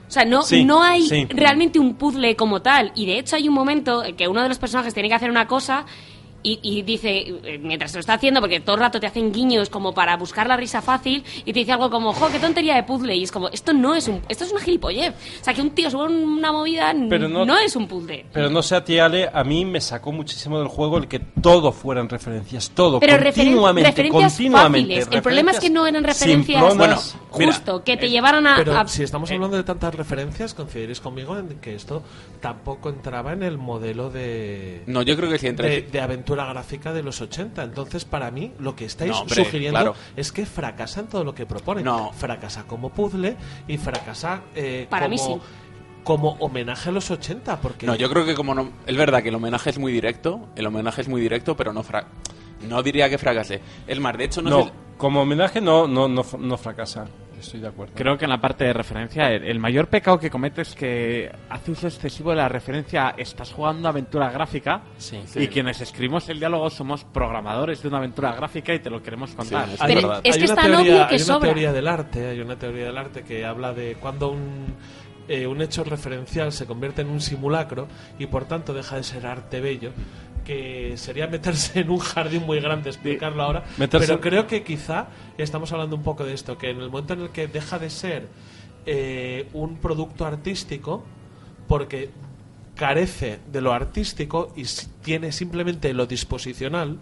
Speaker 12: O sea, no,
Speaker 4: Sí,
Speaker 12: no hay
Speaker 4: sí.
Speaker 12: realmente un puzzle como tal. Y de hecho hay un momento en que uno de los personajes tiene que hacer una cosa y, y dice, eh, mientras lo está haciendo, porque todo el rato te hacen guiños como para buscar la risa fácil, y te dice algo como, jo, qué tontería de puzzle. Y es como, esto no es un... Esto es una gilipollez. O sea, que un tío suba una movida
Speaker 11: Pero
Speaker 12: no,
Speaker 11: no-
Speaker 12: es un puzzle.
Speaker 11: Pero no sé a ti, Ale, a mí me sacó muchísimo del juego el que todo fueran referencias, todo,
Speaker 12: Pero referen-
Speaker 11: continuamente,
Speaker 12: referencias
Speaker 11: continuamente.
Speaker 12: fáciles. El problema es que no eran referencias
Speaker 11: simplonas.
Speaker 1: Mira, eh,
Speaker 12: justo, que te llevaran a...
Speaker 1: Pero
Speaker 12: a-
Speaker 1: si estamos hablando de tantas referencias, coincidiréis conmigo en que esto tampoco entraba en el modelo de.
Speaker 4: No, yo creo que sí entra.
Speaker 1: De, de aventura gráfica de los 80. Entonces, para mí, lo que estáis
Speaker 4: No, hombre,
Speaker 1: sugiriendo
Speaker 4: claro.
Speaker 1: es que fracasan todo lo que proponen. Fracasa como puzzle y fracasa eh,
Speaker 12: Para
Speaker 1: como,
Speaker 12: mí sí.
Speaker 1: como homenaje a los 80. Porque
Speaker 4: No, yo creo que como no... Es verdad que el homenaje es muy directo, el homenaje es muy directo, pero no fra... No diría que fracase. Es más, de hecho no,
Speaker 11: No,
Speaker 4: sé-
Speaker 11: como homenaje no, no, no, no fracasa. Estoy de acuerdo.
Speaker 5: Creo que en la parte de referencia, el, el mayor pecado que comete es que hace uso excesivo de la referencia, estás jugando aventura gráfica
Speaker 11: Sí.
Speaker 5: y
Speaker 11: Sí.
Speaker 5: quienes escribimos el diálogo somos programadores de una aventura gráfica y te lo queremos contar.
Speaker 1: Sí, es Pero verdad. es que
Speaker 5: Hay una
Speaker 1: está
Speaker 5: teoría-
Speaker 1: obvio que
Speaker 5: hay una
Speaker 1: sobra.
Speaker 5: teoría
Speaker 1: del arte, hay una teoría del arte que habla de cuando un, eh, un hecho referencial se convierte en un simulacro y por tanto deja de ser arte bello, que sería meterse en un jardín muy grande, explicarlo ahora.
Speaker 11: Meterse-
Speaker 1: Pero creo que quizá estamos hablando un poco de esto, que en el momento en el que deja de ser eh, un producto artístico, porque carece de lo artístico y s- tiene simplemente lo disposicional,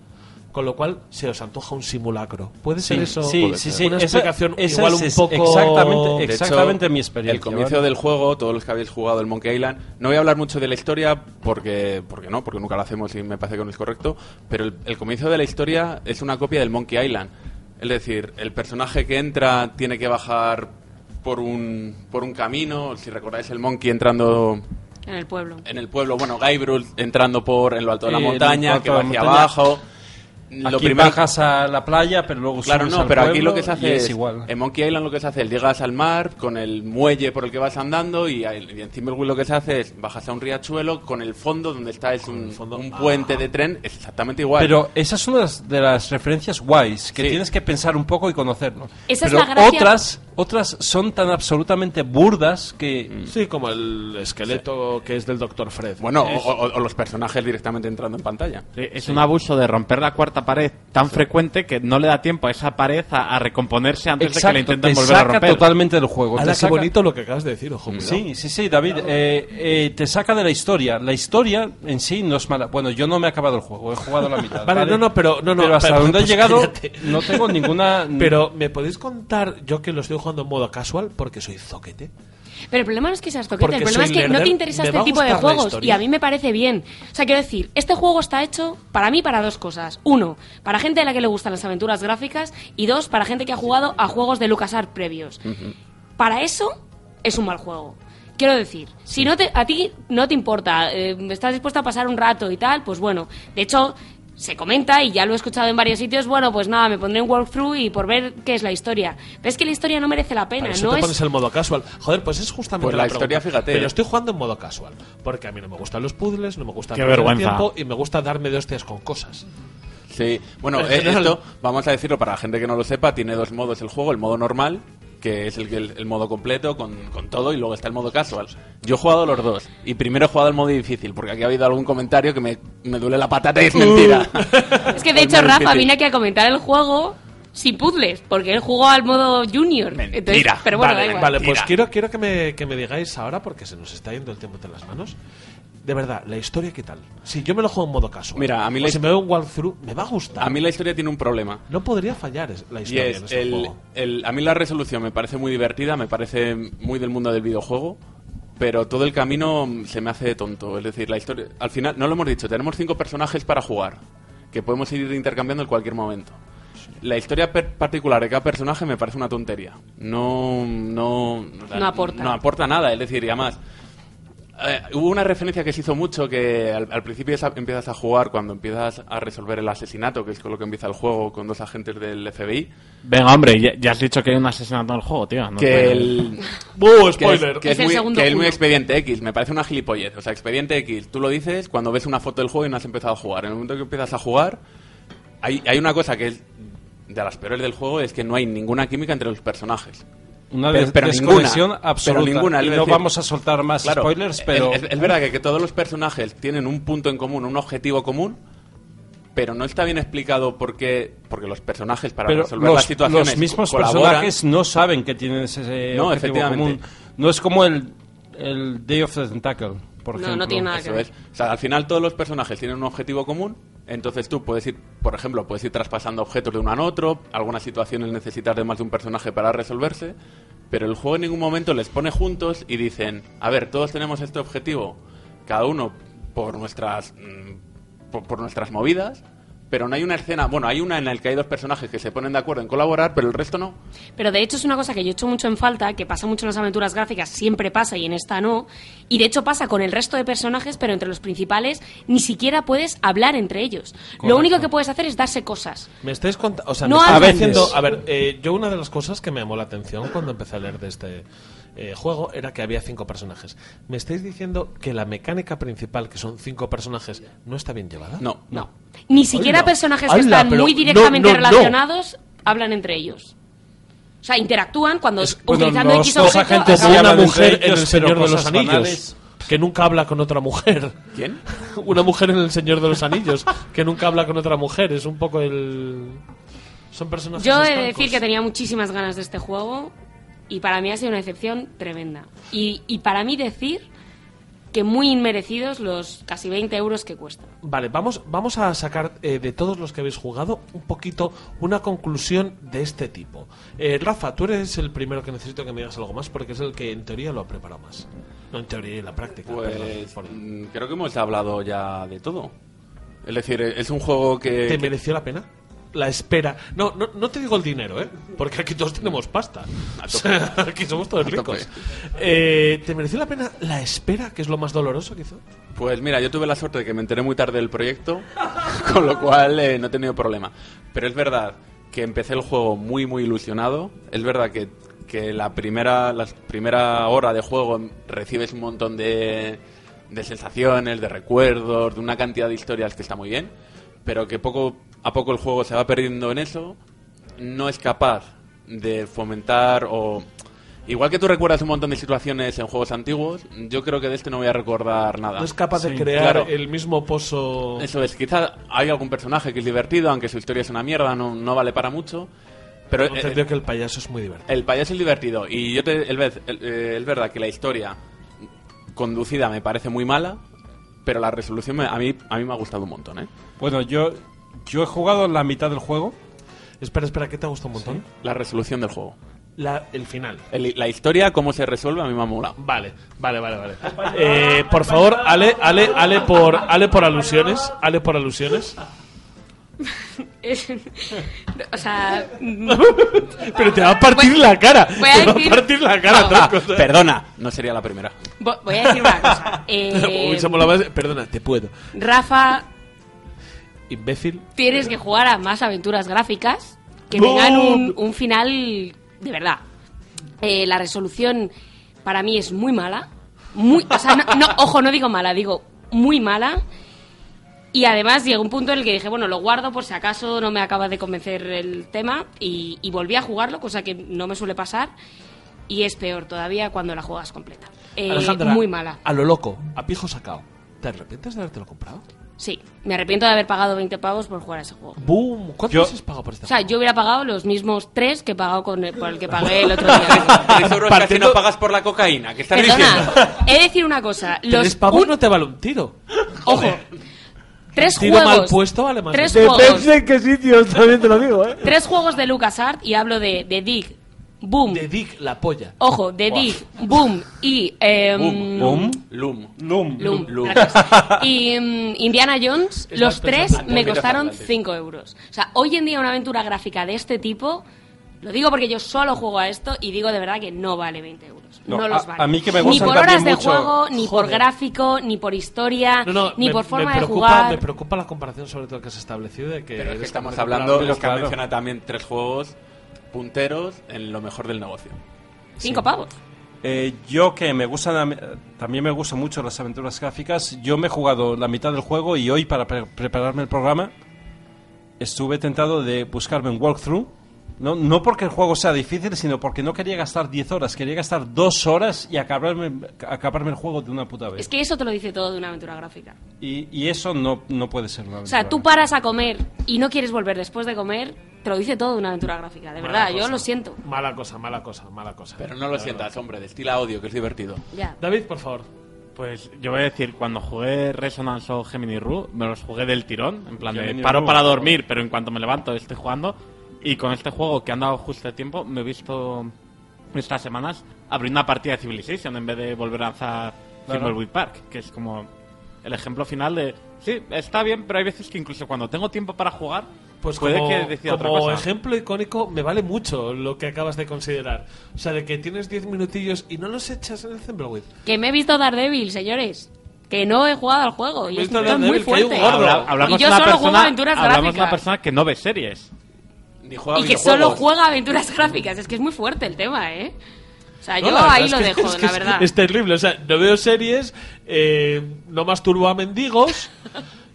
Speaker 1: con lo cual se os antoja un simulacro. ¿Puede ser eso
Speaker 11: sí, sí, sí.
Speaker 1: una
Speaker 11: Esa-
Speaker 1: explicación
Speaker 11: esa
Speaker 1: igual
Speaker 11: es-
Speaker 1: un poco...
Speaker 11: exactamente-
Speaker 4: De hecho,
Speaker 11: exactamente mi experiencia,
Speaker 4: El comienzo
Speaker 11: ¿vale?
Speaker 4: del juego, todos los que habéis jugado el Monkey Island, no voy a hablar mucho de la historia porque, porque no, porque nunca lo hacemos y me parece que no es correcto, pero el, el comienzo de la historia es una copia del Monkey Island. Es decir, el personaje que entra tiene que bajar por un, por un camino, si recordáis el Monkey entrando
Speaker 12: en el pueblo.
Speaker 4: en el pueblo, bueno, Gabriel entrando por en lo alto de la
Speaker 11: Eh, en lo
Speaker 4: montaña,
Speaker 11: alto
Speaker 4: que
Speaker 11: de
Speaker 4: va
Speaker 11: la
Speaker 4: hacia
Speaker 11: montaña.
Speaker 4: abajo.
Speaker 11: Aquí bajas a la playa, pero luego
Speaker 4: Claro,
Speaker 11: subes
Speaker 4: no,
Speaker 11: al
Speaker 4: pero aquí
Speaker 11: pueblo
Speaker 4: lo que se
Speaker 11: y
Speaker 4: hace
Speaker 11: es
Speaker 4: es,
Speaker 11: igual.
Speaker 4: en Monkey Island lo que se hace es llegas al mar con el muelle por el que vas andando y, al- y en Timberwolf lo que se hace es bajas a un riachuelo con el fondo donde está es un, un puente de tren, es exactamente igual.
Speaker 11: ah. Pero esa es una de las- de las referencias guays que tienes que pensar un poco y conocerlo.
Speaker 12: Esa es
Speaker 11: Pero
Speaker 12: la gracia.
Speaker 11: otras, otras son tan absolutamente burdas que
Speaker 1: Sí, como el esqueleto que es del Dr. Fred.
Speaker 4: bueno, o, o- o los personajes directamente entrando en pantalla.
Speaker 5: Es un abuso de romper la cuarta pared tan frecuente que no le da tiempo a esa pared a, a recomponerse antes de que la
Speaker 11: Exacto,
Speaker 5: intenten
Speaker 11: te
Speaker 5: volver a
Speaker 11: saca
Speaker 5: romper.
Speaker 11: totalmente del juego,
Speaker 1: Ala,
Speaker 11: te
Speaker 1: qué
Speaker 11: saca-
Speaker 1: bonito lo que acabas de decir, ojo. cuidado.
Speaker 11: Sí, sí, sí, David. eh, eh, te saca de la historia. La historia en sí no es mala. Bueno, yo no me he acabado el juego, he jugado la mitad.
Speaker 1: Vale, no, no, pero no, no.
Speaker 11: hasta
Speaker 1: pero-
Speaker 11: donde he
Speaker 1: pues
Speaker 11: llegado,
Speaker 1: cállate.
Speaker 11: no tengo ninguna.
Speaker 1: Pero me podéis contar, yo que lo estoy jugando en modo casual, porque soy zoquete.
Speaker 12: Pero el problema no es que seas toquete,
Speaker 1: Porque
Speaker 12: el problema es
Speaker 1: soy
Speaker 12: que no
Speaker 1: nerd,
Speaker 12: te interesa
Speaker 1: me va
Speaker 12: este
Speaker 1: a
Speaker 12: tipo de
Speaker 1: gustar la
Speaker 12: juegos.
Speaker 1: historia.
Speaker 12: Y a mí me parece bien. O sea, quiero decir, este juego está hecho para mí para dos cosas. Uno, para gente a la que le gustan las aventuras gráficas. Y dos, para gente que ha jugado a juegos de LucasArts previos. Para eso es un mal juego. Quiero decir, si no te, a ti no te importa, eh, estás dispuesto a pasar un rato y tal, pues bueno. De hecho, se comenta, y ya lo he escuchado en varios sitios, bueno, pues nada, me pondré un walkthrough y por ver qué es la historia. Pero es que la historia no merece la pena,
Speaker 1: Para eso
Speaker 12: no
Speaker 1: te
Speaker 12: es...
Speaker 1: pones el modo casual. Joder, pues es justamente
Speaker 4: Pues la
Speaker 1: pregunta.
Speaker 4: historia, fíjate,
Speaker 1: Pero
Speaker 4: eh.
Speaker 1: estoy jugando en modo casual. Porque a mí no me gustan los puzzles, no me gusta
Speaker 4: Qué
Speaker 1: perder
Speaker 4: vergüenza.
Speaker 1: tiempo y me gusta darme de hostias con cosas.
Speaker 4: Sí, bueno,
Speaker 1: En
Speaker 4: eh,
Speaker 1: general-
Speaker 4: esto, vamos a decirlo para la gente que no lo sepa, tiene dos modos el juego, el modo normal, que es el, el, el modo completo con, con todo, y luego está el modo casual. Yo he jugado los dos, y primero he jugado el modo difícil, porque aquí ha habido algún comentario que me, me duele la patata y es mentira.
Speaker 12: Es que de hecho
Speaker 4: Hombre,
Speaker 12: Rafa
Speaker 4: repite.
Speaker 12: vino aquí a comentar el juego sin puzzles, porque él jugó al modo junior. Entonces, pero bueno, da
Speaker 1: vale,
Speaker 12: igual.
Speaker 1: vale, pues quiero, quiero que, me, que me digáis ahora, porque se nos está yendo el tiempo de las manos. De verdad, la historia, ¿qué tal? Si yo me lo juego en modo casual.
Speaker 4: Mira, a mí
Speaker 1: o
Speaker 4: la
Speaker 1: si
Speaker 4: his-
Speaker 1: me veo un walkthrough, me va a gustar.
Speaker 4: A mí la historia tiene un problema.
Speaker 1: No podría fallar es- la
Speaker 4: Y
Speaker 1: historia
Speaker 4: es
Speaker 1: en ese
Speaker 4: el,
Speaker 1: juego.
Speaker 4: el- a mí la resolución me parece muy divertida, me parece muy del mundo del videojuego, pero todo el camino mm, se me hace tonto. Es decir, la historia. Al final, no lo hemos dicho, tenemos cinco personajes para jugar, que podemos ir intercambiando en cualquier momento. La historia per- particular de cada personaje me parece una tontería. No, no, o
Speaker 12: No aporta.
Speaker 4: no aporta nada. Es decir, y además, eh, hubo una referencia que se hizo mucho que al, al principio esa- empiezas a jugar cuando empiezas a resolver el asesinato, que es con lo que empieza el juego con dos agentes del FBI.
Speaker 5: Venga, hombre, ya, ya has dicho que hay un asesinato en el juego, tío. no
Speaker 4: que
Speaker 5: te-
Speaker 4: el.
Speaker 11: Uh,
Speaker 5: ¡Buh,
Speaker 4: que es-
Speaker 5: spoiler!
Speaker 4: Que es,
Speaker 5: Es el
Speaker 4: muy,
Speaker 5: segundo
Speaker 4: que es muy
Speaker 5: uno.
Speaker 4: expediente X, me parece una gilipollez. O sea, expediente X, tú lo dices cuando ves una foto del juego y no has empezado a jugar. En el momento que empiezas a jugar, hay, hay una cosa que es de las peores del juego, es que no hay ninguna química entre los personajes.
Speaker 11: Una
Speaker 4: Pero-
Speaker 11: des-
Speaker 4: pero
Speaker 11: desconexión
Speaker 4: ninguna,
Speaker 11: absoluta.
Speaker 4: pero ninguna,
Speaker 11: Y
Speaker 4: es
Speaker 11: no vamos a soltar más spoilers, pero-
Speaker 4: Es, es- es verdad que, que todos los personajes tienen un punto en común, un objetivo común, pero no está bien explicado por qué. Porque los personajes, para
Speaker 11: Pero
Speaker 4: resolver
Speaker 11: los,
Speaker 4: las situaciones,
Speaker 11: los mismos
Speaker 4: colaboran.
Speaker 11: personajes no saben que tienen ese eh,
Speaker 4: No,
Speaker 11: objetivo
Speaker 4: efectivamente.
Speaker 11: común. No es como el, el Day of the Tentacle, por ejemplo.
Speaker 4: Eso es. O sea, al final todos los personajes tienen un objetivo común, entonces tú puedes ir, por ejemplo, puedes ir traspasando objetos de uno a otro, algunas situaciones necesitas de más de un personaje para resolverse, pero el juego en ningún momento les pone juntos y dicen, a ver, todos tenemos este objetivo, cada uno por nuestras mm, por, por nuestras movidas, pero no hay una escena, bueno, hay una en la que hay dos personajes que se ponen de acuerdo en colaborar, pero el resto no.
Speaker 12: Pero de hecho es una cosa que yo echo mucho en falta, que pasa mucho en las aventuras gráficas, siempre pasa y en esta no. Y de hecho pasa con el resto de personajes, pero entre los principales ni siquiera puedes hablar entre ellos. Lo
Speaker 1: Correcto.
Speaker 12: único que puedes hacer es darse cosas.
Speaker 1: Me estáis contando. O sea,
Speaker 12: No
Speaker 1: me estáis
Speaker 12: hables.
Speaker 1: diciendo.
Speaker 12: A
Speaker 1: A ver, eh, yo una de las cosas que me llamó la atención cuando empecé a leer de este eh, juego era que había cinco personajes. ¿Me estáis diciendo que la mecánica principal, que son cinco personajes, no está bien llevada?
Speaker 4: No.
Speaker 12: No. Ni siquiera
Speaker 1: Hola.
Speaker 12: personajes que
Speaker 1: Hola,
Speaker 12: están
Speaker 1: pero
Speaker 12: muy
Speaker 1: no,
Speaker 12: directamente
Speaker 1: no, no.
Speaker 12: relacionados hablan entre ellos. O sea, interactúan cuando utilizando
Speaker 1: Bueno,
Speaker 12: X
Speaker 1: los dos
Speaker 12: objeto,
Speaker 1: agentes
Speaker 12: hablan-
Speaker 1: como una
Speaker 11: hablan
Speaker 1: mujer
Speaker 11: entre ellos,
Speaker 1: en El
Speaker 11: pero
Speaker 1: Señor de los
Speaker 11: cosas
Speaker 1: Anillos.
Speaker 11: banales.
Speaker 1: Que nunca habla con otra mujer.
Speaker 4: ¿Quién?
Speaker 1: Una mujer en El Señor de los Anillos. que nunca habla con otra mujer. Es un poco el. Son personajes.
Speaker 12: Yo he de
Speaker 1: estancos.
Speaker 12: decir que tenía muchísimas ganas de este juego y para mí ha sido una excepción tremenda. Y, y para mí decir que muy inmerecidos los casi 20 euros que cuesta.
Speaker 1: Vale, vamos, vamos a sacar eh, de todos los que habéis jugado un poquito una conclusión de este tipo. Eh, Rafa, tú eres el primero que necesito que me digas algo más porque es el que en teoría lo ha preparado más. No en teoría, en la práctica. perdón.
Speaker 4: Pues mm, creo que hemos hablado ya de todo. Es decir, es un juego que...
Speaker 1: ¿Te
Speaker 4: que-
Speaker 1: mereció la pena? La espera. No, no, no te digo el dinero, ¿eh? Porque aquí todos tenemos pasta. O sea, aquí somos todos
Speaker 4: A tope.
Speaker 1: ricos. Eh, ¿Te mereció la pena la espera, que es lo más doloroso, quizá?
Speaker 4: Pues mira, yo tuve la suerte de que me enteré muy tarde del proyecto, con lo cual eh, no he tenido problema. Pero es verdad que empecé el juego muy, muy ilusionado. Es verdad que, que la, primera, la primera hora de juego recibes un montón de, de sensaciones, de recuerdos, de una cantidad de historias que está muy bien, pero que poco a poco el juego se va perdiendo en eso. No es capaz de fomentar o Igual que tú recuerdas un montón de situaciones en juegos antiguos, yo creo que de este no voy a recordar nada.
Speaker 1: No es capaz de crear
Speaker 4: Claro.
Speaker 1: el mismo pozo.
Speaker 4: Eso es, quizás hay algún personaje que es divertido, aunque su historia es una mierda, no, no vale para mucho. Pero eh,
Speaker 1: Tengo entendido que el payaso es muy divertido.
Speaker 4: El payaso es divertido. Y yo te, el vez- el- eh, es verdad que la historia conducida me parece muy mala, pero la resolución me- a, mí, a mí me ha gustado un montón, ¿eh?
Speaker 11: Bueno, yo, yo he jugado la mitad del juego.
Speaker 1: Espera, espera, ¿qué te ha gustado un montón?
Speaker 4: La resolución del juego.
Speaker 1: La- el final.
Speaker 4: El- la historia, cómo se resuelve, a mí me ha molado.
Speaker 1: Vale, vale, vale, vale. Eh, por favor, Ale, Ale, Ale por, Ale por alusiones, Ale por alusiones.
Speaker 12: Es- o sea. mm,
Speaker 1: Pero te va a partir la cara.
Speaker 12: voy a
Speaker 1: Te va a
Speaker 12: decir-
Speaker 1: partir la cara.
Speaker 12: No.
Speaker 1: tal cosa.
Speaker 4: Perdona, no sería la primera.
Speaker 12: vo- voy a decir una cosa. Eh,
Speaker 1: Uy, se molaba ese- Perdona, te puedo.
Speaker 12: Rafa,
Speaker 1: Imbécil.
Speaker 12: tienes que jugar a más aventuras gráficas que
Speaker 1: No.
Speaker 12: tengan un, un final de verdad. Eh, la resolución para mí es muy mala. Muy, o sea, no, no, ojo, no digo mala, digo muy mala. Y además llegó un punto en el que dije, bueno, lo guardo por si acaso no me acaba de convencer el tema. Y, y volví a jugarlo, cosa que no me suele pasar. Y es peor todavía cuando la juegas completa. Eh,
Speaker 1: Alejandra,
Speaker 12: muy mala.
Speaker 1: A lo loco, a pijo sacado. ¿Te arrepientes de habértelo comprado?
Speaker 12: Sí, me arrepiento de haber pagado 20 pagos por jugar a ese juego.
Speaker 1: Boom. ¿Cuánto
Speaker 12: Yo-
Speaker 1: veces has pagado por este
Speaker 12: O sea, yo hubiera pagado los mismos tres que he pagado con el, por el que pagué el otro día.
Speaker 4: Tres euros casi no pagas por la cocaína, que estás diciendo?
Speaker 12: Perdona, he de decir una cosa.
Speaker 1: juego?
Speaker 12: Los
Speaker 1: Tres pavos no te vale un tiro. Ojo.
Speaker 12: tres
Speaker 1: tiro mal
Speaker 12: juegos.
Speaker 1: puesto vale más
Speaker 12: tres,
Speaker 1: dinero.
Speaker 12: juegos
Speaker 1: Depende-
Speaker 16: ¿En qué sitios? También te lo digo, ¿eh?
Speaker 12: tres juegos de LucasArts y hablo de, de Dig, Boom. De
Speaker 1: Dig, la polla.
Speaker 12: Ojo, de
Speaker 1: Buah.
Speaker 12: Dig, Boom y. em,
Speaker 4: Loom. Loom. Loom.
Speaker 12: Loom, Y mm, Indiana Jones,
Speaker 4: Es
Speaker 12: los
Speaker 4: más
Speaker 12: tres
Speaker 4: pensante.
Speaker 12: me
Speaker 4: Mira,
Speaker 12: costaron
Speaker 4: Atlantis.
Speaker 12: 5 euros. O sea, hoy en día una aventura gráfica de este tipo, lo digo porque yo solo juego a esto y digo de verdad que no vale 20 euros. No,
Speaker 11: No, a-
Speaker 12: los vale.
Speaker 11: a mí que me
Speaker 12: ni
Speaker 11: gustan
Speaker 12: por
Speaker 11: también
Speaker 12: horas de
Speaker 11: mucho-
Speaker 12: juego, ni por
Speaker 11: Joder.
Speaker 12: gráfico, ni por historia,
Speaker 1: No, no,
Speaker 12: ni
Speaker 1: me-
Speaker 12: por forma
Speaker 1: me
Speaker 12: de
Speaker 1: preocupa,
Speaker 12: jugar.
Speaker 1: Me preocupa la comparación sobre todo que has establecido de que...
Speaker 4: Pero es que
Speaker 1: eres
Speaker 4: estamos
Speaker 1: capaz de
Speaker 4: hablando,
Speaker 1: comprar-
Speaker 4: es que han mencionado también tres juegos punteros en lo mejor del negocio.
Speaker 12: Cinco pavos.
Speaker 11: Eh, yo que me gustan, a mí- eh, también me gustan mucho las aventuras gráficas, yo me he jugado la mitad del juego y hoy para pre- prepararme el programa estuve tentado de buscarme un walkthrough. No, no porque el juego sea difícil, sino porque no quería gastar 10 horas, quería gastar 2 horas y acabarme, acabarme el juego de una puta vez.
Speaker 12: Es que eso te lo dice todo de una aventura gráfica.
Speaker 11: Y, y eso no, no puede ser una
Speaker 12: O
Speaker 11: aventura
Speaker 12: sea, tú paras a comer y no quieres volver después de comer, te lo dice todo de una aventura gráfica. De
Speaker 1: Mala
Speaker 12: verdad, yo
Speaker 1: cosa.
Speaker 12: lo siento.
Speaker 1: Mala cosa, mala cosa, mala cosa.
Speaker 4: Pero no lo sientas, hombre, destila odio, que es divertido.
Speaker 12: Ya.
Speaker 1: David, por favor.
Speaker 5: Pues yo voy a decir, cuando jugué Resonance o Gemini Rue, me los jugué del tirón. En plan, de
Speaker 18: Gemini
Speaker 5: paro
Speaker 18: Rue.
Speaker 5: para dormir, pero en cuanto me levanto estoy jugando. Y con este juego que han dado justo de tiempo, me he visto estas semanas abrir una partida de Civilization en vez de volver a lanzar
Speaker 11: Claro.
Speaker 5: Thimbleweed Park, que es como el ejemplo final de. Sí, está bien, pero hay veces que incluso cuando tengo tiempo para jugar,
Speaker 1: Pues
Speaker 5: puede
Speaker 1: como,
Speaker 5: que decida otra
Speaker 1: como
Speaker 5: cosa.
Speaker 1: ejemplo icónico me vale mucho lo que acabas de considerar. O sea, de que tienes 10 minutillos y no los echas en el Zimbabwe.
Speaker 12: Que me he visto Daredevil, señores. Que no he jugado al juego. Y
Speaker 1: Me he
Speaker 12: esto
Speaker 1: visto
Speaker 12: es muy
Speaker 1: Daredevil, que hay un
Speaker 12: fuerte.
Speaker 1: gordo.
Speaker 5: Habla- hablamos
Speaker 12: y yo
Speaker 5: una
Speaker 12: solo juego
Speaker 5: persona-
Speaker 12: aventuras
Speaker 5: hablamos de
Speaker 12: gráficas.
Speaker 5: una persona que no ve series.
Speaker 4: Ni
Speaker 12: Y que solo juega aventuras gráficas. Es que es muy fuerte el tema, ¿eh? O sea, yo ahí lo dejo, la verdad.
Speaker 1: Es terrible. O sea, no veo series, eh, no masturbo a mendigos.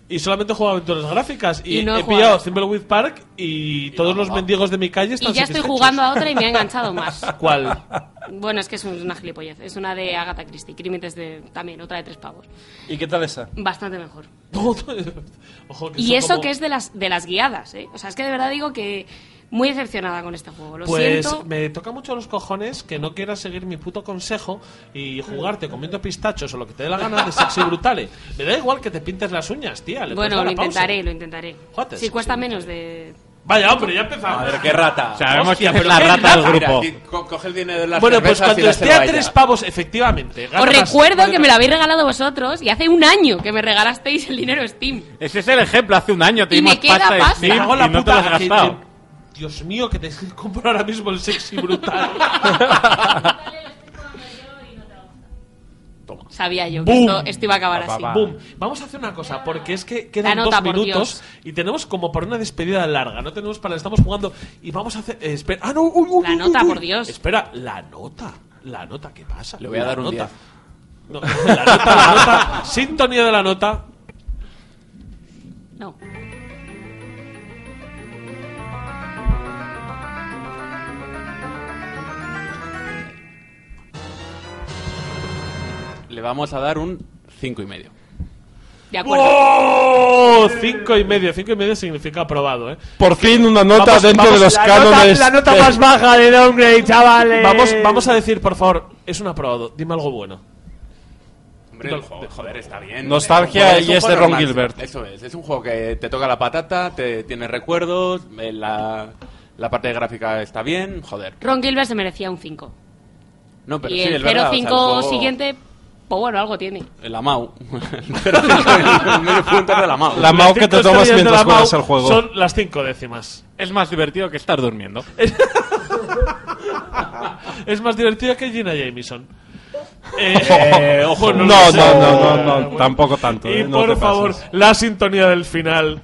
Speaker 1: Y solamente juego a aventuras gráficas. Y,
Speaker 12: Y no he
Speaker 1: he pillado
Speaker 12: jugado.
Speaker 1: Thimbleweed Park y, todos los mendigos de mi calle están
Speaker 12: Y ya estoy
Speaker 1: satisfechos.
Speaker 12: jugando a otra y me ha enganchado más.
Speaker 1: ¿Cuál?
Speaker 12: Bueno, es que es una gilipollez. Es una de Agatha Christie. Crímenes de... También, otra de tres pavos.
Speaker 11: ¿Y qué tal esa?
Speaker 12: Bastante mejor.
Speaker 1: Ojo, que
Speaker 12: Y
Speaker 1: son
Speaker 12: eso
Speaker 1: como-
Speaker 12: que es de las, de las guiadas, ¿eh? O sea, es que de verdad digo que... Muy decepcionada con este juego. Lo
Speaker 1: Pues
Speaker 12: siento.
Speaker 1: me toca mucho los cojones que no quieras seguir mi puto consejo y jugarte comiendo pistachos o lo que te dé la gana de sexy brutale. Me da igual que te pintes las uñas, tía. le puedes
Speaker 12: Bueno,
Speaker 1: dar
Speaker 12: lo
Speaker 1: a pues pausa.
Speaker 12: intentaré, lo intentaré.
Speaker 1: Joder,
Speaker 12: Si
Speaker 1: sí,
Speaker 12: cuesta
Speaker 1: sí.
Speaker 12: menos de...
Speaker 1: Vaya, hombre, ya empezamos.
Speaker 4: Madre, qué rata.
Speaker 5: Sabemos
Speaker 1: Hostia,
Speaker 5: quién es
Speaker 1: pero
Speaker 5: la
Speaker 1: qué
Speaker 5: rata del
Speaker 1: rata.
Speaker 5: grupo.
Speaker 4: Mira, co- coge el dinero de las
Speaker 1: Bueno, pues
Speaker 4: cervezas y
Speaker 1: cuando
Speaker 4: la
Speaker 1: esté a
Speaker 4: cervalla.
Speaker 1: tres pavos, efectivamente.
Speaker 12: Os
Speaker 1: ganas-
Speaker 12: recuerdo que me lo habéis regalado vosotros y hace un año que me regalasteis el dinero Steam.
Speaker 5: Ese Este es el ejemplo, hace un año te
Speaker 12: Y me
Speaker 5: dimos
Speaker 12: queda
Speaker 5: pasta de
Speaker 12: pasta.
Speaker 5: Steam
Speaker 12: Me cago
Speaker 1: en la
Speaker 5: y no te
Speaker 1: puta
Speaker 5: lo has
Speaker 1: que-
Speaker 5: gastado.
Speaker 1: Dios mío, que te compro ahora mismo el sexy brutal.
Speaker 12: Sabía yo que
Speaker 1: ¡Bum!
Speaker 12: esto, esto iba a acabar así.
Speaker 1: ¡Bum! Vamos a hacer una cosa, porque es que quedan
Speaker 12: La nota,
Speaker 1: dos
Speaker 12: por
Speaker 1: minutos
Speaker 12: Dios.
Speaker 1: y tenemos como para una despedida larga. No tenemos para. Estamos jugando y vamos a hacer. eh, espera. ¡Ah, no! uy, uy,
Speaker 12: La
Speaker 1: uy,
Speaker 12: nota,
Speaker 1: uy,
Speaker 12: por
Speaker 1: uy.
Speaker 12: Dios.
Speaker 1: Espera, la nota. La nota, ¿qué pasa?
Speaker 4: Le voy a
Speaker 1: La
Speaker 4: dar un
Speaker 1: nota.
Speaker 4: 10.
Speaker 1: No, la nota, la nota. Sintonía de la nota.
Speaker 12: No.
Speaker 4: Le vamos a dar un cinco y medio.
Speaker 12: De acuerdo.
Speaker 1: ¡Oh! Cinco y medio. Cinco y medio significa aprobado, ¿eh?
Speaker 16: Por fin una nota dentro de los
Speaker 1: la
Speaker 16: cánones.
Speaker 1: nota- la nota más
Speaker 9: baja de Downgrade, chavales.
Speaker 1: Vamos, vamos a decir, por favor, es un aprobado. Dime algo bueno.
Speaker 4: Hombre, el juego, joder, está bien.
Speaker 1: Nostalgia
Speaker 4: Eh, un
Speaker 1: y es de
Speaker 4: juego
Speaker 1: Ron
Speaker 4: normal.
Speaker 1: Gilbert.
Speaker 4: Eso es, es un juego que te toca la patata, te tiene recuerdos, eh, la, la parte gráfica está bien, joder.
Speaker 12: Ron Gilbert se merecía un 5.
Speaker 4: No, pero
Speaker 12: y
Speaker 4: sí,
Speaker 12: el
Speaker 4: es verdad, o sea, el
Speaker 12: 0,5
Speaker 4: juego-
Speaker 12: siguiente, pues bueno, algo tiene.
Speaker 4: El Amau. Pero el medio punto de la Amau.
Speaker 11: La Amau que te
Speaker 1: Las cinco
Speaker 11: tomas
Speaker 1: estrellas de
Speaker 11: mientras
Speaker 1: la Mau
Speaker 11: juegas al juego.
Speaker 1: Son las cinco décimas.
Speaker 5: Es más divertido que estar durmiendo.
Speaker 1: Es más divertido que Gina Jameson.
Speaker 11: Eh, ojo, no, no, no, no, no, tampoco tanto,
Speaker 1: Y
Speaker 11: eh, no
Speaker 1: por
Speaker 11: te
Speaker 1: favor,
Speaker 11: pases.
Speaker 1: la sintonía del final.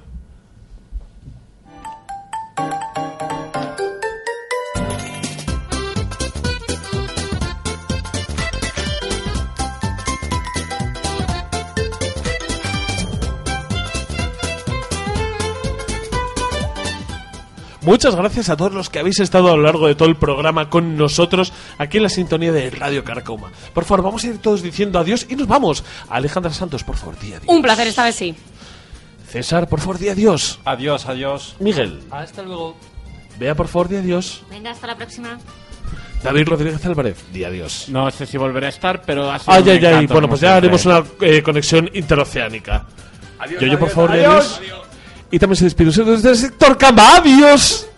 Speaker 1: Muchas gracias a todos los que habéis estado a lo largo de todo el programa con nosotros aquí en la sintonía de Radio Carcoma. Por favor, vamos a ir todos diciendo adiós y nos vamos. Alejandra Santos, por favor, di adiós.
Speaker 12: Un placer, esta vez sí.
Speaker 1: César, por favor, di adiós.
Speaker 11: Adiós, adiós.
Speaker 1: Miguel,
Speaker 12: Hasta luego.
Speaker 1: vea, por favor, di adiós.
Speaker 12: Venga, hasta la próxima.
Speaker 1: David Rodríguez Álvarez, di adiós.
Speaker 5: No sé si volveré a estar, pero ha sido
Speaker 1: Ay,
Speaker 5: un
Speaker 1: ay, ay. Bueno,
Speaker 5: encanto, como
Speaker 1: pues ya
Speaker 5: siempre.
Speaker 1: haremos una eh, conexión interoceánica.
Speaker 5: Adiós,
Speaker 1: yo, yo, por
Speaker 5: adiós,
Speaker 1: favor, di
Speaker 5: adiós.
Speaker 1: adiós. Y también se despide usted desde el sector Camba. ¡Adiós!